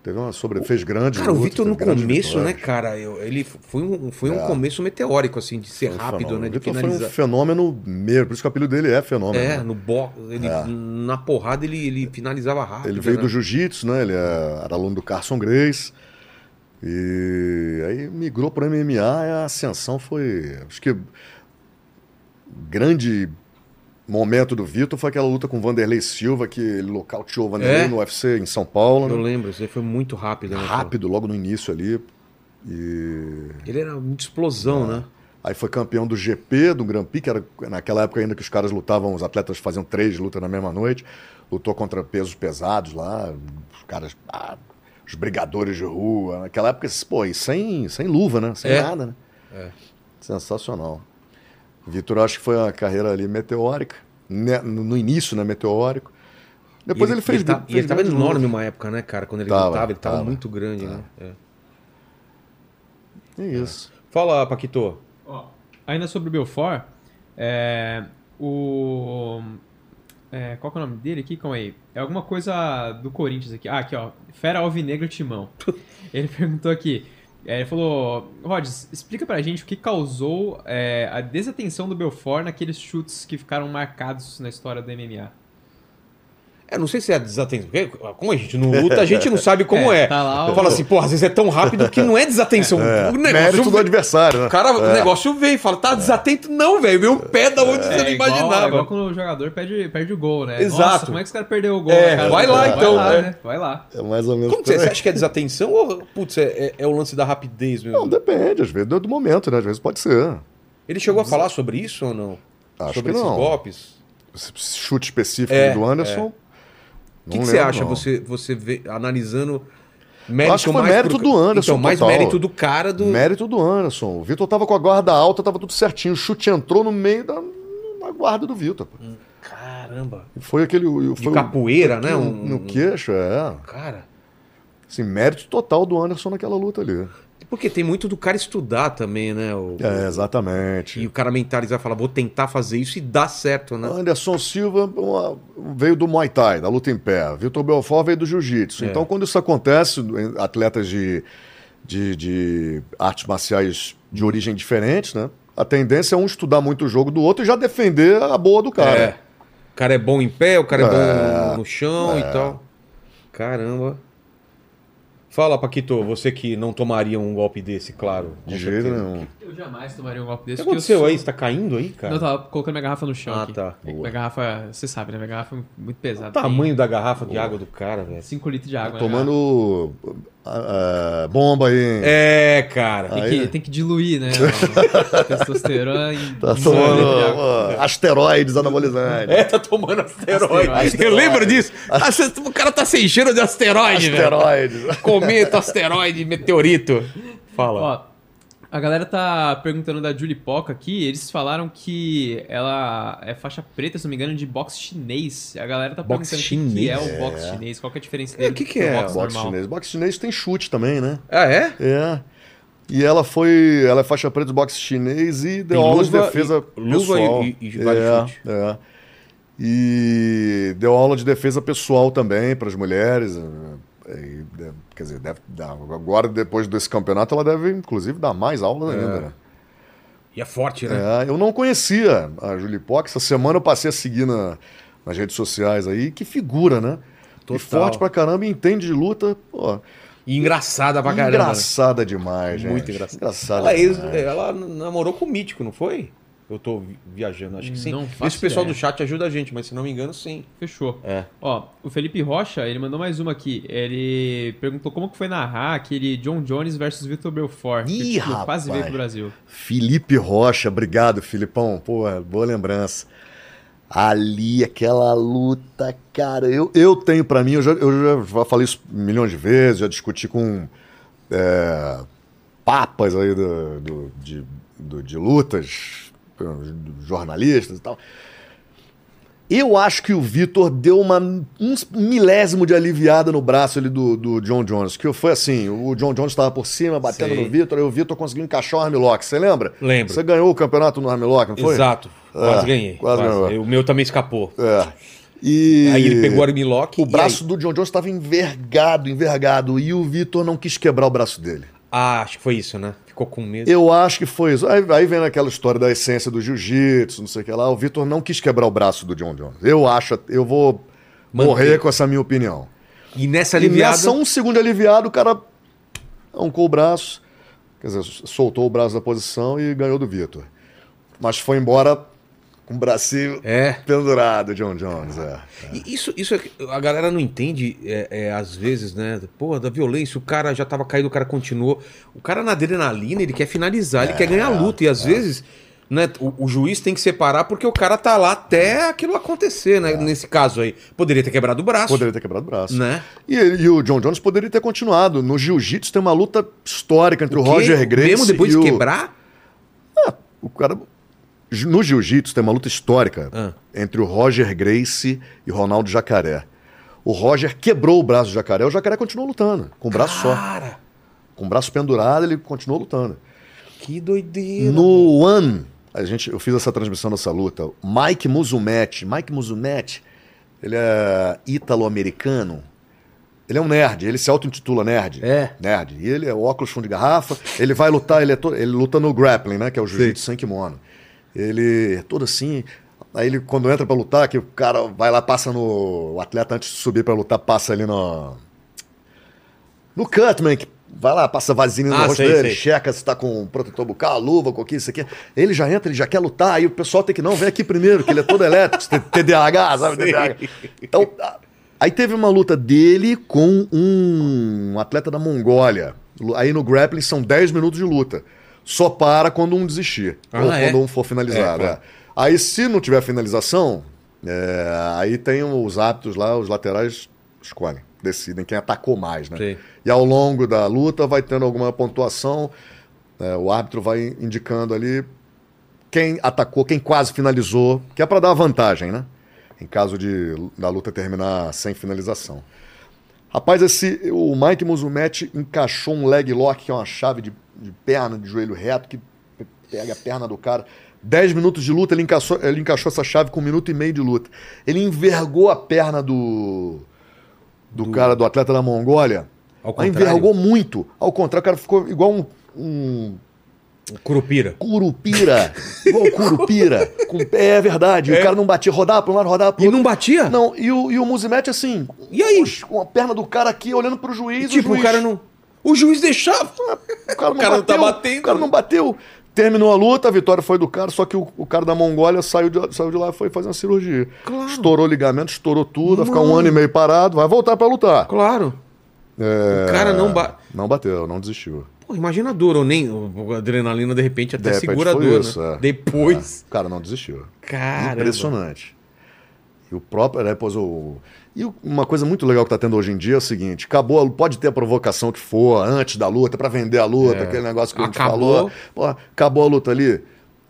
Speaker 3: Teve uma sobre... Fez grande
Speaker 1: Cara, o
Speaker 3: luta,
Speaker 1: Vitor
Speaker 3: teve
Speaker 1: no
Speaker 3: grandes
Speaker 1: começo, né,
Speaker 3: vitórias.
Speaker 1: cara? eu- ele foi um, foi um
Speaker 3: É.
Speaker 1: começo meteórico, assim, de ser
Speaker 3: Foi um
Speaker 1: rápido,
Speaker 3: fenômeno.
Speaker 1: né?
Speaker 3: O
Speaker 1: De
Speaker 3: Vitor foi
Speaker 1: finalizar.
Speaker 3: um fenômeno mesmo, por isso que o apelido dele é fenômeno.
Speaker 1: É,
Speaker 3: né?
Speaker 1: no box, ele, na porrada ele, ele finalizava rápido.
Speaker 3: Ele veio
Speaker 1: né?
Speaker 3: do jiu-jitsu, né? Ele é- era aluno do Carson Grace. E aí migrou para MMA e a ascensão foi. Acho que o grande momento do Vitor foi aquela luta com o Vanderlei Silva, que ele nocauteou o Vanderlei
Speaker 1: É?
Speaker 3: no UFC em São Paulo. né?
Speaker 1: Eu lembro, isso aí foi muito rápido, né? cara?
Speaker 3: rápido logo no início ali. E Ah.
Speaker 1: Ele era muito explosão, né?
Speaker 3: Aí foi campeão do GP, do Grand Prix, que era naquela época ainda que os caras lutavam, os atletas faziam três lutas na mesma noite. Lutou contra pesos pesados lá, os caras, ah, os brigadores de rua. Naquela época, pô, e sem, sem luva, né? Sem
Speaker 1: É.
Speaker 3: nada, né? Sensacional. O Vitor, acho que foi uma carreira ali meteórica, né? no no início, né? Meteórico. Depois ele, fez.
Speaker 1: Ele, tá,
Speaker 3: fez
Speaker 1: e ele tava
Speaker 3: grandes
Speaker 1: enorme
Speaker 3: lutas.
Speaker 1: uma época, né, cara? Quando ele
Speaker 3: Tava,
Speaker 1: lutava, ele tava,
Speaker 3: tava.
Speaker 1: muito grande, né? É.
Speaker 3: É isso.
Speaker 1: Fala, Paquito.
Speaker 2: Ó, ainda sobre o Belfort, é, o. é, qual que é o nome dele aqui? Calma aí. É alguma coisa do Corinthians aqui. Ah, aqui, ó. Fera Alvinegro Timão. Ele perguntou aqui. é, ele falou: Rods, explica pra gente o que causou é, a desatenção do Belfort naqueles chutes que ficaram marcados na história do MMA.
Speaker 1: É, não sei se é desatenção. porque Como a gente não luta, a gente não sabe como é.
Speaker 2: É, tá lá o-
Speaker 1: Fala assim, porra, às vezes é tão rápido que não é desatenção. O
Speaker 3: Mérito
Speaker 1: negócio. é um
Speaker 3: do adversário, né?
Speaker 1: O cara, o negócio vem e fala, tá desatento, não, velho. Meu pé da onde você não
Speaker 2: é, igual-
Speaker 1: imaginava.
Speaker 2: Igual, quando o jogador perde, perde o gol, né?
Speaker 1: Exato.
Speaker 2: Nossa, como é que os caras perderam o gol?
Speaker 1: É,
Speaker 2: na cara
Speaker 1: vai
Speaker 2: do
Speaker 1: lá,
Speaker 2: gol?
Speaker 1: então,
Speaker 2: Vai lá,
Speaker 1: é.
Speaker 2: né? Vai lá.
Speaker 3: É mais ou menos.
Speaker 1: Como que você,
Speaker 3: por aí.
Speaker 1: você acha que é desatenção ou, putz, é, é- é o lance da rapidez mesmo?
Speaker 3: Não, depende, às vezes do do momento, né? Às vezes pode ser.
Speaker 1: Ele chegou a falar sobre isso ou não?
Speaker 3: Acho
Speaker 1: sobre
Speaker 3: que não.
Speaker 1: esses golpes?
Speaker 3: Esse chute específico
Speaker 1: É,
Speaker 3: do Anderson.
Speaker 1: O
Speaker 3: não
Speaker 1: que, que você
Speaker 3: lembro,
Speaker 1: acha,
Speaker 3: não.
Speaker 1: você, você vê, analisando mérito
Speaker 3: acho que foi
Speaker 1: mais
Speaker 3: mérito
Speaker 1: pro-
Speaker 3: do Anderson
Speaker 1: Então, mais
Speaker 3: total.
Speaker 1: mérito do cara do...
Speaker 3: Mérito do Anderson. O Vitor tava com a guarda alta, tava tudo certinho. O chute entrou no meio da na guarda do Vitor. pô.
Speaker 1: Caramba.
Speaker 3: E Foi aquele. o-
Speaker 1: Hum. De
Speaker 3: foi o-
Speaker 1: capoeira, né?
Speaker 3: No,
Speaker 1: Um-
Speaker 3: no queixo, é.
Speaker 1: Cara...
Speaker 3: Assim, mérito total do Anderson naquela luta ali.
Speaker 1: Porque tem muito do cara estudar também, né? O...
Speaker 3: É,
Speaker 1: E
Speaker 3: exatamente.
Speaker 1: o cara mentalizar e falar, vou tentar fazer isso e dá certo, né?
Speaker 3: Anderson Silva uma- veio do Muay Thai, da luta em pé. Vitor Belfort veio do Jiu-Jitsu.
Speaker 1: É.
Speaker 3: Então, quando isso acontece, em atletas de, de, de artes marciais de origem diferente, né? A tendência é um estudar muito o jogo do outro e já defender a boa do cara.
Speaker 1: É. O cara é bom em pé, o cara é, bom no chão
Speaker 3: É.
Speaker 1: e tal. Caramba. Fala, Paquito, você que não tomaria um golpe desse, claro. com
Speaker 3: De jeito
Speaker 1: certeza.
Speaker 3: nenhum.
Speaker 2: Eu jamais tomaria um golpe
Speaker 1: O que
Speaker 2: desse. porque eu
Speaker 1: aconteceu
Speaker 2: sou-
Speaker 1: aí? Você tá caindo aí,
Speaker 2: Não, eu
Speaker 1: cara?
Speaker 2: tava colocando minha garrafa no chão
Speaker 1: Ah,
Speaker 2: aqui.
Speaker 1: tá.
Speaker 2: É que
Speaker 3: Boa.
Speaker 2: Minha garrafa, você sabe, né? Minha garrafa é muito
Speaker 1: O
Speaker 2: pesada.
Speaker 1: tamanho da garrafa de água do cara, velho.
Speaker 2: 5 litros de
Speaker 1: É.
Speaker 2: água. né,
Speaker 3: Tomando ah, ah, bomba aí.
Speaker 1: É, cara.
Speaker 2: cara?
Speaker 3: Aí,
Speaker 2: Tem que,
Speaker 3: né?
Speaker 2: tem que diluir, né? a Testosterona em né?
Speaker 3: Tá
Speaker 2: em
Speaker 3: tomando
Speaker 2: litro de água.
Speaker 3: ah, asteroides anabolizantes.
Speaker 1: É, tá tomando asteroide.
Speaker 3: Asteroide.
Speaker 1: Eu lembro disso. Ah, cê- O cara tá sem cheiro de asteroide, velho.
Speaker 3: Asteroides.
Speaker 1: Cometa, asteroide, meteorito. Fala.
Speaker 2: Ó, a galera tá perguntando da Julie Poca aqui. Eles falaram que ela é faixa preta, se não me engano, de boxe chinês. A galera tá
Speaker 1: Boxe
Speaker 2: perguntando o que que é
Speaker 1: chinês?
Speaker 2: o boxe chinês. Qual que é a diferença
Speaker 1: É,
Speaker 2: dele
Speaker 1: o que que
Speaker 2: pro
Speaker 1: é
Speaker 2: boxe
Speaker 3: Boxe
Speaker 2: normal?
Speaker 3: chinês. Boxe chinês tem chute também, né?
Speaker 1: Ah, é?
Speaker 3: É. E ela foi. Ela é faixa preta de boxe chinês e
Speaker 1: Tem
Speaker 3: deu aulas de
Speaker 1: luva
Speaker 3: defesa
Speaker 1: e- luva
Speaker 3: pessoal.
Speaker 1: e- e- e vale
Speaker 3: é,
Speaker 1: chute.
Speaker 3: é. E deu aula de defesa pessoal também para as mulheres. é, e, é, Quer dizer, deve dar- agora, depois desse campeonato, ela deve, inclusive, dar mais aulas ainda. né?
Speaker 1: E é forte, né?
Speaker 3: É, eu não conhecia a Julie Pock. Essa semana eu passei a seguir na- nas redes sociais aí. Que figura, né?
Speaker 1: Total.
Speaker 3: E forte pra caramba, e entende de luta. Pô,
Speaker 1: E engraçada pra caramba. né?
Speaker 3: engraçada né? demais, gente.
Speaker 1: Muito engraçada.
Speaker 3: Engraçada.
Speaker 1: Ela, é ex-
Speaker 3: demais.
Speaker 1: ela namorou com o Mítico, não foi? Eu tô vi- viajando, acho que sim.
Speaker 2: Não
Speaker 1: Esse
Speaker 2: faço
Speaker 1: pessoal
Speaker 2: ideia.
Speaker 1: do chat ajuda a gente, mas se não me engano, sim.
Speaker 2: Fechou.
Speaker 1: É.
Speaker 2: Ó, o Felipe Rocha, ele mandou mais uma aqui. Ele perguntou como que foi narrar aquele John Jones versus Vitor Belfort. que
Speaker 3: Ih,
Speaker 2: o título quase
Speaker 3: rapaz.
Speaker 2: veio pro Brasil.
Speaker 3: Felipe Rocha, obrigado, Filipão. Pô, boa lembrança. Ali, aquela luta, cara. Eu, eu tenho pra mim, eu já, eu já falei isso milhões de vezes, já discuti com é, papas aí do, do- de, do- de lutas, jornalistas e tal. Eu acho que o Vitor deu uma, um milésimo de aliviada no braço ali do, do John Jones, que foi assim, o John Jones estava por cima, batendo
Speaker 1: Sei.
Speaker 3: no Vitor, aí o Vitor conseguiu encaixar o armlock, você lembra?
Speaker 1: Lembro.
Speaker 3: Você ganhou o campeonato no armlock, não foi?
Speaker 1: Exato. Quase
Speaker 3: É,
Speaker 1: ganhei.
Speaker 3: quase ganhou.
Speaker 1: O meu também escapou.
Speaker 3: É. E...
Speaker 1: Aí ele pegou o Armilock.
Speaker 3: O braço do John Jones estava envergado, envergado, e o Vitor não quis quebrar o braço dele.
Speaker 1: Ah, acho que foi isso, né? Ficou com medo.
Speaker 3: Eu acho que foi isso. Aí, aí vem aquela história da essência do jiu-jitsu, não sei o que lá. O Vitor não quis quebrar o braço do John Jones. Eu acho, eu vou
Speaker 1: Manter.
Speaker 3: morrer com essa minha opinião.
Speaker 1: E nessa
Speaker 3: E
Speaker 1: aliviada.
Speaker 3: nessa um segundo aliviado, o cara arrancou o braço, quer dizer, soltou o braço da posição e ganhou do Vitor. Mas foi embora um bracinho
Speaker 1: É.
Speaker 3: pendurado, John Jones. É.
Speaker 1: E Isso, isso é que a galera não entende, é, é, às vezes, né? Porra, da violência, o cara já tava caído, o cara continuou. O cara na adrenalina, ele quer finalizar, ele quer ganhar
Speaker 3: É,
Speaker 1: a luta. E às vezes, né, o, o juiz tem que separar porque o cara tá lá até aquilo acontecer, né? Nesse caso aí. Poderia ter quebrado o braço.
Speaker 3: É. Poderia ter quebrado o braço.
Speaker 1: Né?
Speaker 3: E, e o John Jones poderia ter continuado. No jiu-jitsu tem uma luta histórica entre o,
Speaker 1: Porque
Speaker 3: Roger Grace
Speaker 1: Mesmo depois
Speaker 3: e
Speaker 1: de
Speaker 3: o...
Speaker 1: quebrar?
Speaker 3: Ah, o cara... No jiu-jitsu tem uma luta histórica
Speaker 1: Ah.
Speaker 3: entre o Roger Grace e o Ronaldo Jacaré. O Roger quebrou o braço do Jacaré, o Jacaré continuou lutando, com o braço só.
Speaker 1: Cara,
Speaker 3: Com o braço pendurado, ele continuou lutando.
Speaker 1: que doideira.
Speaker 3: No One, a gente, eu fiz essa transmissão dessa luta. Mike Musumeci. Mike Musumeci, ele é ítalo-americano. Ele é um nerd, ele se auto-intitula nerd.
Speaker 1: É.
Speaker 3: Nerd. E ele é óculos fundo de garrafa. Ele vai lutar, ele, é to- ele luta no grappling, né? Que é o jiu-jitsu sem kimono. Ele é todo assim. Aí ele, quando entra pra lutar, que o cara vai lá, passa no. O atleta antes de subir pra lutar, passa ali no. No Cutman, que vai lá, passa vaselina no
Speaker 1: Ah,
Speaker 3: rosto
Speaker 1: sei,
Speaker 3: dele,
Speaker 1: sei.
Speaker 3: checa se tá com protetor bucal, luva, coquinha, isso aqui. Ele já entra, ele já quer lutar, aí o pessoal tem que não, vem aqui primeiro, que ele é todo elétrico, tem TDAH, sabe? TDAH. Então, a- aí teve uma luta dele com um atleta da Mongólia. Lu- Aí no grappling são 10 minutos de luta. Só para quando um desistir,
Speaker 1: Ah,
Speaker 3: ou
Speaker 1: é?
Speaker 3: quando um for
Speaker 1: É,
Speaker 3: finalizado. é.
Speaker 1: claro.
Speaker 3: Aí se não tiver finalização, é, aí tem os hábitos lá, os laterais escolhem, decidem quem atacou mais, né?
Speaker 1: Sim.
Speaker 3: E ao longo da luta vai tendo alguma pontuação, né, o árbitro vai indicando ali quem atacou, quem quase finalizou, que é para dar vantagem, né? Em caso de da luta terminar sem finalização. Rapaz, esse, o Mike Musumeci encaixou um leg lock, que é uma chave de, de perna, de joelho reto, que pe- pega a perna do cara. 10 minutos de luta, ele encaixou, ele encaixou essa chave com um minuto e meio de luta. Ele envergou a perna do, do, cara, do atleta da Mongólia.
Speaker 1: Ao
Speaker 3: Aí
Speaker 1: contrário.
Speaker 3: envergou muito. Ao contrário, o cara ficou igual um- um
Speaker 1: Curupira.
Speaker 3: Curupira. Igual curupira. Com- é verdade.
Speaker 1: É.
Speaker 3: O cara não batia, rodava pra um lado, rodava pro
Speaker 1: E
Speaker 3: outro.
Speaker 1: não batia?
Speaker 3: Não, e o, e o Musimete assim.
Speaker 1: E aí?
Speaker 3: os- Com a perna do cara aqui, olhando pro juiz.
Speaker 1: tipo,
Speaker 3: juiz-
Speaker 1: o cara não. O juiz deixava.
Speaker 3: O cara não,
Speaker 1: o cara não tá
Speaker 3: bateu,
Speaker 1: batendo.
Speaker 3: O cara não bateu. Terminou a luta, a vitória foi do cara, só que o, o cara da Mongólia saiu de, saiu de lá e foi fazer uma cirurgia.
Speaker 1: Claro.
Speaker 3: Estourou o ligamento, estourou tudo, vai ficar um ano e meio parado, vai voltar pra lutar.
Speaker 1: Claro.
Speaker 3: É.
Speaker 1: O cara não ba-
Speaker 3: Não bateu, não desistiu.
Speaker 1: Pô, imagina a dor, ou nem o- a adrenalina de repente até
Speaker 3: De repente
Speaker 1: segura a
Speaker 3: foi
Speaker 1: dor,
Speaker 3: isso,
Speaker 1: né?
Speaker 3: é.
Speaker 1: Depois,
Speaker 3: O cara não desistiu.
Speaker 1: cara.
Speaker 3: Impressionante. E o próprio, né, pois o... E o- uma coisa muito legal que tá tendo hoje em dia é o seguinte, acabou, a- pode ter a provocação que for antes da luta, para vender a luta, aquele negócio que a gente
Speaker 1: É. Acabou.
Speaker 3: falou. Pô, acabou a luta ali,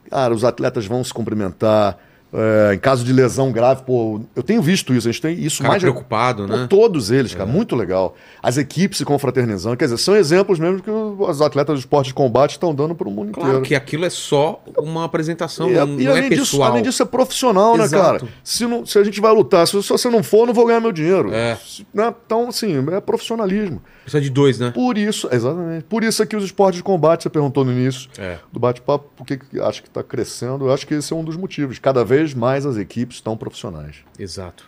Speaker 3: cara, os atletas vão se cumprimentar. É, em caso de lesão grave, pô, eu tenho visto isso, a gente tem isso
Speaker 1: Cara
Speaker 3: mais...
Speaker 1: preocupado,
Speaker 3: Pô,
Speaker 1: né?
Speaker 3: Todos eles, cara, muito legal. As equipes se confraternizando, quer dizer, são exemplos mesmo que os atletas do esporte de combate estão dando para o mundo
Speaker 1: Claro
Speaker 3: inteiro.
Speaker 1: que aquilo é só uma apresentação,
Speaker 3: E,
Speaker 1: não,
Speaker 3: e
Speaker 1: não
Speaker 3: além,
Speaker 1: é
Speaker 3: disso,
Speaker 1: pessoal.
Speaker 3: além disso, é profissional, né,
Speaker 1: Exato.
Speaker 3: cara? Se, não, se a gente vai lutar, se, se você não for, eu não vou ganhar meu dinheiro.
Speaker 1: É.
Speaker 3: Se- né? Então, assim, é profissionalismo.
Speaker 1: Precisa de dois, né?
Speaker 3: Por isso, exatamente. Por isso é que os esportes de combate, você perguntou no início
Speaker 1: É.
Speaker 3: do bate-papo, por que que acho que está crescendo. Eu acho que esse é um dos motivos. Cada vez mais as equipes estão profissionais.
Speaker 1: Exato.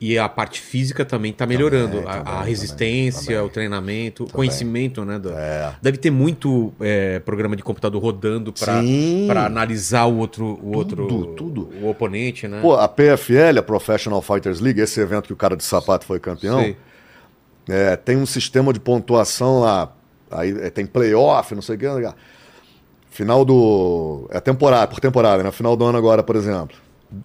Speaker 1: E a parte física também tá melhorando.
Speaker 3: Também,
Speaker 1: A- a,
Speaker 3: também,
Speaker 1: resistência,
Speaker 3: também, também.
Speaker 1: o treinamento, o conhecimento, né? da-
Speaker 3: É.
Speaker 1: Deve ter muito é, programa de computador rodando pra,
Speaker 3: Sim.
Speaker 1: pra analisar o outro, o outro
Speaker 3: tudo.
Speaker 1: o oponente, né?
Speaker 3: Pô, a PFL, a Professional Fighters League, esse evento que o cara de sapato foi campeão,
Speaker 1: Sei.
Speaker 3: É, tem um sistema de pontuação lá. Aí é, tem playoff, não sei o que. Final do. É temporada, por temporada, né? Final do ano agora, por exemplo.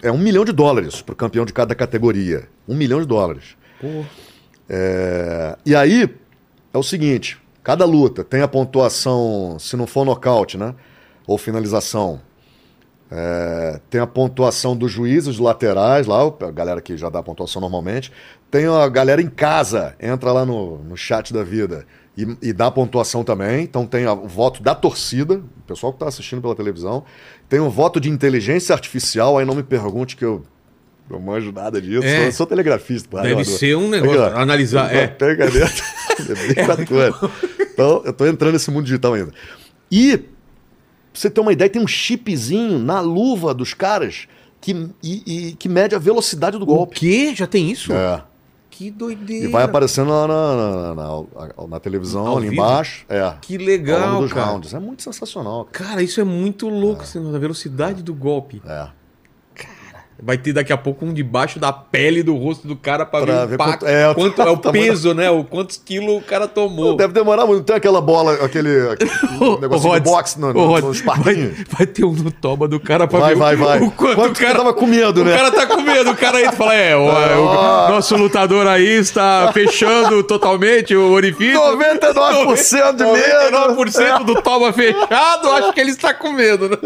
Speaker 3: É um milhão de dólares pro campeão de cada categoria. Um milhão de dólares. É, e aí é o seguinte: cada luta tem a pontuação, se não for nocaute, né? Ou finalização. É, tem a pontuação dos juízes laterais lá, o- a galera que já dá a pontuação normalmente. Tem a galera em casa, entra lá no, no chat da vida e, e dá a pontuação também. Então tem a- o voto da torcida, o pessoal que está assistindo pela televisão. Tem o voto de inteligência artificial, aí não me pergunte que eu não manjo nada disso.
Speaker 1: É.
Speaker 3: Eu sou telegrafista. pô,
Speaker 1: Deve
Speaker 3: eu adoro.
Speaker 1: ser um negócio.
Speaker 3: Aqui, ó.
Speaker 1: analisar. É.
Speaker 3: Papel e caneta. É bem bacana. Então, eu tô entrando nesse mundo digital ainda. E, pra você ter uma ideia, tem um chipzinho na luva dos caras que, e- e- que mede a velocidade do
Speaker 1: O
Speaker 3: golpe.
Speaker 1: quê? Já tem isso?
Speaker 3: É.
Speaker 1: Que doideira.
Speaker 3: E vai aparecendo lá na, na- na- na- na televisão,
Speaker 1: Ao
Speaker 3: ali
Speaker 1: vivo?
Speaker 3: embaixo. É.
Speaker 1: Que
Speaker 3: ao
Speaker 1: legal,
Speaker 3: longo dos
Speaker 1: cara.
Speaker 3: rounds. É muito sensacional.
Speaker 1: Cara, isso é muito louco, assim, a velocidade do golpe.
Speaker 3: cara. É.
Speaker 1: Vai ter daqui a pouco um debaixo da pele do rosto do cara pra,
Speaker 3: Pra
Speaker 1: ver o
Speaker 3: ver
Speaker 1: impacto.
Speaker 3: quanto- é,
Speaker 1: quanto é o
Speaker 3: o tamanho-
Speaker 1: peso, né? O quantos quilos o cara tomou.
Speaker 3: Não deve demorar muito. Tem aquela bola, aquele, aquele negócio de
Speaker 1: Rods,
Speaker 3: boxe no,
Speaker 1: ô,
Speaker 3: no,
Speaker 1: Rods,
Speaker 3: nos
Speaker 1: vai,
Speaker 3: parquinhos.
Speaker 1: vai ter um no toba do cara pra
Speaker 3: Vai,
Speaker 1: ver o-
Speaker 3: vai, vai.
Speaker 1: o quanto, o
Speaker 3: Quanto que
Speaker 1: cara
Speaker 3: tava com medo,
Speaker 1: O
Speaker 3: né?
Speaker 1: cara tá com medo, o cara entra e fala: É, ó, o nosso lutador aí está fechando totalmente o orifício.
Speaker 3: 99% de medo.
Speaker 1: 99% do toba fechado, acho que ele está com medo, né?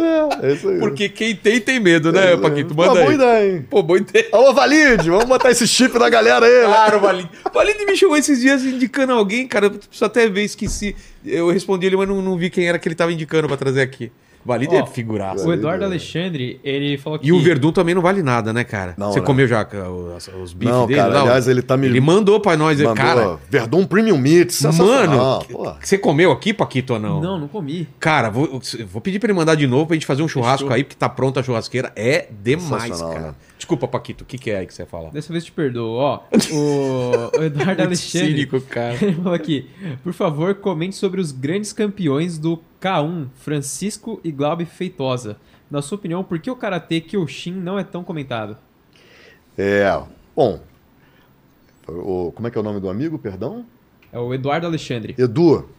Speaker 3: É isso aí.
Speaker 1: Porque quem tem, tem medo, né, Paquito?
Speaker 3: Uma
Speaker 1: Manda
Speaker 3: boa
Speaker 1: aí.
Speaker 3: ideia, hein?
Speaker 1: Pô, boa ideia.
Speaker 3: Alô, Valide, vamos botar esse chip na galera aí. né?
Speaker 1: Claro, o Valide. O Valide me chamou esses dias indicando alguém, cara. Eu preciso até ver, esqueci. Eu respondi ele, mas não, não vi quem era que ele tava indicando pra trazer aqui. O Valide
Speaker 2: Ó,
Speaker 1: é figuraça.
Speaker 2: O Eduardo Alexandre, ele falou que.
Speaker 1: E o Verdun também não vale nada, né, cara?
Speaker 3: Não,
Speaker 1: Você
Speaker 3: né?
Speaker 1: comeu já ca- os, os bifes
Speaker 3: Não,
Speaker 1: dele?
Speaker 3: cara,
Speaker 1: lá?
Speaker 3: aliás, ele tá me-
Speaker 1: Ele mandou pra nós, ele-
Speaker 3: Mandou,
Speaker 1: cara.
Speaker 3: Verdun Premium Meat, sensacional.
Speaker 1: Mano,
Speaker 3: Mano, pô.
Speaker 1: você comeu aqui, Paquito, ou não?
Speaker 2: Não, não comi.
Speaker 1: Cara, vou, vou pedir pra ele mandar de novo pra gente fazer um churrasco
Speaker 2: Fechou.
Speaker 1: aí, porque tá pronta a churrasqueira. É demais,
Speaker 3: Sensacional,
Speaker 1: cara.
Speaker 3: né?
Speaker 1: Desculpa, Paquito, o que, que é aí que você fala?
Speaker 2: Dessa vez te perdoo. Ó, o, o Eduardo Alexandre.
Speaker 1: Cínico, cara.
Speaker 2: Ele falou aqui. Por favor, comente sobre os grandes campeões do K1, Francisco e Glaube Feitosa. Na sua opinião, por que o Karate Kyoshin não é tão comentado?
Speaker 3: É, bom. o- como é que é o nome do amigo, perdão?
Speaker 2: É o Eduardo Alexandre.
Speaker 3: Edu,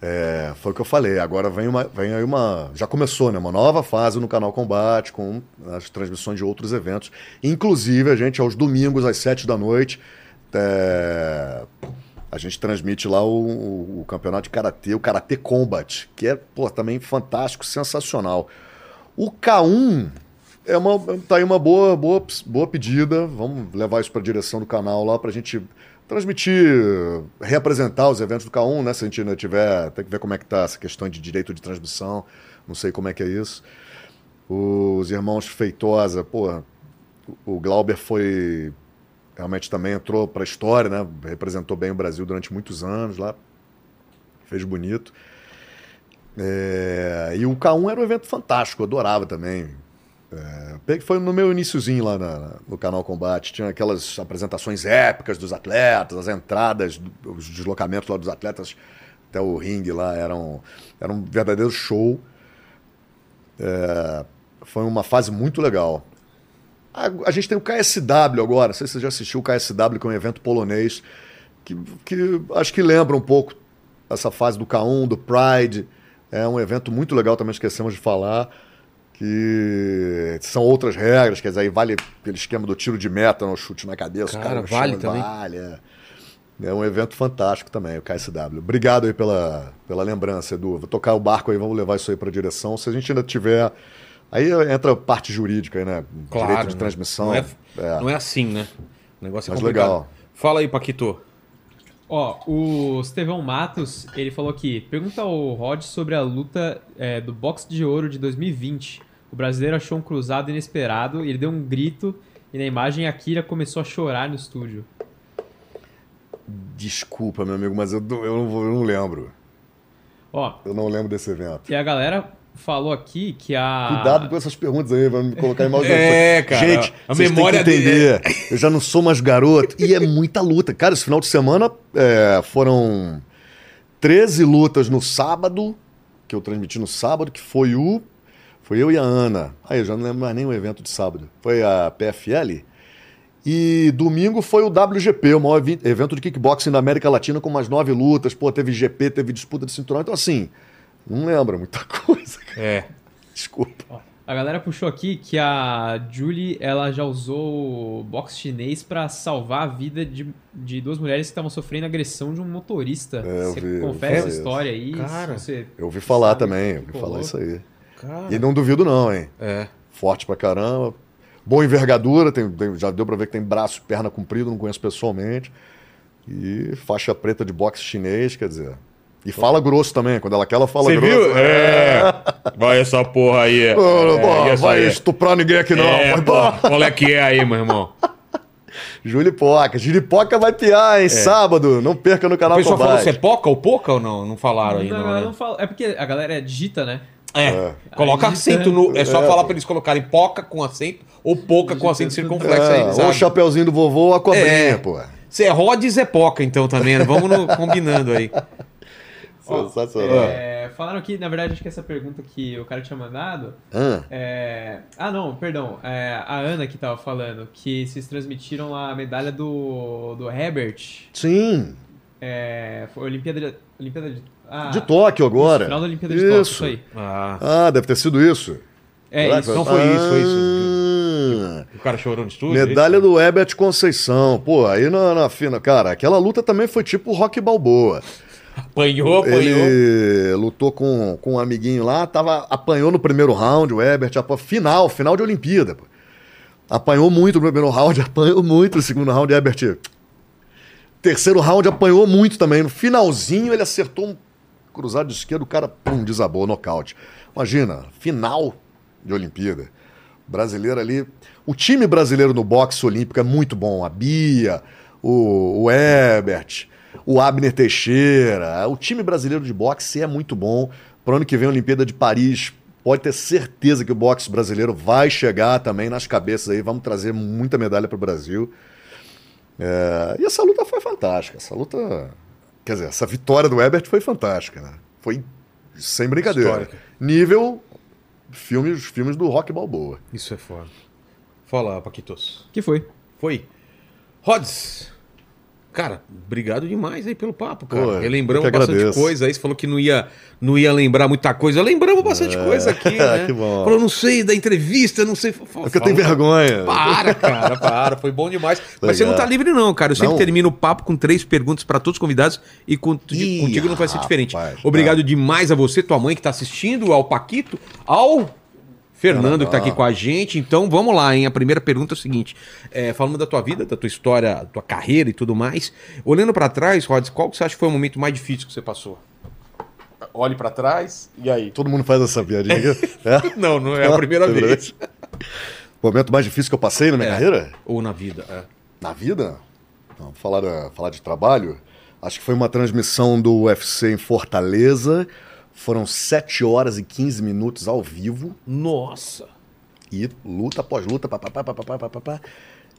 Speaker 3: é, foi o que eu falei. Agora vem, uma, vem aí uma. Já começou, né? Uma nova fase no canal Combate, com as transmissões de outros eventos. Inclusive, a gente, aos domingos, às sete da noite, é, a gente transmite lá o, o- o campeonato de karatê, o Karatê Combat, que é pô, também fantástico, sensacional. O K1 é uma, tá aí uma boa, boa, boa pedida. Vamos levar isso para a direção do canal lá para a gente transmitir, reapresentar os eventos do K1, né? Se a gente ainda tiver, tem que ver como é que tá essa questão de direito de transmissão. Não sei como é que é isso. Os irmãos Feitosa, porra, o Glauber foi realmente também entrou para a história, né? Representou bem o Brasil durante muitos anos lá, fez bonito. É, e o K1 era um evento fantástico, eu adorava também. É, pe- foi no meu iniciozinho lá na- na- no canal Combate. Tinha aquelas apresentações épicas dos atletas, as entradas, do- os deslocamentos lá dos atletas até o ringue lá. Eram, era um verdadeiro show. É, foi uma fase muito legal. A, a gente tem o KSW agora, não sei se você já assistiu o KSW, que é um evento polonês, que, que acho que lembra um pouco essa fase do K1, do Pride. É um evento muito legal, também esquecemos de falar, que são outras regras, quer dizer, aí vale aquele esquema do tiro de meta, no chute na cabeça,
Speaker 1: Cara,
Speaker 3: o cara no
Speaker 1: vale
Speaker 3: chão,
Speaker 1: também.
Speaker 3: Vale, é. É um evento fantástico também, o KSW. Obrigado aí pela, pela lembrança, Edu. Vou tocar o barco aí, vamos levar isso aí para direção. Se a gente ainda tiver. Aí entra a parte jurídica aí, né? Direito de
Speaker 1: né?
Speaker 3: transmissão.
Speaker 1: Não é,
Speaker 3: É.
Speaker 1: não é assim, né? O negócio é
Speaker 3: Mas
Speaker 1: complicado.
Speaker 3: legal.
Speaker 1: Fala aí, Paquito.
Speaker 2: Ó, o Estevão Matos, ele falou aqui, pergunta ao Rod sobre a luta é, do boxe de ouro de 2020. O brasileiro achou um cruzado inesperado, ele deu um grito e na imagem a Kira começou a chorar no estúdio.
Speaker 3: Desculpa, meu amigo, mas eu, não- eu, não, vou- eu não lembro.
Speaker 2: Ó,
Speaker 3: Eu não lembro desse evento.
Speaker 2: e a galera falou aqui que a...
Speaker 3: Cuidado com essas perguntas aí, vai me colocar em mal
Speaker 1: Ah. É, cara,
Speaker 3: Gente,
Speaker 1: a
Speaker 3: vocês
Speaker 1: memória né?
Speaker 3: têm que entender. Eu já não sou mais garoto. E é muita luta. Cara, esse final de semana é, foram 13 lutas no sábado, que eu transmiti no sábado, que foi o. Foi eu e a Ana. Aí eu já não lembro mais nem o evento de sábado. Foi a PFL. E domingo foi o WGP, o maior evi- evento de kickboxing da América Latina, com umas nove lutas. Pô, teve GP, teve disputa de cinturão. Então, assim, não lembra muita coisa. cara.
Speaker 1: É.
Speaker 3: Desculpa.
Speaker 2: Ó, A galera puxou aqui que a Julie ela já usou o boxe chinês pra salvar a vida de, de duas mulheres que estavam sofrendo agressão de um motorista.
Speaker 3: É, eu
Speaker 2: você
Speaker 3: vi, eu
Speaker 2: confessa
Speaker 3: vi
Speaker 2: essa
Speaker 3: isso.
Speaker 2: história aí? se
Speaker 1: Cara.
Speaker 2: você-
Speaker 3: Eu ouvi falar
Speaker 2: Sabe,
Speaker 3: também, eu ouvi
Speaker 2: colou.
Speaker 3: falar isso aí.
Speaker 1: Cara.
Speaker 3: E não duvido, não, hein?
Speaker 1: É.
Speaker 3: forte pra caramba, boa envergadura, tem- tem- já deu pra ver que tem braço, perna comprida, não conheço pessoalmente. E faixa preta de boxe chinês, quer dizer. E fala grosso também, quando ela quer, ela fala
Speaker 1: Você
Speaker 3: grosso.
Speaker 1: viu? É. Vai essa porra aí. É.
Speaker 3: Ô, pô,
Speaker 1: e essa
Speaker 3: vai
Speaker 1: aí?
Speaker 3: estuprar ninguém aqui não.
Speaker 1: É,
Speaker 3: vai
Speaker 1: pô,
Speaker 3: embora.
Speaker 1: Qual é que é aí, meu irmão?
Speaker 3: Julipoca. Julipoca vai piar, hein? Sábado. Não perca no
Speaker 1: É. O
Speaker 3: canal
Speaker 1: pessoal falou
Speaker 3: Combate.
Speaker 1: você é poca ou pouca ou não? Não falaram ainda,
Speaker 2: Não,
Speaker 1: não,
Speaker 2: ela
Speaker 1: né?
Speaker 2: não fala- É porque a galera digita, né?
Speaker 1: É. Coloca
Speaker 2: Aí,
Speaker 1: acento no. É só falar pra eles colocarem poca com acento ou pouca com acento circunflexo
Speaker 3: É,
Speaker 1: aí.
Speaker 3: ou o
Speaker 1: sabe?
Speaker 3: chapeuzinho do vovô ou a cobrinha,
Speaker 1: É.
Speaker 3: pô.
Speaker 1: Se é tá Rhodes, é poca então também, né? Vamos no- combinando aí.
Speaker 3: Sensacional.
Speaker 2: É, É, falaram aqui, na verdade, acho que essa pergunta que o cara tinha mandado.
Speaker 3: Ah,
Speaker 2: é, Ah, não, perdão. é, a Ana que tava falando que vocês transmitiram a medalha do, do Herbert.
Speaker 3: sim,
Speaker 2: É, foi Olimpíada de. Olimpíada de. Ah,
Speaker 3: de Tóquio
Speaker 2: Isso,
Speaker 3: agora.
Speaker 2: final da Olimpíada de Tóquio,
Speaker 3: Isso.
Speaker 2: isso aí.
Speaker 1: Ah,
Speaker 3: Ah, deve ter sido isso.
Speaker 2: É
Speaker 3: Será que
Speaker 2: isso.
Speaker 1: Então foi isso, foi
Speaker 3: Ah,
Speaker 1: o cara chorou no estúdio?
Speaker 3: Medalha
Speaker 1: é isso?
Speaker 3: do Herbert Conceição. Pô, aí na, na fina. Cara, aquela luta também foi tipo rock balboa.
Speaker 1: Apanhou, apanhou.
Speaker 3: Ele lutou com, com um amiguinho lá, tava, apanhou no primeiro round, o Herbert, apa- final, final de Olimpíada. pô. Apanhou muito no primeiro round, apanhou muito no segundo round, Herbert. Terceiro round apanhou muito também. No finalzinho ele acertou um cruzado de esquerda, o cara pum, desabou, nocaute. Imagina, final de Olimpíada. Brasileiro ali. O time brasileiro no boxe olímpico é muito bom. A Bia, o, o Herbert, o Abner Teixeira. O time brasileiro de boxe é muito bom. Para ano que vem, a Olimpíada de Paris. Pode ter certeza que o boxe brasileiro vai chegar também nas cabeças aí. Vamos trazer muita medalha para o Brasil. É, e essa luta foi fantástica. Essa luta. Quer dizer, essa vitória do Ebert foi fantástica, né? Foi sem brincadeira.
Speaker 1: Histórica.
Speaker 3: Nível filmes, filmes do Rock Balboa.
Speaker 1: Isso é foda. Fala, Paquitos.
Speaker 2: Que foi?
Speaker 1: Foi. Rods. Cara, obrigado demais aí pelo papo, cara.
Speaker 3: Pô,
Speaker 1: Relembramos
Speaker 3: eu que
Speaker 1: bastante
Speaker 3: agradeço.
Speaker 1: coisa aí. Você falou que não ia, não ia lembrar muita coisa. Lembramos bastante coisa aqui, né?
Speaker 3: É. que bom.
Speaker 1: Falou, não sei da entrevista, não sei. Fala,
Speaker 3: É Porque eu tenho vergonha.
Speaker 1: Para, cara, para. Foi bom demais. Mas
Speaker 3: Legal.
Speaker 1: você não tá livre, não, cara. Eu sempre
Speaker 3: Não.
Speaker 1: termino o papo com três perguntas pra todos os convidados e cont-
Speaker 3: Ih,
Speaker 1: contigo não vai ser
Speaker 3: rapaz,
Speaker 1: diferente.
Speaker 3: tá.
Speaker 1: Obrigado demais a você, tua mãe que tá assistindo, ao Paquito, ao. Fernando, que tá aqui com a gente. Então, vamos lá, hein? A primeira pergunta é o seguinte: é, falando da tua vida, da tua história, da tua carreira e tudo mais, olhando pra trás, Rods, qual que você acha que foi o momento mais difícil que você passou? Olhe pra trás e aí?
Speaker 3: Todo mundo faz essa piadinha. é.
Speaker 1: Não, não é a primeira vez.
Speaker 3: O momento mais difícil que eu passei na minha carreira?
Speaker 1: Ou na vida, é.
Speaker 3: Na vida? Não, falar, da- falar de trabalho? Acho que foi uma transmissão do UFC em Fortaleza. Foram 7 horas e 15 minutos ao vivo.
Speaker 1: Nossa!
Speaker 3: E luta após luta, papapá, papapá, papapá.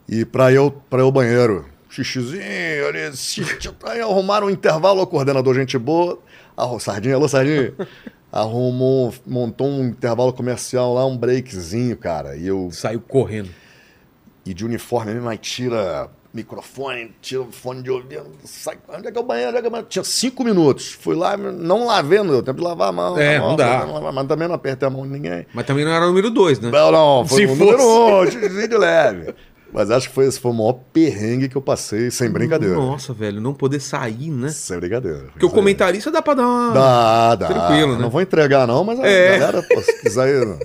Speaker 3: E pra eu, pra eu banheiro, xixizinho, ali, xixi, aí arrumaram um intervalo, o coordenador gente boa, arru, Sardinha, alô Sardinha, arrumou, um- montou um intervalo comercial lá, um breakzinho, cara, e eu,
Speaker 1: Saiu correndo.
Speaker 3: e de uniforme mesmo, aí tira microfone, tira fone de ouvido, sai, onde é que é o banheiro, onde é que é o banheiro? Tinha cinco minutos, fui lá, não lavei, não deu tempo de lavar a mão,
Speaker 1: É,
Speaker 3: mão,
Speaker 1: não dá.
Speaker 3: lavar a mão, mas também não apertei a mão de ninguém.
Speaker 1: Mas também não era o número dois, né?
Speaker 3: Não, não,
Speaker 1: Se
Speaker 3: foi o número um,
Speaker 1: fosse.
Speaker 3: xixizinho de leve. Mas acho que foi, esse foi o maior perrengue que eu passei, sem brincadeira.
Speaker 1: Nossa, velho, não poder sair, né?
Speaker 3: Sem brincadeira.
Speaker 1: Porque o comentarista dá pra dar uma.
Speaker 3: Dá, dá.
Speaker 1: Tranquilo, né?
Speaker 3: Não vou entregar, não, mas a
Speaker 1: É.
Speaker 3: galera, pô, se quiser ir,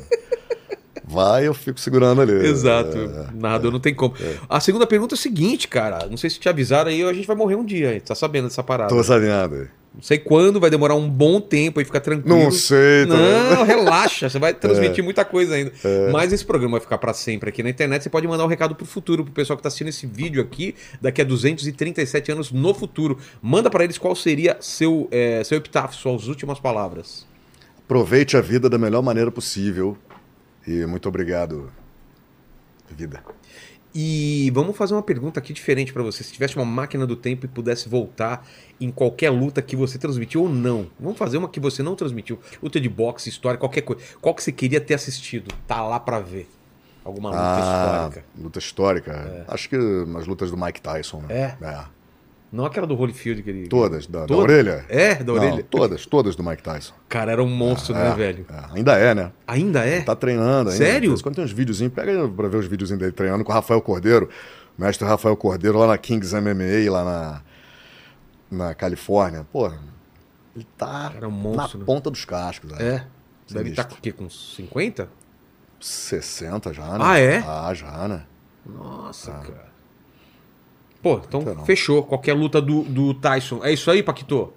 Speaker 3: vai, eu fico segurando ali.
Speaker 1: Exato.
Speaker 3: É.
Speaker 1: Nada, não tem como. A segunda pergunta é a seguinte, cara. Não sei se te avisaram aí, a gente vai morrer um dia aí. Tá sabendo dessa parada.
Speaker 3: É, Tô sabendo.
Speaker 1: Não sei quando, vai demorar um bom tempo aí, fica tranquilo.
Speaker 3: Não sei, tô...
Speaker 1: Não, relaxa, você vai transmitir muita coisa ainda. Mas esse programa vai ficar pra sempre aqui na internet. Você pode mandar um recado pro futuro, pro pessoal que tá assistindo esse vídeo aqui, daqui a 237 anos no futuro. Manda pra eles qual seria seu, eh, seu epitáfio, suas últimas palavras.
Speaker 3: Aproveite a vida da melhor maneira possível. E muito obrigado, vida.
Speaker 1: E vamos fazer uma pergunta aqui diferente pra você. Se tivesse uma máquina do tempo e pudesse voltar em qualquer luta que você transmitiu ou não, vamos fazer uma que você não transmitiu. Luta de boxe, história, qualquer coisa. Qual que você queria ter assistido? Tá lá pra ver. Alguma luta histórica.
Speaker 3: Ah,
Speaker 1: É.
Speaker 3: Luta histórica. Acho que as lutas do Mike Tyson, né? É.
Speaker 1: Não aquela do Holyfield, que ele.
Speaker 3: Todas, da, da
Speaker 1: Todas?
Speaker 3: orelha.
Speaker 1: É, da
Speaker 3: Não,
Speaker 1: orelha.
Speaker 3: todas, todas do Mike Tyson.
Speaker 1: Cara, era um monstro, né,
Speaker 3: É,
Speaker 1: velho?
Speaker 3: é. Ainda é, né?
Speaker 1: Ainda é?
Speaker 3: Tá treinando ainda.
Speaker 1: Sério?
Speaker 3: De vez em Quando tem uns videozinhos, pega aí pra ver os videozinhos dele treinando com o Rafael Cordeiro, o mestre Rafael Cordeiro, lá na Kings MMA, lá na, na Califórnia. Pô, ele tá
Speaker 1: Era um monstro, né?
Speaker 3: na ponta dos cascos. né?
Speaker 1: É. Deve estar com o quê? Com uns 50?
Speaker 3: 60 já, né?
Speaker 1: Ah, é?
Speaker 3: Ah, já, né?
Speaker 1: Nossa, cara. Pô, então
Speaker 3: Ah, Então não.
Speaker 1: fechou. Qualquer luta do, do Tyson. É isso aí, Paquito?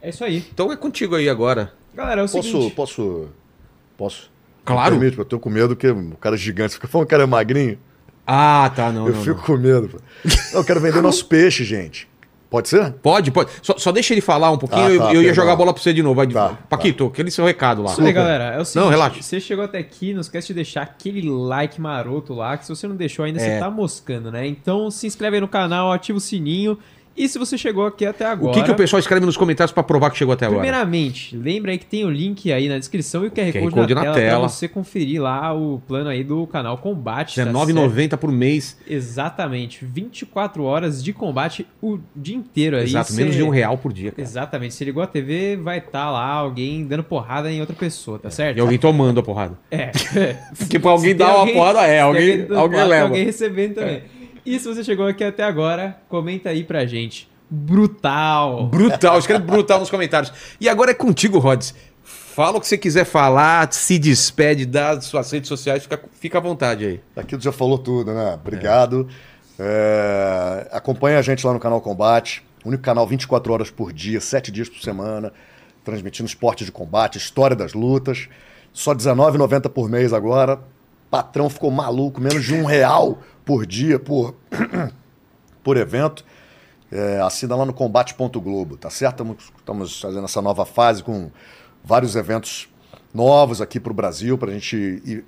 Speaker 2: É isso aí.
Speaker 1: Então é contigo aí agora.
Speaker 2: Galera, é o
Speaker 3: Posso,
Speaker 2: seguinte.
Speaker 3: posso, posso?
Speaker 1: Claro.
Speaker 3: Permite, eu tô com medo que o cara é gigante fica falando que o cara é magrinho.
Speaker 1: Ah, tá, não,
Speaker 3: eu
Speaker 1: não,
Speaker 3: fico
Speaker 1: não.
Speaker 3: com medo. pô. Não, eu quero vender nosso peixe, gente. Pode ser?
Speaker 1: Pode, pode. Só, só deixa ele falar um pouquinho,
Speaker 3: Ah, tá,
Speaker 1: eu, eu ia
Speaker 3: perdão.
Speaker 1: jogar a bola pra você de novo. Vai de-
Speaker 3: Tá,
Speaker 1: Paquito, aquele seu recado lá.
Speaker 2: Isso aí, galera. É o seguinte,
Speaker 1: né? relaxa.
Speaker 2: Você chegou até aqui, não esquece de deixar aquele like
Speaker 1: É.
Speaker 2: maroto lá, que se você não deixou ainda, você tá moscando, né? Então se inscreve aí no canal, ativa o sininho. E se você chegou aqui até agora.
Speaker 1: O que, que o pessoal escreve nos comentários pra provar que chegou até agora?
Speaker 2: Primeiramente, lembra aí que tem o link aí na descrição e o QR,
Speaker 1: QR
Speaker 2: Code,
Speaker 1: Code
Speaker 2: na,
Speaker 1: na
Speaker 2: tela,
Speaker 1: tela.
Speaker 2: pra você conferir lá o plano aí do canal Combate. tá certo?
Speaker 1: R$19,90 por mês.
Speaker 2: Exatamente. 24 horas de combate o dia inteiro aí.
Speaker 1: Exato, menos
Speaker 2: Cê-
Speaker 1: de um real por dia, cara.
Speaker 2: Exatamente. Se ligou a TV, vai estar lá alguém dando porrada em outra pessoa, tá certo?
Speaker 1: É. E alguém tomando a porrada.
Speaker 2: É.
Speaker 1: Tipo, alguém
Speaker 2: Se
Speaker 1: dá
Speaker 2: tem
Speaker 1: uma porrada, é,
Speaker 2: se
Speaker 1: alguém-
Speaker 2: tem dando
Speaker 1: alguém
Speaker 2: porrada,
Speaker 1: leva. É.
Speaker 2: Alguém recebendo também. E se você chegou aqui até agora, comenta aí pra gente. Brutal!
Speaker 1: Brutal, escreve brutal nos comentários. E agora é contigo, Rods. Fala o que você quiser falar, se despede das suas redes sociais, fica, fica à vontade aí.
Speaker 3: Aqui tu já falou tudo, né? Obrigado. É, acompanha a gente lá no canal Combate, único canal 24 horas por dia, 7 dias por semana, transmitindo esporte de combate, história das lutas. Só R$19,90 por mês agora. Patrão ficou maluco, menos de um real por dia por, por evento. É, assina lá no combate.globo, tá certo? Estamos- Estamos fazendo essa nova fase com vários eventos novos aqui para o Brasil, para a gente ir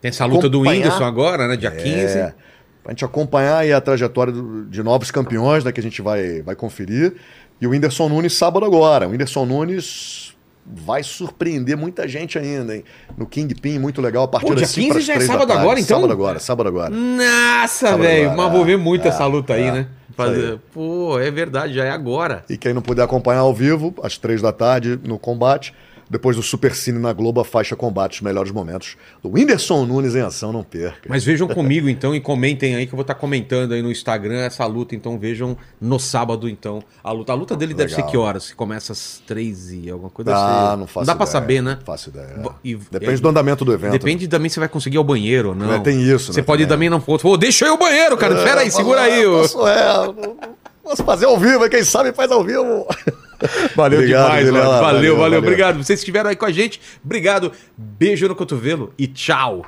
Speaker 1: Tem essa luta do
Speaker 3: Acompanhar.
Speaker 1: Whindersson agora, né? Dia 15.
Speaker 3: é, pra gente acompanhar aí a trajetória do- de novos campeões, né, que a gente vai, vai conferir. E o Whindersson Nunes sábado agora. O Whindersson Nunes vai surpreender muita gente ainda, hein? No Kingpin, muito legal. A partir
Speaker 1: Pô, dia
Speaker 3: das
Speaker 1: 15
Speaker 3: 5 pras
Speaker 1: já é
Speaker 3: 3 da
Speaker 1: sábado
Speaker 3: tarde.
Speaker 1: agora, então?
Speaker 3: Sábado agora, sábado agora.
Speaker 1: Nossa,
Speaker 3: Sábado
Speaker 1: velho,
Speaker 3: agora,
Speaker 1: mas
Speaker 3: é,
Speaker 1: vou ver muito
Speaker 3: é,
Speaker 1: essa luta aí,
Speaker 3: é.
Speaker 1: né? Fazer- Pô, é verdade, já é agora.
Speaker 3: E quem não puder acompanhar ao vivo, às três da tarde, no combate. Depois do Supercine na Globo, a faixa combate, os melhores momentos. O Whindersson Nunes em ação, não perca.
Speaker 1: Mas vejam comigo então e comentem aí que eu vou estar comentando aí no Instagram essa luta. Então vejam no sábado então a luta. A luta dele deve ser
Speaker 3: Legal.
Speaker 1: que horas? Começa às três e alguma coisa
Speaker 3: Ah,
Speaker 1: assim.
Speaker 3: não faço
Speaker 1: dá pra
Speaker 3: ideia,
Speaker 1: saber, né?
Speaker 3: Não faço ideia.
Speaker 1: Bo- e- é,
Speaker 3: Depende do andamento do evento.
Speaker 1: Depende também se vai conseguir ir ao banheiro ou não.
Speaker 3: tá É, tá tem isso, né,
Speaker 1: Você pode também
Speaker 3: também.
Speaker 1: não. Pô, deixa eu ir ao banheiro, cara. Pera aí,
Speaker 3: Eu
Speaker 1: segura
Speaker 3: posso-
Speaker 1: aí.
Speaker 3: eu
Speaker 1: ô.
Speaker 3: Posso, é, eu posso fazer ao vivo, quem sabe faz ao vivo.
Speaker 1: Valeu
Speaker 3: Obrigado,
Speaker 1: demais,
Speaker 3: Vilela,
Speaker 1: mano. Valeu, valeu,
Speaker 3: valeu, valeu.
Speaker 1: Obrigado. Vocês que estiveram aí com a gente. Obrigado. Beijo no cotovelo e tchau.